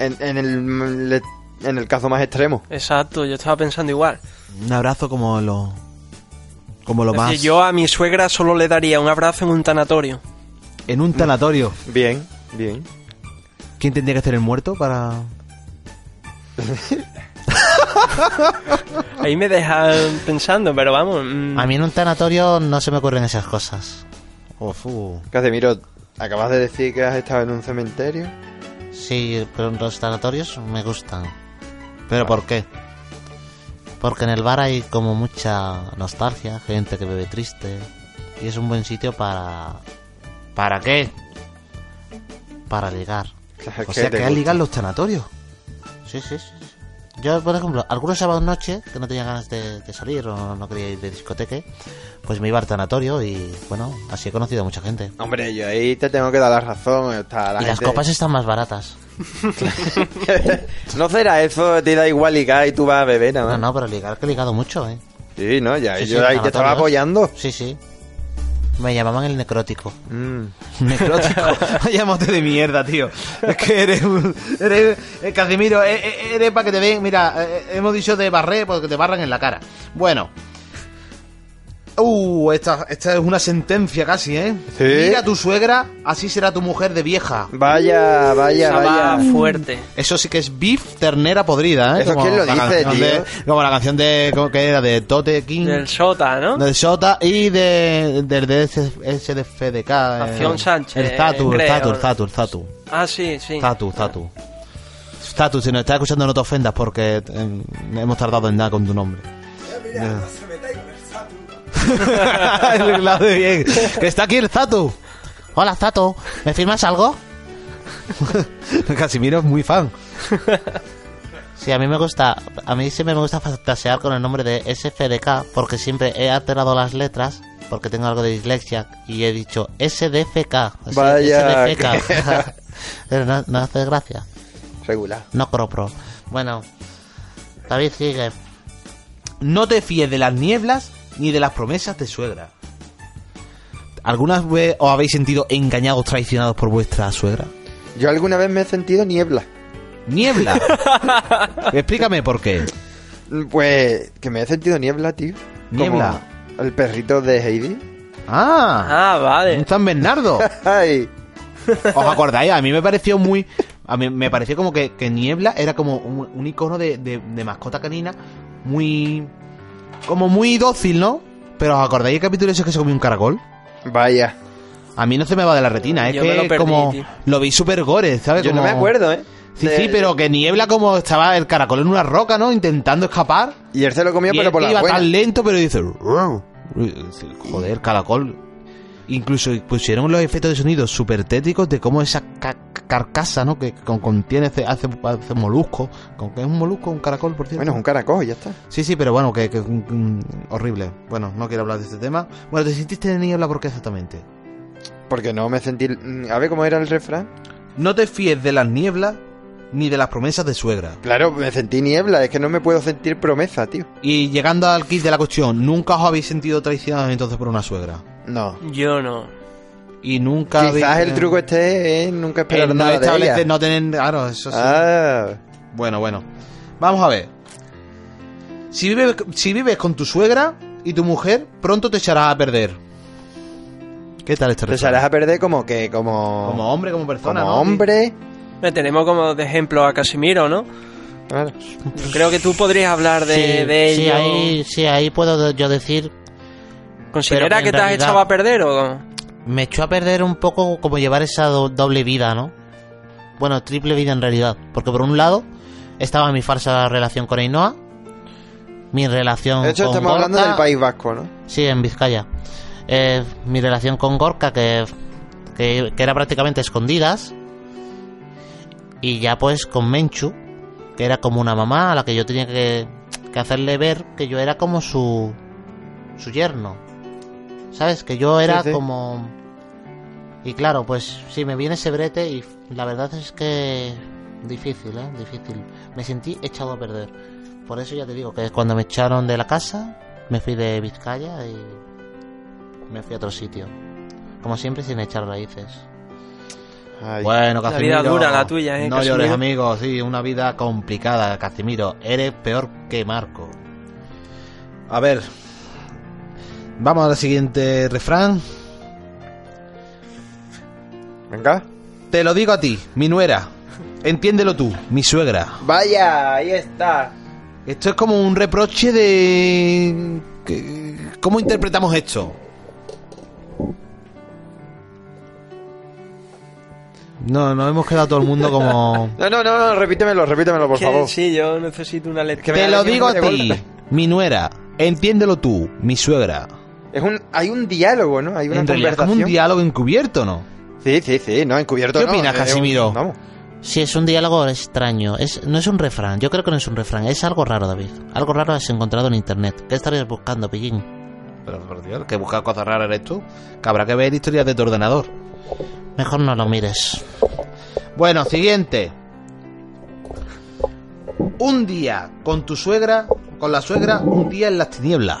S2: en, en el, le- en el caso más extremo.
S4: Exacto, yo estaba pensando igual.
S1: Un abrazo como lo. Como lo
S4: Es
S1: más.
S4: decir, yo a mi suegra solo le daría un abrazo en un tanatorio.
S1: En un tanatorio.
S2: Bien, bien.
S1: ¿Quién tendría que ser el muerto para.?
S4: Ahí me deja pensando, pero vamos. mm,
S3: A mí en un tanatorio no se me ocurren esas cosas.
S2: uh.
S1: Ofu.
S2: Casemiro, acabas de decir que has estado en un cementerio.
S3: Sí, pero los tanatorios me gustan. ¿Pero por qué? Porque en el bar hay como mucha nostalgia, gente que bebe triste. Y es un buen sitio para...
S1: ¿Para qué?
S3: para ligar.
S2: Claro,
S1: O sea, que
S2: te
S1: al
S2: gusta.
S1: ligar los tanatorios.
S3: Sí, sí, sí. sí. Yo, por ejemplo, algunos sábados noche que no tenía ganas de, de salir o no quería ir de discoteque, pues me iba al tanatorio y, bueno, así he conocido a mucha gente.
S2: Hombre, yo ahí te tengo que dar la razón. está la
S3: y las
S2: gente-
S3: copas están más baratas.
S2: no será eso, te da igual ligar y tú vas a beber nada
S3: No,
S2: más.
S3: no, pero ligar que he ligado mucho, ¿eh?
S2: Sí, no, ya,
S3: Sí, sí,
S2: yo ahí te estaba
S3: tanatorios.
S2: apoyando.
S3: Sí, sí. Me llamaban el necrótico.
S2: Mm.
S1: Necrótico. Vaya mote de mierda, tío. Es que eres un. Eres, eh, Casimiro, eh, eh, eres para que te ven. Mira, eh, eh, hemos dicho de barrer porque te barran en la cara. Bueno. Uh, esta, esta es una sentencia casi, ¿eh?
S2: Sí.
S1: Mira a tu suegra, así será tu mujer de vieja.
S2: Vaya, vaya,
S4: estaba
S2: vaya.
S4: fuerte.
S1: Eso sí que es beef ternera podrida, ¿eh?
S2: ¿Eso quién lo
S1: la
S2: dice,
S1: canción
S2: tío?
S1: de- como la canción de. ¿Cómo que era? De Tote King.
S4: Del sota, ¿no?
S1: Del Sota y de, del SDFDK.
S4: Acción Sánchez,
S1: eh, El Zatu, el
S4: creo.
S1: Zatu, el Zatu, el Zatu.
S4: Ah, sí, sí.
S1: Zatu, Zatu. Zatu, si nos estás escuchando no te ofendas porque eh, hemos tardado en nada con tu nombre. El lado de bien. Que está aquí el Zatu.
S3: Hola, Tato, ¿me firmas algo?
S1: Casimiro es muy fan.
S3: Sí, a mí me gusta, a mí siempre me gusta fantasear con el nombre de SFDK porque siempre he alterado las letras porque tengo algo de dislexia y he dicho SDFK. así,
S2: Vaya,
S3: SDFK. Pero no, no hace gracia.
S2: Regular.
S3: No cropro. Bueno, David sigue.
S1: No te fíes de las nieblas ni de las promesas de suegra. ¿Alguna vez os habéis sentido engañados, traicionados por vuestra suegra?
S2: Yo alguna vez me he sentido niebla.
S1: Niebla. Explícame por qué.
S2: Pues que me he sentido niebla, tío. Como
S1: Niebla.
S2: el perrito de Heidi.
S1: Ah,
S4: Ah,
S1: un
S4: vale.
S1: San Bernardo.
S2: Ay,
S1: ¿Os acordáis? A mí me pareció muy. A mí me pareció como que, que Niebla era como un, un icono de, de- de mascota canina muy. como muy dócil, ¿no? Pero ¿os acordáis el capítulo ese que se comió un caracol?
S2: vaya.
S1: A mí no se me va de la retina, es
S4: Yo
S1: que
S4: me lo perdí,
S1: como.
S4: tío.
S1: Lo vi súper gore, ¿sabes?
S2: Yo no me
S1: Como-
S2: acuerdo, ¿eh?
S1: Sí,
S2: De-
S1: sí, pero que Niebla como estaba el caracol en una roca, ¿no? Intentando escapar.
S2: Y él se lo comió,
S1: Y
S2: pero
S1: él
S2: por
S1: iba
S2: la buena.
S1: tan lento, pero dice... "Ruau". Y dice, Joder, caracol. Incluso pusieron los efectos de sonido súper tétricos de cómo esa ca- carcasa, ¿no? Que con- contiene, hace, hace, hace molusco. Con, ¿Es un molusco un caracol, por cierto?
S2: Bueno, es un caracol y ya está.
S1: Sí, sí, pero bueno, que, que- mm, horrible. Bueno, no quiero hablar de este tema. Bueno, ¿te sentiste de niebla por qué exactamente?
S2: Porque no me sentí... mm, A ver cómo era el refrán.
S1: No te fíes de las nieblas ni de las promesas de suegra.
S2: Claro, me sentí niebla. Es que no me puedo sentir promesa, tío.
S1: Y llegando al kit de la cuestión, nunca os habéis sentido traicionados entonces por una suegra.
S2: No.
S4: Yo no.
S1: Y nunca
S2: Quizás
S1: habéis-
S2: el truco esté en nunca esperar
S1: El no
S2: nada de
S1: establecer,
S2: ella.
S1: no tener. Claro, eso sí.
S2: Ah,
S1: Bueno, bueno. Vamos a ver. Si vives, si vives con tu suegra y tu mujer, pronto te echarás a perder. ¿Qué tal este
S2: te
S1: refrán?
S2: saldrás a perder como que... Como,
S1: Como hombre, como persona,
S2: como
S1: ¿no?
S2: hombre.
S4: Le tenemos como de ejemplo a Casimiro, ¿no?
S2: Ahora.
S4: Creo que tú podrías hablar de,
S3: sí,
S4: de
S3: sí,
S4: ello.
S3: ahí, sí, ahí puedo de- yo decir, pero
S4: ¿Considera
S3: que
S4: que
S3: en
S4: te has
S3: realidad-
S4: echado a perder o...?
S3: me echó a perder un poco como llevar esa do- doble vida, ¿no? Bueno, triple vida en realidad, porque por un lado estaba mi falsa relación con Ainhoa, mi relación
S2: De hecho,
S3: con
S2: estamos hablando
S3: Gorka,
S2: del País Vasco, ¿no?
S3: Sí, en Vizcaya. Eh, mi relación con Gorka, que, que, que era prácticamente a escondidas. Y ya pues con Menchu, que era como una mamá a la que yo tenía que, que hacerle ver que yo era como su, su yerno. ¿Sabes? Que yo era
S2: sí.
S3: como... Y claro, pues sí, me viene ese brete y la verdad es que... Difícil, ¿eh? Difícil. Me sentí echado a perder. Por eso ya te digo que cuando me echaron de la casa, me fui de Vizcaya y me fui a otro sitio. Como siempre, sin echar raíces.
S2: Ay.
S1: Bueno,
S4: La
S1: Casimiro.
S4: vida dura la tuya, ¿eh,
S1: No
S4: Casimiro?
S1: llores, amigo. Sí, una vida complicada, Casimiro. Eres peor que Marco. A ver. Vamos al siguiente refrán.
S2: Venga.
S1: Te lo digo a ti, mi nuera. Entiéndelo tú, mi suegra.
S2: Vaya, ahí está.
S1: Esto es como un reproche de... que- ¿Cómo interpretamos esto? No, nos hemos quedado todo el mundo como...
S2: No, no, no, no, repítemelo, repítemelo, por
S4: Que
S2: favor.
S4: Sí, yo necesito una letra.
S1: Te lo digo a
S2: de
S1: ti, mi nuera. Entiéndelo tú, mi suegra.
S2: Es un, hay un diálogo, ¿no? Hay una
S1: En realidad, es como
S2: conversación.
S1: un diálogo encubierto, ¿no?
S2: sí, sí, sí, no, encubierto
S1: ¿Qué
S2: no,
S1: opinas,
S2: es un-
S1: Casimiro?
S2: vamos.
S3: Sí, es un diálogo extraño. Es, no es un refrán. Yo creo que no es un refrán. Es algo raro, David. Algo raro has encontrado en internet. ¿Qué estarías buscando, pillín?
S1: Pero por Dios, que busca cosas raras eres tú. Que habrá que ver historias de tu ordenador.
S3: Mejor no lo mires.
S1: Bueno, siguiente. Un día con tu suegra, con la suegra, un día en las tinieblas.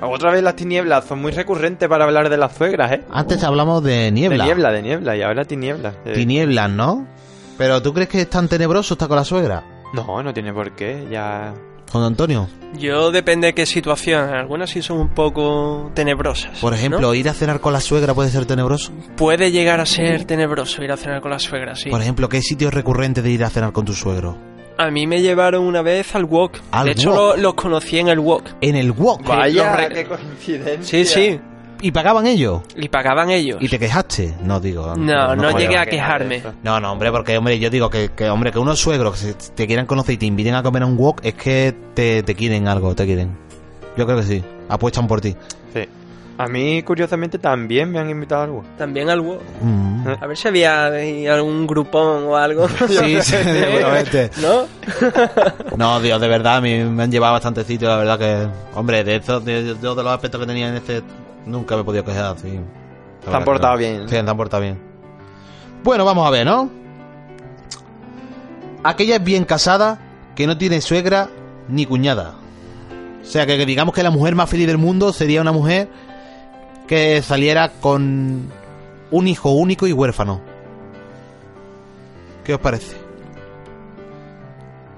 S2: Otra vez las tinieblas, son muy recurrentes para hablar de las suegras, ¿eh?
S1: Antes hablamos de niebla.
S2: De niebla, de niebla, y ahora tinieblas. eh.
S1: Tinieblas, ¿no? Pero ¿tú crees que es tan tenebroso estar con la suegra?
S2: No, no tiene por qué, ya...
S1: Con Antonio.
S4: Yo depende de qué situación. Algunas sí son un poco tenebrosas.
S1: Por ejemplo,
S4: ¿no?
S1: ir a cenar con la suegra puede ser tenebroso.
S4: Puede llegar a ser tenebroso ir a cenar con la suegra, sí.
S1: Por ejemplo, ¿qué sitio es recurrente de ir a cenar con tu suegro?
S4: A mí me llevaron una vez al wok.
S1: ¿Al
S4: de hecho,
S1: wok?
S4: lo- los conocí en el wok.
S1: En el wok.
S4: los
S2: Vaya,
S4: re-
S2: qué coincidencia.
S4: Sí, sí.
S1: Y pagaban ellos.
S4: Y pagaban ellos.
S1: ¿Y te quejaste? No, digo.
S4: No, no
S1: jodas.
S4: llegué a quejarme.
S1: No, no, hombre, porque, hombre, yo digo que, que, hombre, que unos suegros que se- te quieran conocer y te inviten a comer a un wok es que te, te quieren algo, te quieren. Yo creo que sí, apuestan por ti.
S2: Sí. A mí, curiosamente, también me han invitado a algo.
S4: También al wok.
S1: Mm.
S4: A ver si había ahí algún grupón o algo. ¿Eh?
S1: Sí, sí, eh. seguramente.
S4: ¿No?
S1: No, Dios, de verdad, a mí me han llevado a bastante sitio, la verdad que, hombre, de estos, de, de todos los aspectos que tenía en este, nunca me he podido quejar, sí.
S2: Se han portado bien.
S1: Sí, se han portado bien. Bueno, vamos a ver, ¿no? Aquella es bien casada, que no tiene suegra ni cuñada. O sea, que, que digamos que la mujer más feliz del mundo sería una mujer que saliera con un hijo único y huérfano. ¿Qué os parece?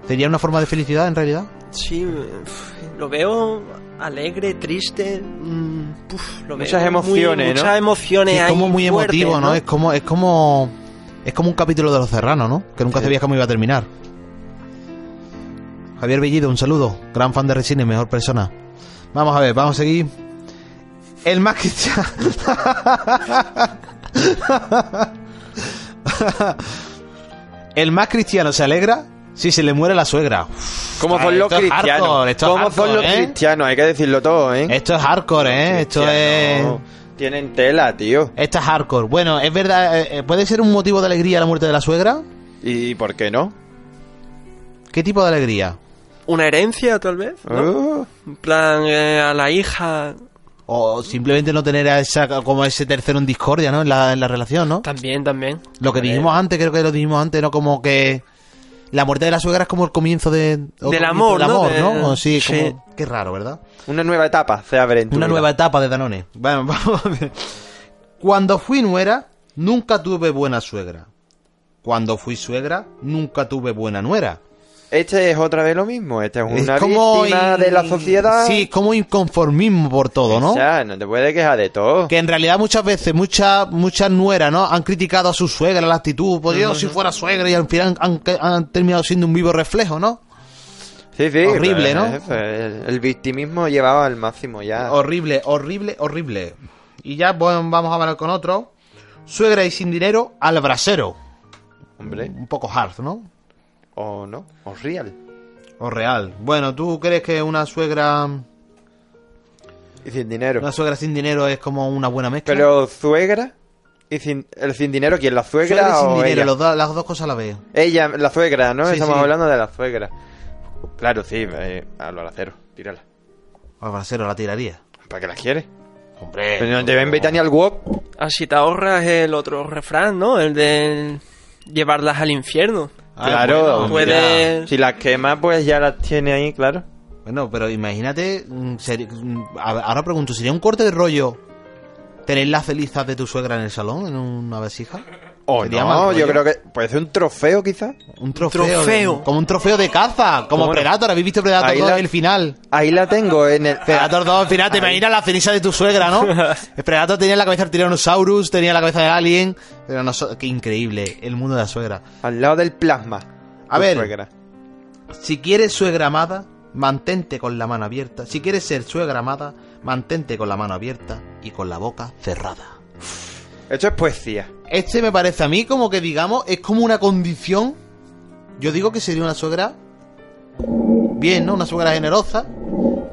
S1: ¿Sería una forma de felicidad en realidad?
S4: Sí, uf, lo veo alegre, triste. mm, puf, lo
S2: Muchas
S4: veo
S2: emociones,
S4: muy-
S2: ¿no?
S4: Muchas emociones.
S1: Sí, es como
S4: ahí
S1: muy
S4: fuertes,
S1: emotivo, ¿no? Es como es como es como un capítulo de Los Serranos, ¿no? Que nunca sabías cómo iba a terminar. Javier Bellido, un saludo. Gran fan de Resine, mejor persona. Vamos a ver, vamos a seguir. El más cristiano. El más cristiano se alegra si se le muere la suegra.
S2: ¿Cómo
S1: Ah,
S2: son los
S1: esto es
S2: cristianos?
S1: hardcore, esto es
S2: ¿Cómo son
S1: hardcore,
S2: los
S1: ¿eh?
S2: cristianos? Hay que decirlo todo, ¿eh?
S1: Esto es hardcore, ¿eh? Esto es.
S2: Cristianos Tienen tela, tío.
S1: Esta es hardcore. Bueno, es verdad, eh, eh, ¿puede ser un motivo de alegría la muerte de la suegra?
S2: ¿Y por qué no?
S1: ¿Qué tipo de alegría?
S4: Una herencia, tal vez. ¿no?
S2: Uh,
S4: En plan, eh, a la hija.
S1: O simplemente no tener a esa, como ese tercero en discordia, ¿no? En la, en la relación, ¿no?
S4: También, también.
S1: Lo que dijimos antes, creo que lo dijimos antes, ¿no? Como que la muerte de la suegra es como el comienzo de, o
S4: Del
S1: comienzo
S4: amor,
S1: del
S4: ¿no?
S1: amor,
S4: De-
S1: ¿no? O sí,
S4: sí.
S1: como- Qué raro, ¿verdad?
S2: Una nueva etapa se abre en tu
S1: Una
S2: vida.
S1: nueva etapa de Danone. Bueno, vamos a ver. Cuando fui nuera, nunca tuve buena suegra. Cuando fui suegra, nunca tuve buena nuera.
S2: Este es otra vez lo mismo. Este es una
S1: es como
S2: víctima
S1: in-
S2: de la sociedad.
S1: Sí, es como inconformismo por todo, ¿no?
S2: O sea, no te puedes quejar de todo.
S1: Que en realidad muchas veces, muchas muchas nueras, ¿no? Han criticado a su suegra la actitud, por Dios, si fuera suegra, y al final han, han- han terminado siendo un vivo reflejo, ¿no?
S2: Sí, sí.
S1: Horrible,
S2: pues,
S1: ¿no?
S2: eh, pues, el, el victimismo llevado al máximo ya.
S1: Horrible, horrible, horrible. Y ya bueno, vamos a hablar con otro. Suegra y sin dinero al brasero.
S2: Hombre,
S1: Un poco hard, ¿no?
S2: o no, o real.
S1: O real. Bueno, ¿tú crees que una suegra
S2: Y sin dinero.
S1: una suegra sin dinero es como una buena mezcla?
S2: Pero suegra y sin, el sin dinero, ¿quién? ¿La suegra,
S1: suegra y sin
S2: o
S1: dinero,
S2: ella?
S1: los do- las dos cosas a la vez.
S2: Ella, la suegra, ¿no?
S1: Sí,
S2: Estamos
S1: sí.
S2: hablando de la suegra. Claro, sí, eh, a lo alacero, tírala.
S1: Al brasero la tiraría.
S2: ¿Para qué la quieres?
S1: Hombre.
S2: Pero no te va a invitar ni al wok.
S4: Así Ah, te ahorras el otro refrán, ¿no? El de llevarlas al infierno.
S1: Ah,
S2: claro,
S4: bueno, puede-
S2: Si las quemas, pues ya las tiene ahí, claro.
S1: Bueno, pero imagínate, mm, seri- mm, a- ahora pregunto, ¿sería un corte de rollo tener las cenizas de tu suegra en el salón, en una vasija?
S2: O
S1: Sería mal
S2: no,
S1: rollo.
S2: yo creo que puede ser un trofeo, quizás.
S1: Un trofeo. de-
S4: Trofeo.
S1: como un trofeo de caza, como
S2: ¿Cómo no?
S1: Predator. ¿Habéis visto Predator
S2: Ahí
S1: 2
S2: la-
S1: el final?
S2: Ahí la tengo en el.
S1: Predator 2 el final, te imaginas la ceniza de tu suegra, ¿no? El Predator tenía en la cabeza del Tyrannosaurus, tenía en la cabeza de Alien. Pero no, so- qué increíble, el mundo de la suegra.
S2: Al lado del plasma.
S1: A
S2: Tu
S1: ver.
S2: suegra.
S1: Si quieres suegra amada, mantente con la mano abierta. Si quieres ser suegra amada, mantente con la mano abierta y con la boca cerrada.
S2: Esto es poesía.
S1: Este me parece a mí como que, digamos, es como una condición. Yo digo que sería una suegra. Bien, ¿no? Una suegra generosa,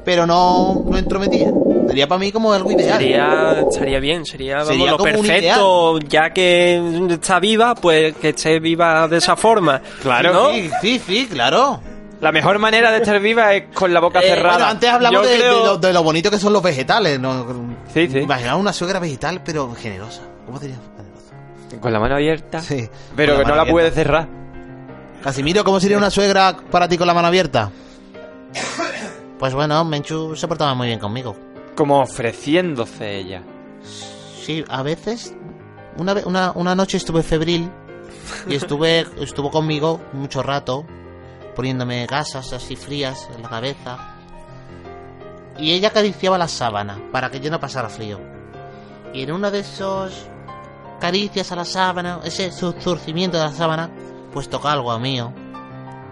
S1: pero no, no entrometida. Sería para mí como algo ideal.
S4: Sería, estaría bien, sería, vamos,
S1: Sería
S4: lo
S1: como un
S4: perfecto. Ya que está viva, pues que esté viva de esa forma.
S2: Claro.
S4: ¿no?
S1: Sí, sí, sí, claro.
S2: La mejor manera de estar viva es con la boca
S4: Eh,
S2: cerrada.
S1: Bueno, antes hablamos
S4: Yo
S1: de, de
S4: creo-
S1: lo, de lo bonito que son los vegetales. ¿no?
S2: Sí, sí.
S1: Imaginar una suegra vegetal, pero generosa. ¿Cómo sería generosa?
S2: Con la mano abierta.
S1: Sí.
S2: Pero
S1: Con
S2: que no la
S1: mano
S2: puede
S1: abierta.
S2: cerrar.
S1: Casimiro, ¿cómo sería una suegra para ti con la mano abierta?
S3: Pues bueno, Menchu se portaba muy bien conmigo.
S2: Como ofreciéndose ella.
S3: Sí, a veces. Una, ve- una, una noche estuve febril y estuve estuvo conmigo mucho rato poniéndome gasas así frías en la cabeza. Y ella acariciaba la sábana para que yo no pasara frío. Y en uno de esos caricias a la sábana, ese zurcimiento de la sábana, pues tocó algo a mío.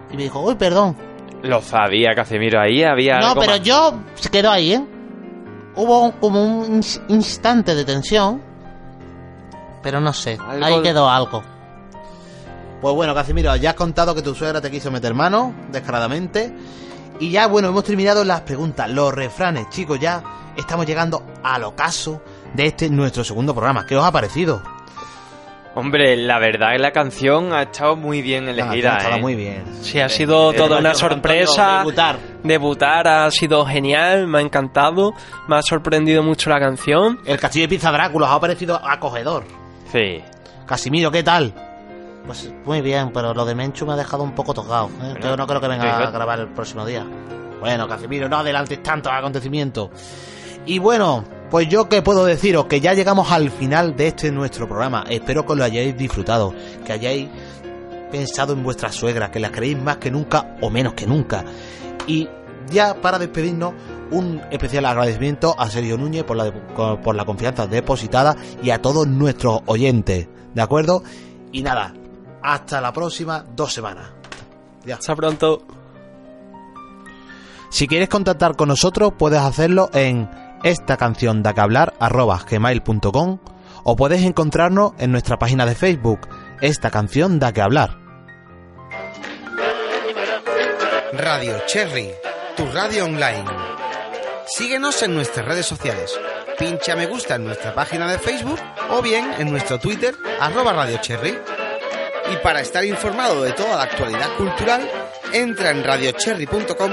S3: Y me dijo, uy, perdón.
S2: Lo sabía, Casimiro. Ahí había.
S3: No,
S2: algo
S3: pero
S2: más.
S3: yo se quedó ahí, ¿eh? Hubo un- como un ins- instante de tensión, pero no sé,
S2: Algo-
S3: ahí quedó algo.
S1: Pues bueno, Casimiro, ya has contado que tu suegra te quiso meter mano, descaradamente. Y ya, bueno, hemos terminado las preguntas, los refranes. Chicos, ya estamos llegando al ocaso de este nuestro segundo programa. ¿Qué os ha parecido?
S2: Hombre, la verdad es que la canción ha estado muy bien elegida.
S1: ha estado
S2: ¿eh?
S1: Ah, muy bien.
S4: Sí, ha sido
S2: Eh,
S4: toda
S2: eh,
S4: una
S2: Antonio,
S4: sorpresa.
S1: debutar.
S4: Debutar ha sido genial, me ha encantado, me ha sorprendido mucho la canción.
S1: El castillo de Pizza Drácula os ha parecido acogedor.
S2: Sí.
S1: Casimiro, ¿qué tal?
S3: Pues muy bien, pero lo de Menchu me ha dejado un poco tocado. ¿eh? Yo no creo que venga
S2: fíjate.
S3: a grabar el próximo día.
S1: Bueno, Casimiro, no adelantes tantos acontecimientos. Y bueno, pues yo que puedo deciros que ya llegamos al final de este nuestro programa. Espero que lo hayáis disfrutado, que hayáis pensado en vuestra suegra, que la creéis más que nunca o menos que nunca. Y ya para despedirnos, un especial agradecimiento a Sergio Núñez por la, por la confianza depositada y a todos nuestros oyentes. ¿De acuerdo? Y nada, hasta la próxima dos semanas.
S4: Hasta pronto.
S1: Si quieres contactar con nosotros, puedes hacerlo en esta canción da que hablar gmail.com o puedes encontrarnos en nuestra página de Facebook, esta canción da que hablar.
S8: Radio Cherry, tu radio online. Síguenos en nuestras redes sociales. Pincha me gusta en nuestra página de Facebook o bien en nuestro Twitter, arroba Radio Cherry. Y para estar informado de toda la actualidad cultural, entra en radiocherry.com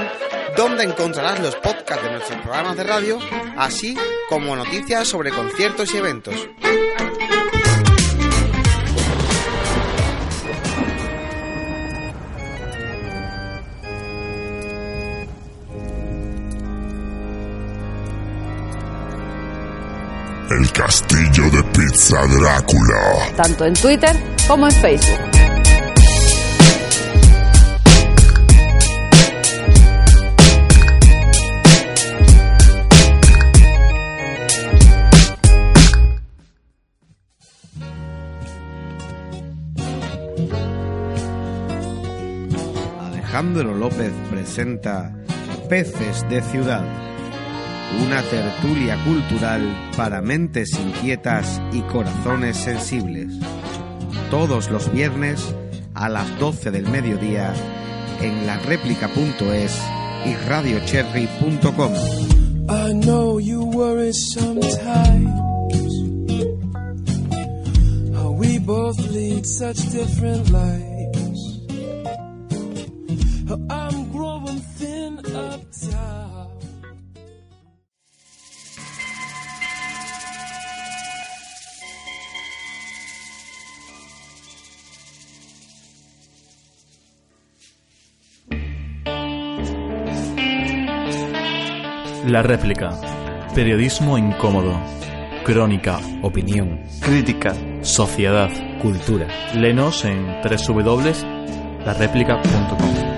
S8: donde encontrarás los podcasts de nuestros programas de radio, así como noticias sobre conciertos y eventos.
S9: El castillo de Pizza Drácula.
S10: tanto en Twitter como en Facebook.
S5: Alejandro López presenta Peces de Ciudad, una tertulia cultural para mentes inquietas y corazones sensibles. Todos los viernes a las 12 del mediodía en la réplica.es y radiocherry.com.
S4: I know you worry sometimes. How we both lead such different lives. How I'm growing thin up top.
S11: La réplica. Periodismo incómodo. Crónica. Opinión. Crítica. Sociedad. Cultura. Lenos en www.lareplica.com.